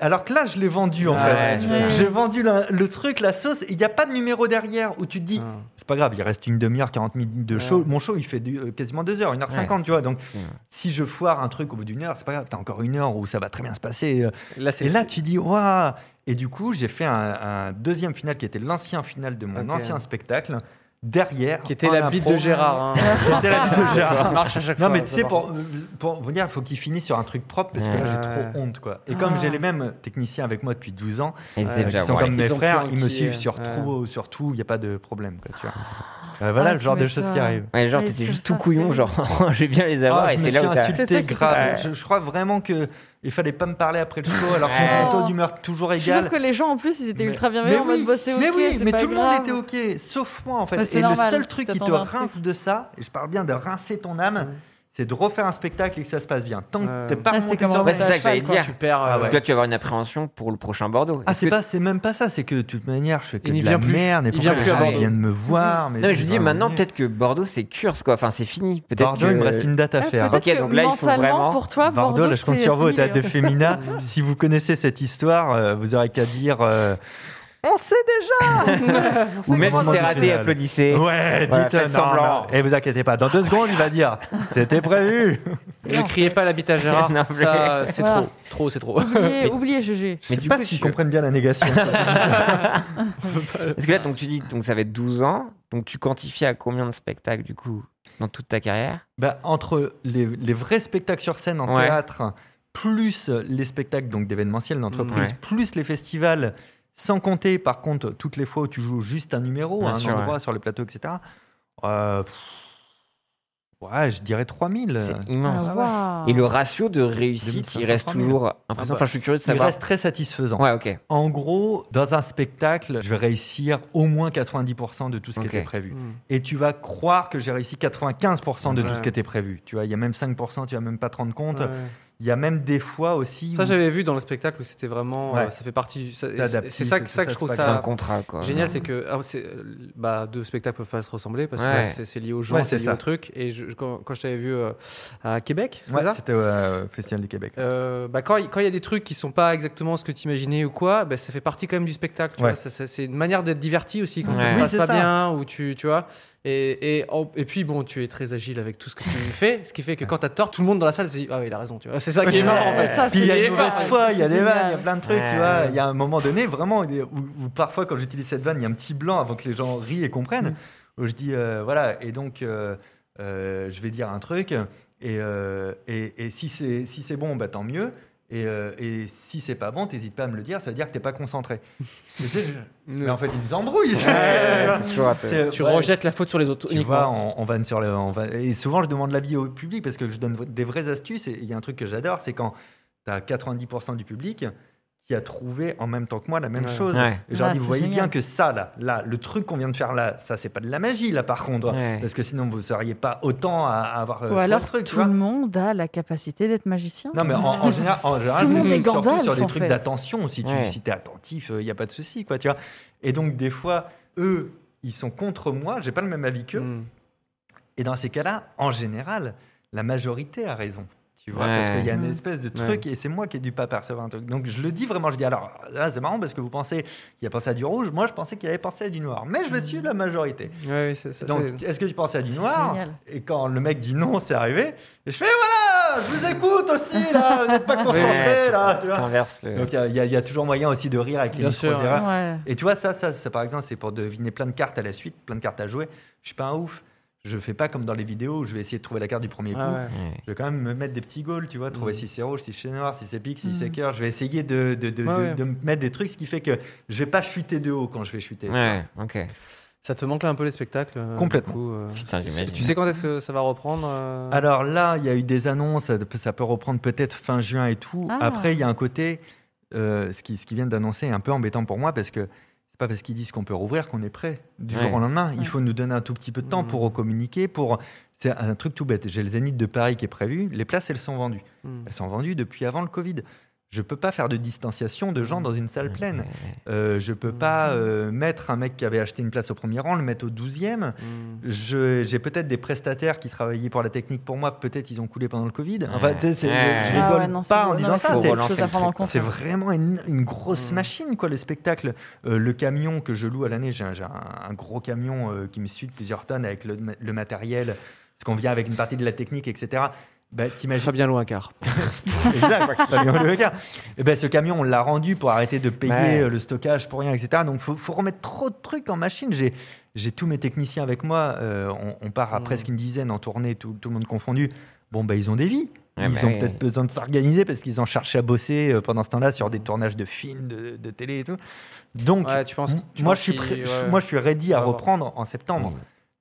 Alors que là, je l'ai vendu en Ah ouais, fait. c'est ça. J'ai vendu la- le truc, la sauce. Il n'y a pas de numéro derrière où tu te dis, Ah. c'est pas grave, il reste une demi-heure, 40 minutes de show. Ouais. Mon show, il fait du- euh, quasiment deux heures, 1h50, Ouais. tu vois. Donc, Ouais. si je foire un truc au bout d'une heure, c'est pas grave, t'as encore une heure où ça va très bien se passer. euh. Là, c'est Et là, tu dis, waouh Et du coup, j'ai fait un, un deuxième final qui était l'ancien final de mon Ok. impro spectacle. Derrière. qui était en Oh, la bite impro. de Gérard. hein. C'était la bite de Ça Gérard. marche à chaque Non, fois. mais tu ça sais, marche. pour, euh, pour vous dire, il faut qu'il finisse sur un truc propre parce que là, j'ai Ouais. trop honte. quoi. Et comme Ah. j'ai les mêmes techniciens avec moi depuis 12 ans, Et Ouais, c'est ils déjà sont vrai. comme mes Ils ont frères, plus ils me enquis, suivent euh, sur, ouais. tout, sur tout, il n'y a pas de problème. Quoi, tu vois. Euh, voilà Ah, le tu genre de choses qui m'étonnes. arrivent. Ouais, genre, Ouais, t'étais c'est juste ça, tout couillon, c'est- genre, je vais bien les avoir, Ah, et je me c'est suis là où t'as. insulté C'est toi qui grave. t'es- Je, je crois vraiment que il fallait pas me parler après le show, alors que Ouais. j'ai mon taux d'humeur toujours Je suis sûre égal. que les gens en plus ils étaient ultra bienveillants en mais mode bosser ok. mais oui, c'est mais pas tout le grave. monde était ok, sauf moi en fait. Bah, c'est et normal, le seul tu truc qui te t'attends à un truc. rince de ça, et je parle bien de rincer ton âme, Ouais. c'est de refaire un spectacle et que ça se passe bien. Tant Ouais. que t'es pas Ah, c'est remonté comme sur en Ouais, scène- c'est ça que j'allais Quand dire. tu perds. Ah euh, ouais. Parce que là, tu vas avoir une appréhension pour le prochain Bordeaux. Ah, Est-ce c'est que- pas, c'est même pas ça, c'est que de toute manière, je fais que Il n'y de la vient plus. merde, et Il vient pourquoi plus à les gens Bordeaux. viennent me voir. Mais Non, mais c'est je pas dis maintenant, mon peut-être que Bordeaux, c'est curse, quoi. Enfin, c'est fini. Peut-être Bordeaux, que. il me reste une date à Ah, faire. peut-être Ok, que donc là, il faut mentalement, vraiment- pour toi, Bordeaux, là, je compte c'est euh, sur vous, au assimilé, théâtre de en fait. Fémina. si vous connaissez cette histoire, euh, vous aurez qu'à dire. euh, on sait déjà Ou même si comment c'est on raté, fait. applaudissez. Ouais, dites faites euh, non, semblant. non. Et vous inquiétez pas, dans deux secondes, il va dire C'était prévu Ne criez pas l'habit à Gérard. Non, mais- Ça, c'est Voilà. trop. Trop, c'est trop. Oubliez, oubliez GG. Mais Mais je sais du pas coup, s'ils je- comprennent bien la négation. Parce que là, donc, tu dis, donc, ça va être 12 ans. Donc, tu quantifies à combien de spectacles, du coup, dans toute ta carrière Bah, entre les, les vrais spectacles sur scène en Ouais. théâtre, plus les spectacles donc d'événementiel d'entreprise, Ouais. plus les festivals, sans compter par contre toutes les fois où tu joues juste un numéro, Bien à un sûr, endroit sur les plateaux, etc. Euh, pff, ouais, je dirais 3000. C'est immense. Ah, waouh. Et le ratio de réussite, il reste 2500, 3000. toujours impressionnant. Enfin, je suis curieux de Ah, bah, Il savoir. reste très satisfaisant. Ouais, ok. En gros, dans un spectacle, je vais réussir au moins 90% de tout ce Ok. qui était prévu. et tu vas croire que j'ai réussi 95% de tout Ouais. ce qui était prévu. Tu vois, il y a même 5%, tu vas même pas te rendre compte. Ouais. Il y a même des fois aussi. Ça, où- j'avais vu dans le spectacle où c'était vraiment. Ouais. euh, ça fait partie. ça- C'est adaptif, C'est ça, tout que- ça ça, que je trouve c'est C'est un ça. contrat, quoi. Génial, c'est que ah, c'est, euh, bah, deux spectacles peuvent pas se ressembler parce Ouais. que c'est- c'est lié aux gens, Ouais, c'est c'est lié ça. au truc. Et je- je- quand, quand je t'avais vu euh, à Québec, c'est Ouais, ça c'était au euh, Festival du Québec. Euh, bah, quand il quand il y a des trucs qui sont pas exactement ce que tu imaginais ou quoi, bah, ça fait partie quand même du spectacle. tu Ouais. vois. Ça- ça- c'est une manière d'être diverti aussi quand Ouais. ça se Oui, passe c'est pas ça. bien ou tu, tu vois. Et, et, en- et puis bon, tu es très agile avec tout ce que tu fais, ce qui fait que quand t'as tort, tout le monde dans la salle se dit ah oui, il a raison, tu vois. C'est ça qui est marrant en fait. ça, Puis il y a c'est une mauvaise fort. foi, il y a des Génial. vannes, il y a plein de trucs, tu Ouais. vois. Il y a un moment donné, vraiment, il y a- où, où parfois, quand j'utilise cette vanne, il y a un petit blanc avant que les gens rient et comprennent. Mm. Où je dis, euh, voilà, et donc, euh, euh, je vais dire un truc, et, euh, et, et si c'est si c'est bon, bah, tant mieux. Et, euh, et si c'est pas bon, t'hésites pas à me le dire, ça veut dire que t'es pas concentré. Et tu sais, je- Mais en fait, ils nous embrouillent. tu vois, t'es- C'est- Tu ouais. rejettes la faute sur les autres Tu uniquement. vois, on, on vanne sur le. on va- Et souvent, je demande l'avis au public parce que je donne des vraies astuces. Et il y a un truc que j'adore, c'est quand tu as 90% du public qui a trouvé en même temps que moi la même Ouais. chose. Ouais. Et je leur Ah, dis, vous c'est voyez génial. bien que ça, là, là, le truc qu'on vient de faire là, ça, c'est pas de la magie, là, par contre. hein. Ouais. Parce que sinon, vous seriez pas autant à, à avoir. euh, Ou trouvé alors le truc, tu tout vois. le monde a la capacité d'être magicien. Non, mais en, en général, en général, Tout le c'est monde est surtout Gandalf, sur des en trucs fait. d'attention. Si tu Ouais. si es attentif, il n'y a pas de souci, quoi, tu vois. Et donc, des fois, eux, ils sont contre moi, j'ai pas le même avis qu'eux. Mm. Et dans ces cas-là, en général, la majorité a raison. Tu vois, Ouais. parce qu'il y a une Ouais. espèce de truc, et c'est moi qui ai dû pas percevoir un truc. Donc je le dis vraiment, je dis alors, là c'est marrant parce que vous pensez qu'il a pensé à du rouge, moi je pensais qu'il avait pensé à du noir, mais je suis la majorité. Ouais, ouais, c'est- ça, Donc c'est- est-ce que tu pensais à du noir génial. Et quand le mec dit non, c'est arrivé, et je fais "Eh, voilà, je vous écoute aussi là, vous n'êtes pas concentrés Ouais, tu- là, tu vois. t'inverses le- Donc il y a- il y, a- il y a toujours moyen aussi de rire avec les Bien sûr, micros erreurs. Ouais. Et tu vois, ça, ça, ça, par exemple, c'est pour deviner plein de cartes à la suite, plein de cartes à jouer. Je suis pas un ouf. Je fais pas comme dans les vidéos où je vais essayer de trouver la carte du premier coup. Ah ouais. Ouais. Je vais quand même me mettre des petits goals, tu vois, trouver Mm. si c'est rouge, si c'est noir, si c'est pique, si Mm. c'est cœur. Je vais essayer de, de, de, Ouais, de- ouais. de me mettre des trucs, ce qui fait que je vais pas chuter de haut quand je vais chuter. Ouais, ok. Ça te manque là un peu les spectacles euh, Complètement. Ah. du coup, euh, Putain, j'imagine. Tu sais quand est-ce que ça va reprendre Ah. euh, Alors là, il y a eu des annonces, ça peut, ça peut reprendre peut-être fin juin et tout. Ah. Après, il y a un côté, euh, ce qu'ils ce qu'ils viennent d'annoncer est un peu embêtant pour moi parce que c'est pas parce qu'ils disent qu'on peut rouvrir qu'on est prêt du Ouais. jour au lendemain. Ouais. Il faut nous donner un tout petit peu de temps Mhm. pour communiquer. Pour... C'est un truc tout bête. J'ai le Zénith de Paris qui est prévu. Les places, elles sont vendues. Mm. Elles sont vendues depuis avant le Covid. Je peux pas faire de distanciation de gens dans une salle pleine. Euh, je Mmh. peux pas euh, mettre un mec qui avait acheté une place au premier rang, le mettre au douzième. Mm. Je- J'ai peut-être des prestataires qui travaillaient pour la technique pour moi, peut-être ils ont coulé pendant le Covid. Enfin, Ouais. tu sais, c'est- Ouais. je, je Ah rigole non, c'est- pas en non, disant mais ça. faut c'est- C'est relancer autre chose le à prendre en truc. compte. C'est hein. vraiment une, une grosse Mm. machine, quoi, le spectacle. Euh, le camion que je loue à l'année, j'ai un, j'ai un- un gros camion euh, qui me suit de plusieurs tonnes avec le, ma- le matériel, ce qu'on vient avec une partie de la technique, etc. Bah, Ça t'imagines sera bien loin car. Exact, Fabien Olicard. Eh ben, ce camion, on l'a rendu pour arrêter de payer Ouais. euh, le stockage pour rien, etc. Donc, faut, faut remettre trop de trucs en machine. J'ai, j'ai tous mes techniciens avec moi. Euh, on, on part à Mm. presque une dizaine en tournée, tout, tout le monde confondu. Bon, ben, ils ont des vies. Eh Ouais, ils bah ont ben. oui. peut-être besoin de s'organiser parce qu'ils ont cherché à bosser euh, pendant ce temps-là sur des tournages de films, de, de télé et tout. Donc, Ouais, tu penses- m- tu moi, penses je suis qu'il- prêt- je- ouais. Mm. moi, je suis ready On à va voir. reprendre en septembre.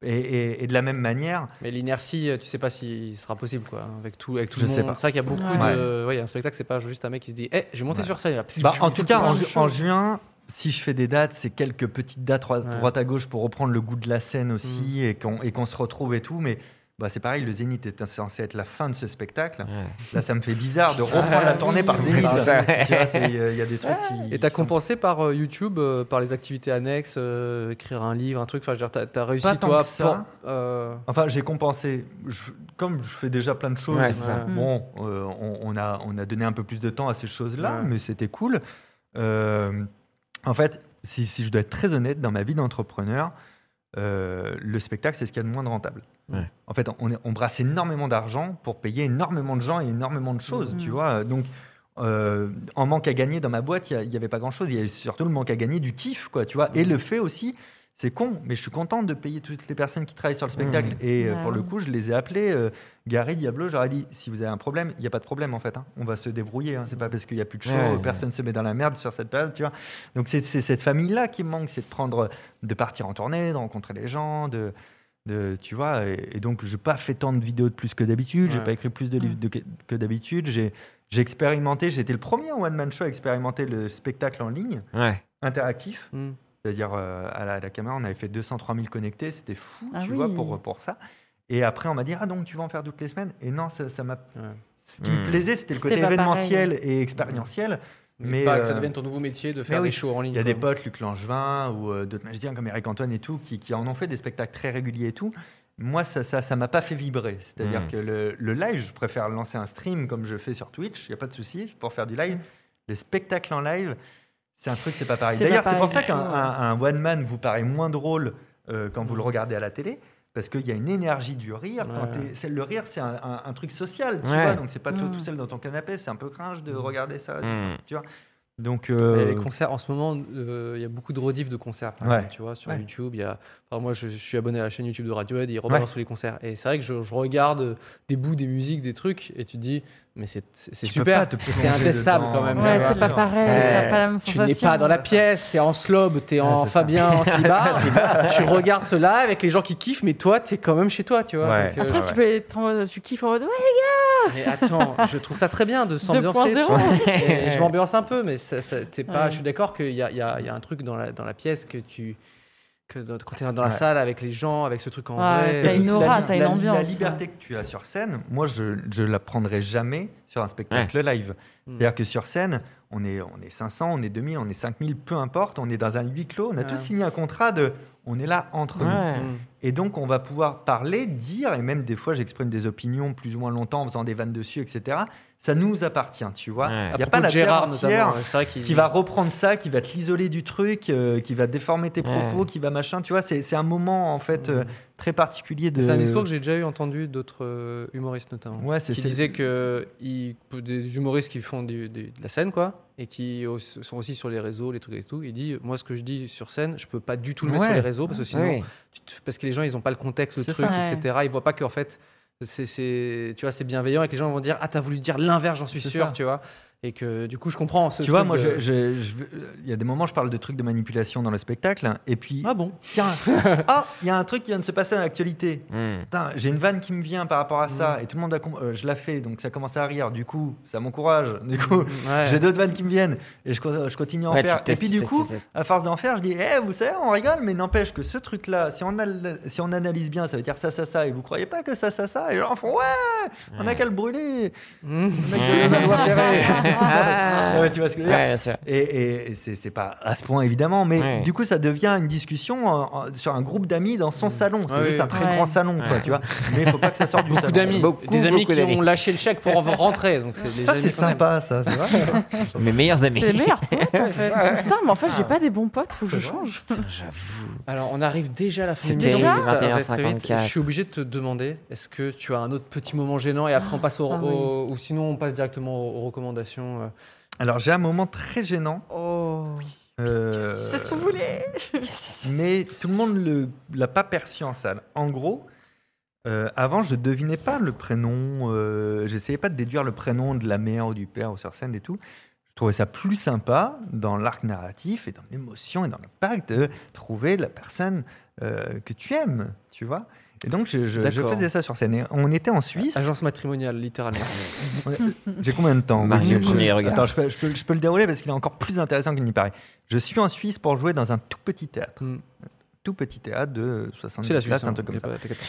Et, et- et de la même manière, Mais l'inertie, euh, tu sais pas si sera possible quoi, hein, avec tout, avec tout Je le sais monde. pas. C'est vrai qu'il y a beaucoup Ouais. de. Ouais, il y a un spectacle, c'est pas juste un mec qui se dit, eh, j'ai monté Ouais. sur scène. là. Bah, en tout cas, en, plein de ju- en juin, si je fais des dates, c'est quelques petites dates droite, Ouais. droite à gauche pour reprendre le goût de la scène aussi et qu'on et qu'on se retrouve et tout. Mais bah, c'est pareil, le Zénith est censé être la fin de ce spectacle. Là, ça me fait bizarre de reprendre la tournée par oui, Zénith. Ah, c'est ça. Tu vois, c'est- Il y a- il y a des trucs qui. Et t'as qui sont- compensé par euh, YouTube, euh, par les activités annexes, euh, écrire un livre, un truc. Enfin, je veux dire, t'as- t'as réussi tant toi. que ça. pour- euh, Enfin, j'ai compensé. Je- comme je fais déjà plein de choses, Ouais, c'est ça. Ouais. bon, euh, on, on a, on a donné un peu plus de temps à ces choses-là, Ouais. mais c'était cool. Euh, en fait, si, si je dois être très honnête, dans ma vie d'entrepreneur, euh, le spectacle, c'est ce qu'il y a de moins de rentable. Ouais. En fait, on, est- on brasse énormément d'argent pour payer énormément de gens et énormément de choses, Mm-hmm. Mhm. tu vois. Donc, euh, en manque à gagner dans ma boîte, il n'y avait pas grand-chose. Il y avait surtout le manque à gagner du kiff, quoi, tu vois. Et le fait aussi, c'est con, mais je suis content de payer toutes les personnes qui travaillent sur le spectacle. Et euh, Ouais, pour le ouais. coup, je les ai appelés. euh, Gary, Diablo, j'aurais dit, si vous avez un problème, il n'y a pas de problème en fait. hein. On va se débrouiller. hein. C'est pas parce qu'il n'y a plus de show, Ouais, ouais. personne se met dans la merde sur cette période, tu vois. Donc c'est c'est cette famille-là qui me manque, c'est de prendre, de partir en tournée, de rencontrer les gens, de, de tu vois. Et, et donc j'ai pas fait tant de vidéos de plus que d'habitude, j'ai Ouais. pas écrit plus de livres Mm. de- que- que d'habitude. J'ai j'ai expérimenté. J'ai été le premier one man show à expérimenter le spectacle en ligne Ouais. interactif. Mm. hmm. C'est-à-dire, euh, à, la, à la caméra, on avait fait 203 000 connectés, c'était fou, Ah tu oui. vois, pour, pour ça. Et après, on m'a dit, ah donc tu vas en faire toutes les semaines Et non, ça, ça m'a. Ouais. Ce qui Hmm. me plaisait, c'était le Mm. C'était côté pas Mm. événementiel et expérientiel. Mais Mais, pas bah, que ça euh, devienne ton nouveau métier de faire oui, des shows en ligne. Il y a quoi. des potes, Luc Langevin ou euh, d'autres magiciens comme Eric Antoine et tout, qui, qui en ont fait des spectacles très réguliers et tout. Moi, ça ça, ça m'a pas fait vibrer. C'est-à-dire Hmm. que le, le live, je préfère lancer un stream comme je fais sur Twitch, il n'y a pas de souci pour faire du live. Les spectacles en live, c'est un truc, c'est pas pareil. C'est pas D'ailleurs, c'est pour ça pareil qu'un du tout, un- un one man vous paraît moins drôle euh, quand vous le regardez à la télé. Parce qu'il y a une énergie du rire. Quand Ouais. t'es- c'est- le rire, c'est un, un- un truc social, tu Ouais. vois. Donc, c'est pas toi Mm. tout seul dans ton canapé. C'est un peu cringe de regarder ça. Hmm. Donc, Et euh, les concerts, en ce moment, euh, il y a beaucoup de rediffs de concerts, par Ouais. exemple, tu vois, sur Ouais. YouTube. Il y a... enfin, moi, je, je suis abonné à la chaîne YouTube de Radiohead, et ils rebalancent Ouais. tous les concerts. Et c'est vrai que je, je regarde des bouts des musiques, des trucs, et tu te dis, mais c'est c'est- c'est Tu peux super. pas te C'est plonger intestable dedans. quand même. Ouais, tu vois. c'est pas pareil, c'est Ouais. ça, pas la même Tu sensation. n'es pas dans la pièce, t'es en slob, t'es en c'est ça. Fabien, en slibard. tu regardes cela avec les gens qui kiffent, mais toi, t'es quand même chez toi, tu vois. Ouais. Ah donc, euh, Après, tu peux être en mode, tu kiffes en mode, ouais, Mais attends, je trouve ça très bien de s'ambiancer. 2.0. tu vois. Et Je m'ambiance un peu, mais ça, ça- t'es pas, Ouais. je suis d'accord qu'il y a, il y a- il y a un truc dans la, dans la pièce que tu. Que dans- quand t'es dans la Ouais. salle avec les gens, avec ce truc en Ouais, vrai. t'as euh, une La- aura, la- t'as une la- La ambiance. liberté que tu as sur scène, moi, je je la prendrai jamais sur un spectacle live. C'est-à-dire que sur scène, on est, on est 500, on est 2000, on est 5000, peu importe, on est dans un huis clos, on a Ouais. tous signé un contrat de on est là entre nous. Mm. Et donc, on va pouvoir parler, dire, et même des fois, j'exprime des opinions plus ou moins longtemps en faisant des vannes dessus, etc. Ça nous appartient, tu vois. Il Ouais. À n'y a propos pas de la Gérard, terre notamment, entière euh, c'est vrai qu'il qui va reprendre ça, qui va te l'isoler du truc, euh, qui va déformer tes propos, Ouais. qui va machin. Tu vois, c'est c'est un moment, en fait, euh, très particulier de... Hmm. C'est un discours que j'ai déjà eu entendu d'autres euh, humoristes notamment. Ouais, c'est- qui c'est- disaient que euh, ils- des humoristes qui font du- du- de la scène quoi et qui au- sont aussi sur les réseaux, les trucs et tout. Il dit moi ce que je dis sur scène, je peux pas du tout le mettre Ouais. sur les réseaux parce que sinon Oui. tu te- parce que les gens ils ont pas le contexte le C'est truc ça. etc ils voient pas qu'en fait c'est c'est- tu vois c'est bienveillant et que les gens vont dire ah t'as voulu dire l'inverse j'en suis C'est sûr ça. tu vois et que du coup je comprends ce Tu vois, truc moi, de- je- je- je- il y a des moments, je parle de trucs de manipulation dans le spectacle, et puis, ah bon tiens, ah, il y a un truc qui vient de se passer dans l'actualité. Mm. Putain, j'ai une vanne qui me vient par rapport à Mm. ça, et tout le monde a com- euh, je la fais, donc ça commence à rire. Du coup, ça m'encourage. Du coup, Mm. Ouais. j'ai d'autres vannes qui me viennent, et je, co- je continue à en Ouais, tu faire. Et testes, puis, tu du testes, coup, tu testes. à force d'en faire, je dis, eh, vous savez, on rigole, mais n'empêche que ce truc-là, si on, al- si on analyse bien, ça veut dire ça, ça, ça, et vous croyez pas que ça, ça, ça, et les gens font, ouais, on a Ouais. qu'à le brûler. Mm. Le mec de la loi Perret. Ah. Non, mais tu vois ce que je veux dire Ouais, bien sûr. et, et- et c'est c'est pas à ce point évidemment, mais Ouais. du coup ça devient une discussion euh, en- en- sur un groupe d'amis dans son salon. C'est Ah juste oui. un très Ouais. grand salon, quoi, tu vois. Mais il faut pas que ça sorte du salon. beaucoup d'amis Beaucoup, des amis beaucoup qui d'amis. ont lâché le chèque pour en rentrer donc c'est des Ça amis c'est qu'on aime. sympa, ça. c'est vrai. Mes meilleurs amis. c'est le meilleur pote, en fait. Putain, mais en fait, j'ai pas des bons potes, faut que je change. Putain, j'avoue. alors on arrive déjà à la fin C'est de terrible, l'émission, ça va 21, très vite. 54. je suis obligé de te demander est-ce que tu as un autre petit moment gênant et après on passe au, Ah oui. au- ou sinon on passe directement aux, aux recommandations euh. Alors j'ai un moment très gênant, Oh, euh, c'est ce que vous voulez. mais tout le monde le l'a pas perçu en salle. En gros. euh, avant, je devinais pas le prénom. euh, J'essayais pas de déduire le prénom de la mère ou du père ou sur scène et tout. Je trouvais ça plus sympa dans l'arc narratif et dans l'émotion et dans l'impact de trouver la personne euh, que tu aimes, tu vois. Et donc, je, je- je D'accord. faisais ça sur scène. Et on était en Suisse. agence matrimoniale littéralement Ah, On est- J'ai combien de temps Marie, Oui, le premier je- regard. Attends, je peux, je peux- je peux le dérouler parce qu'il est encore plus intéressant qu'il n'y paraît. Je suis en Suisse pour jouer dans un tout petit théâtre. Mm. Tout petit théâtre de 70 c'est la Suisse places, hein, un truc y comme a ça. pas- t'inquiète pas.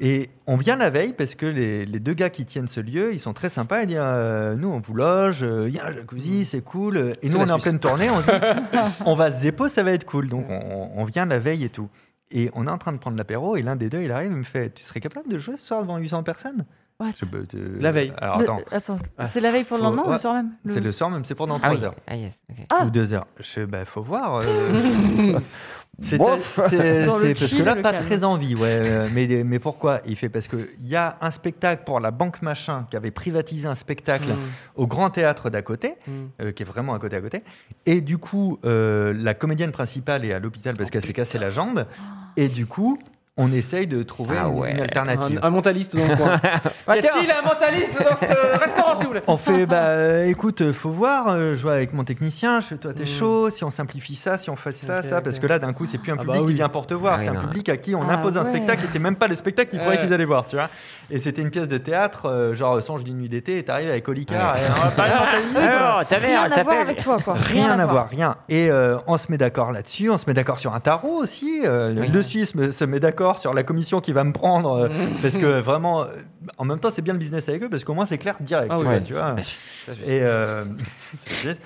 Et on vient la veille parce que les, les deux gars qui tiennent ce lieu, ils sont très sympas. Ils disent euh, Nous, on vous loge, euh, il y a un jacuzzi, c'est cool. Et Hmm. C'est nous, on la est en Suisse. pleine tournée, on se dit On va se dépôt, ça va être cool. Donc, on, on vient la veille et tout. Et on est en train de prendre l'apéro. Et l'un des deux, il arrive, il me fait Tu serais capable de jouer ce soir devant 800 personnes What Je sais pas, euh, La veille. Alors, Le- attends. attends, Ah, c'est la veille pour le faut- lendemain ou le ouais. soir même Le- C'est le soir, même c'est pendant Ah 3 oui. heures. Ah yes. ok. Mm. Ah. Ou 2 heures. Je bah, faut voir. euh, c'est Bof. c'est- c'est Dans le parce que chill, là, le pas calme. très envie. Ouais, euh, mais, mais pourquoi Il fait parce qu'il y a un spectacle pour la banque machin qui avait privatisé un spectacle Mm. au grand théâtre d'à côté, Mm. euh, qui est vraiment à côté à côté. Et du coup, euh, la comédienne principale est à l'hôpital Oh, parce qu'elle s'est cassée la jambe. Et du coup, on essaye de trouver Ah une- une ouais. alternative. Un, un mentaliste dans le coin. Ah, y a-t-il un mentaliste dans ce restaurant, s'il vous plaît On fait, bah euh, écoute, euh, faut voir, euh, je vois avec mon technicien, je, toi t'es Mm. chaud, si on simplifie ça, si on fait ça, Ok, ça, ok. parce que là d'un coup c'est plus un Ah public bah oui. qui vient pour te voir, Ah c'est oui, un non, public à qui on Ah impose un ouais. spectacle qui était même pas le spectacle qu'ils Ouais. croyaient qu'ils allaient voir, tu vois. Et c'était une pièce de théâtre, euh, genre Songe d'une nuit d'été, et t'arrives avec Olicard, Ouais. et hein, on va Ah, pas leur faire une minute, on va Alors, ta mère, Rien elle à voir s'appelle. avec toi, quoi. hein, Rien à voir, rien. Et euh, on se met d'accord là-dessus, on se met d'accord sur un tarot aussi. euh, Oui. Le Suisse me- se met d'accord sur la commission qui va me prendre. euh, parce que vraiment, euh, en même temps, c'est bien le business avec eux parce qu'au moins c'est clair direct. Ah oui, tu vois, ouais. tu vois. Bien sûr. Et, euh, c'est juste.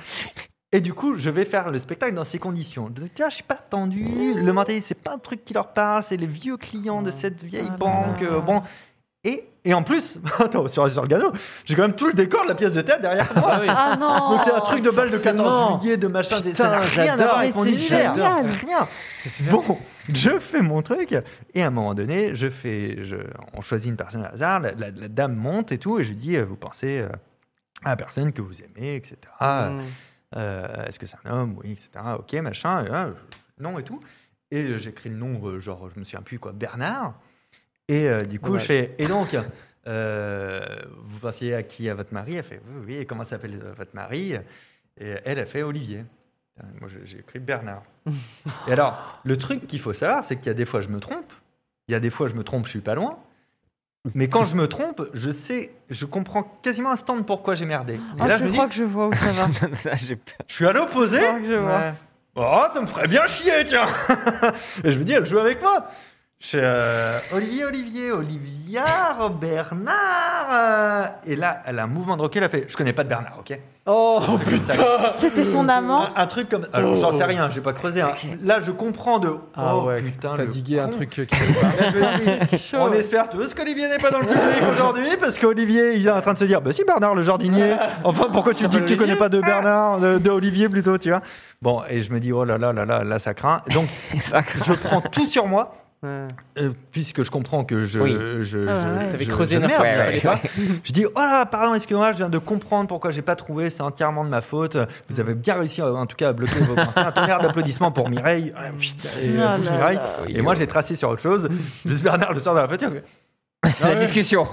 et du coup, je vais faire le spectacle dans ces conditions. Je dis, tiens, je suis pas tendu. Le mentaliste, c'est pas un truc qui leur parle. C'est les vieux clients de cette vieille Ah là banque. là. euh, bon. Et, et en plus, attends, sur, sur le gâteau, j'ai quand même tout le décor de la pièce de théâtre derrière moi. Ah oui. Ah non Donc c'est un truc de balle de forcément. 14 juillet, de machin, des- ça n'a Putain, rien à j'adore. voir avec Mais mon c'est univers. génial. Rien. C'est super. Bon, je fais mon truc et à un moment donné, je fais, je, on choisit une personne au hasard, la, la- la dame monte et tout, et je dis, euh, vous pensez euh, à la personne que vous aimez, etc. Mm. Euh, Est-ce que c'est un homme Oui, etc. Ok, machin, et là, je- non et tout. Et euh, j'écris le nom, euh, genre, je me souviens plus, quoi, Bernard. Et euh, du coup, Dommage. je fais, et donc, Euh, vous pensiez à qui À votre mari Elle fait Oui, oui, et comment s'appelle euh, votre mari Et elle, elle fait Olivier. Putain, Moi, j'ai- j'ai écrit Bernard. et alors, le truc qu'il faut savoir, c'est qu'il y a des fois, je me trompe. Il y a des fois, je me trompe, je suis pas loin. Mais quand je me trompe, je sais, je comprends quasiment à stand pourquoi j'ai merdé. Et Ah, là, je, je me dis, crois que je vois où ça va. Je Ça, j'ai peur. je suis à l'opposé. crois que je vois. Ouais. Oh, ça me ferait bien chier, tiens Et je me dis, elle joue avec moi Je fais, euh, Olivier, Olivier, Oliviard, Bernard euh, Et là, elle a un mouvement de recul, elle fait, je connais pas de Bernard, ok Oh Comme ça. putain Oh. C'était son un, amant. un truc comme... Alors, j'en sais rien, j'ai pas creusé. hein. Là, je comprends de... Ah oh, ouais, putain, t'as le digué un con. truc euh, qui fait pas. Là, je me dis, Chaud. on espère tous qu'Olivier n'est pas dans le public aujourd'hui, parce qu'Olivier, il est en train de se dire, bah si Bernard le jardinier, enfin pourquoi tu dis que tu connais pas de Bernard, de, de Olivier plutôt, tu vois Bon, et je me dis, oh là là là là, là ça craint. Donc Ça craint. je prends tout sur moi, Ouais. euh, puisque je comprends que je... Oui. je, je- Ah ouais. T'avais je- creusé je une info merde, qu'il je fallait sais pas. Je dis, oh là là, pardon, excusez-moi, je viens de comprendre pourquoi j'ai pas trouvé, c'est entièrement de ma faute. Vous avez bien réussi, euh, en tout cas, à bloquer vos pensées. Un tonnerre d'applaudissements pour Mireille. Ah, putain, et, euh, Ah bouge là Mireille. là. Et moi, j'ai tracé sur autre chose. Juste Bernard le sort de la voiture. La discussion.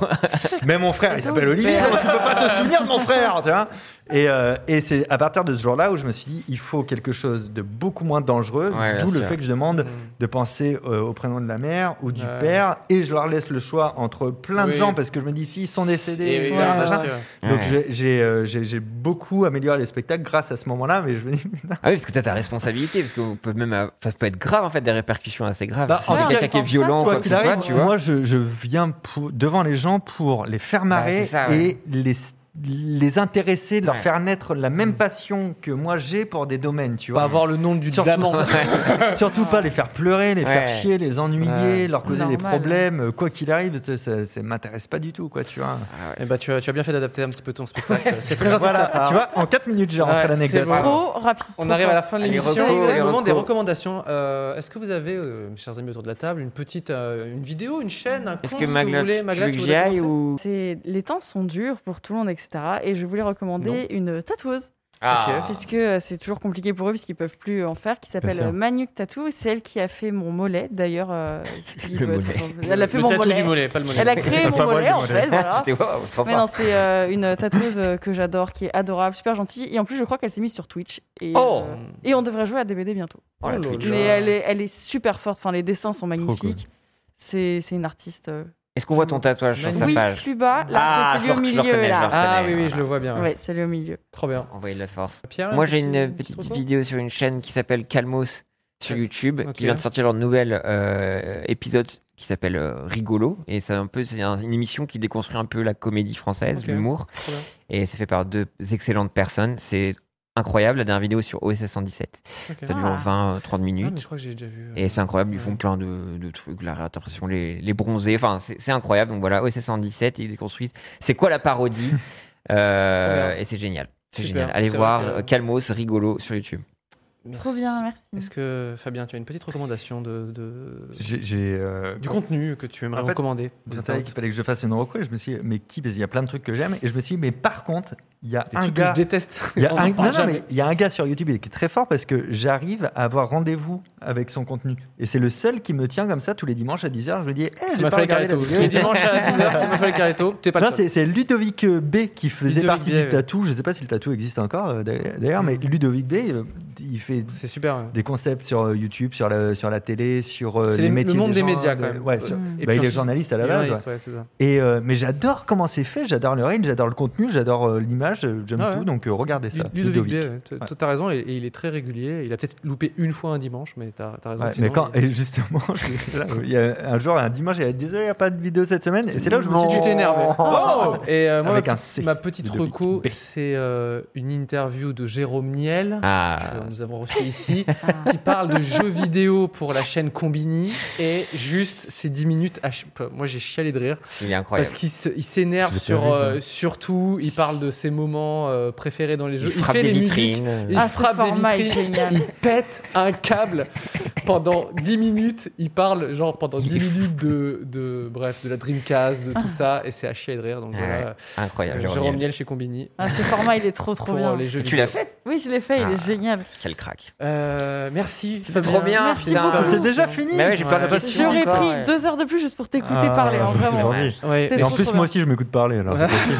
Mais mon frère, Et il s'appelle donc, Olivier. merde. Tu peux pas te souvenir de mon frère, tu vois. Et, euh, et c'est à partir de ce jour-là où je me suis dit, il faut quelque chose de beaucoup moins dangereux. Ouais, bien D'où le sûr. fait que je Mm. demande de penser euh, au prénom de la mère ou du Ouais. père. Et je leur laisse le choix entre plein de Oui. gens parce que je me dis, s'ils sont Et décédés, oui, ouais, bien machin. sûr. Donc Ouais. j'ai- j'ai euh, j'ai- j'ai beaucoup amélioré les spectacles grâce à ce moment-là, mais je me dis, putain, Ah oui, parce que t'as ta responsabilité, parce que vous pouvez même, avoir- ça peut être grave en fait, des répercussions assez graves. Bah, si en c'est tout quelqu'un cas, qui est en fait, violent, quoi quoi quoi que qu'il ce soit, arrive, tu vois. moi je, je viens pour- devant les gens pour les faire marrer Bah, c'est ça, ouais. et les, les intéresser, leur Ouais. Mm. faire naître la même passion que moi j'ai pour des domaines, tu vois. Pas avoir le nom du Surtout- diamant. Surtout pas les faire pleurer, les faire Ouais. chier, les ennuyer, Ouais. leur causer des Normal. problèmes, euh, quoi qu'il arrive, ça, ça, ça m'intéresse pas du tout, quoi, tu vois. Ah Et bah, tu as, tu as bien fait d'adapter un petit peu ton spectacle. c'est très gentil de ta Voilà, part. tu vois, en 4 minutes j'ai rentré Ouais, l'anecdote. c'est bon. Trop rapide. On trop arrive à fort. la fin de Allez, l'émission. recos, C'est les le moment des recos. recommandations. Euh, Est-ce que vous avez, euh, chers amis autour de la table, une petite euh, une vidéo, une chaîne, un compte, Est-ce ce que que vous Magla, voulez tu Magla, veux tu que j'y voulais aille commencer ou C'est- Les temps sont durs pour tout le monde, etc. Et je voulais recommander une tatoueuse, Ah. puisque euh, c'est toujours compliqué pour eux, puisqu'ils peuvent plus en faire, qui s'appelle sûr. euh, Manuk Tattoo. Et c'est elle qui a fait mon mollet, d'ailleurs. euh, il Le doit être- Elle a fait Le mon tatou mollet. du mollet, pas le mollet. Elle a créé mon Enfin, moi, mollet, du en mollet. fait. Voilà. C'était wow, oh, trop Mais non, fort. c'est euh, une tatoueuse euh, que j'adore, qui est adorable, super gentille. Et en plus, je crois qu'elle s'est mise sur Twitch. Et, Oh Mm. euh, et on devrait jouer à DBD bientôt. Oh, la Oh là Twitch. là. Mais elle est, elle est super forte. Enfin, les dessins sont magnifiques. C'est c'est une artiste. euh, Est-ce qu'on voit ton tatouage sur sa oui, page plus bas. Là, Ah, c'est je lui au le- je le milieu. reconnais, je le là. Ah Partenaire, oui, oui, je voilà. le vois bien. Ouais, c'est lui au milieu. Trop bien. Envoyez de la force. Pierre, Moi, j'ai petit- une petit petite retour vidéo sur une chaîne qui s'appelle Calmos sur Ouais. YouTube, Ok. qui vient de sortir leur nouvel euh, épisode qui s'appelle euh, Rigolo. Et c'est un peu, c'est un- une émission qui déconstruit un peu la comédie française, Ok. l'humour. Trop bien. Et c'est fait par deux excellentes personnes. C'est incroyable. La dernière vidéo est sur OSS 117. Ok. Ça dure Ah. 20-30 Ah, mais je minutes. crois que j'ai déjà vu. euh, Et c'est incroyable, ils font Ouais. plein de, de trucs, la réinterprétation, les, les bronzés, enfin c'est c'est incroyable. Donc voilà, OSS 117, ils déconstruisent. C'est quoi la parodie Euh, Trop bien. Et c'est génial. C'est Super. génial. Allez C'est voir vrai que- euh, Calmos, rigolo sur YouTube. merci. Trop bien, merci. Est-ce que Fabien, tu as une petite recommandation de, de- J'ai- J'ai euh, du contenu que tu aimerais En fait, recommander aux Vous savez internautes qu'il fallait que je fasse une reco et je me suis dit, mais qui Parce qu'il y a plein de trucs que j'aime. Et je me suis dit, mais par contre, il y a Des un trucs gars. que je déteste. Il y, a On un, en parle non, non, jamais. mais il y a un gars sur YouTube qui est très fort parce que j'arrive à avoir rendez-vous avec son contenu. Et c'est le seul qui me tient comme ça tous les dimanches à 10h. Je me dis, eh, C'est j'ai ma pas folie regardé la Carreto. Tous vidéo. les dimanches à 10h, c'est ma folie Carreto. T'es pas Non, le seul. c'est c'est Ludovic B qui faisait Ludovic Mm. partie B, ouais. du tatou. Je sais pas si le tatou existe encore euh, d'ailleurs, mais Ludovic B, euh, il fait C'est super. hein. des concepts sur euh, YouTube, sur la, sur la télé, sur euh, C'est les, les- le métiers. monde des gens, médias, quand le- même. ouais, sur- Mm. Et puis bah, il est ensuite- journaliste à la Et base. ouais, ouais. c'est- ouais, c'est ça. Et euh, mais j'adore comment c'est fait, j'adore le range, j'adore le contenu, j'adore euh, l'image, euh, j'aime Ah ouais. tout, donc euh, regardez ça. Ludovic, Bay, ouais, t'as- Ouais. t'as raison, et, et il est très régulier. Il a peut-être loupé une fois un dimanche, mais t'as t'as raison. Ouais, sinon, mais quand, il- et justement, là, euh, il y a un jour, un dimanche, il a dit, désolé, il n'y a pas de vidéo cette semaine, et c'est là où je me suis Si dit, Oh tu t'es énervé. Et euh, moi, Avec ma, un petite- C, ma petite Ludovic reco, B. c'est euh, une interview de Jérôme Niel. Ah, que nous avons reçu ici, Ah. qui parle de jeux vidéo pour la chaîne Combini. Et juste ces 10 minutes, à ch- moi j'ai chialé de rire. c'est incroyable. Parce qu'il se- il s'énerve Je l'ai sur, pas vu, euh, hein. sur tout, il parle de ses moments euh, préférés dans les jeux, Il il, frappe fait des les musiques, vitrines. euh, il Ah, ce frappe des format est vitrines, génial. il pète un câble pendant 10 minutes, il parle genre pendant 10 minutes de, de bref, de la Dreamcast, Ah. de tout ça, et c'est à chier de rire. Donc Ah voilà, ouais, incroyable. euh, Jérôme Jérôme Niel. Niel chez Combini. Ah, ce format, il est Ah, trop trop Pour euh, bien. les jeux Tu l'as vidéo. fait Oui, je l'ai fait, il Ah. est génial. Quel crack. Euh, merci. C'était trop bien. Merci putain. beaucoup. C'est déjà fini. Mais ouais, j'ai plein de Ouais. questions J'aurais encore, pris ouais. deux heures de plus juste pour t'écouter Ah, parler, hein, hein, en c'est vrai. gentil. Ouais, C'était Et en trop, plus, trop moi bien. aussi, je m'écoute parler. Alors, c'est possible.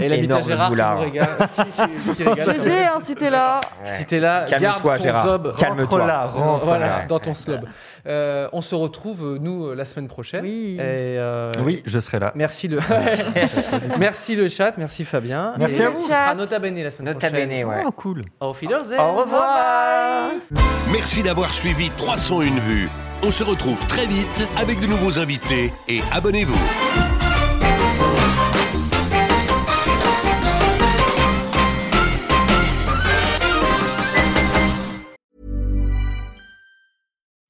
Et l'habitat Énorme Gérard, boulard. toujours, les gars. Qui- qui- qui régale. GG, hein, si t'es là. Ouais. Si t'es là, garde Calme-toi, ton Gérard. zob. Calme-toi. Rentre là, rentre voilà, là. dans ton slob. Euh, on se retrouve, euh, nous, euh, la semaine prochaine. Oui. Et, euh, oui, je serai là. Merci le, merci le chat, merci Fabien. Merci Et à vous. On sera nota bene la semaine Nota prochaine. bene, ouais. Oh, cool. Au Wiedersehen. Au revoir. Merci d'avoir suivi 301 vues. On se retrouve très vite avec de nouveaux invités et abonnez-vous.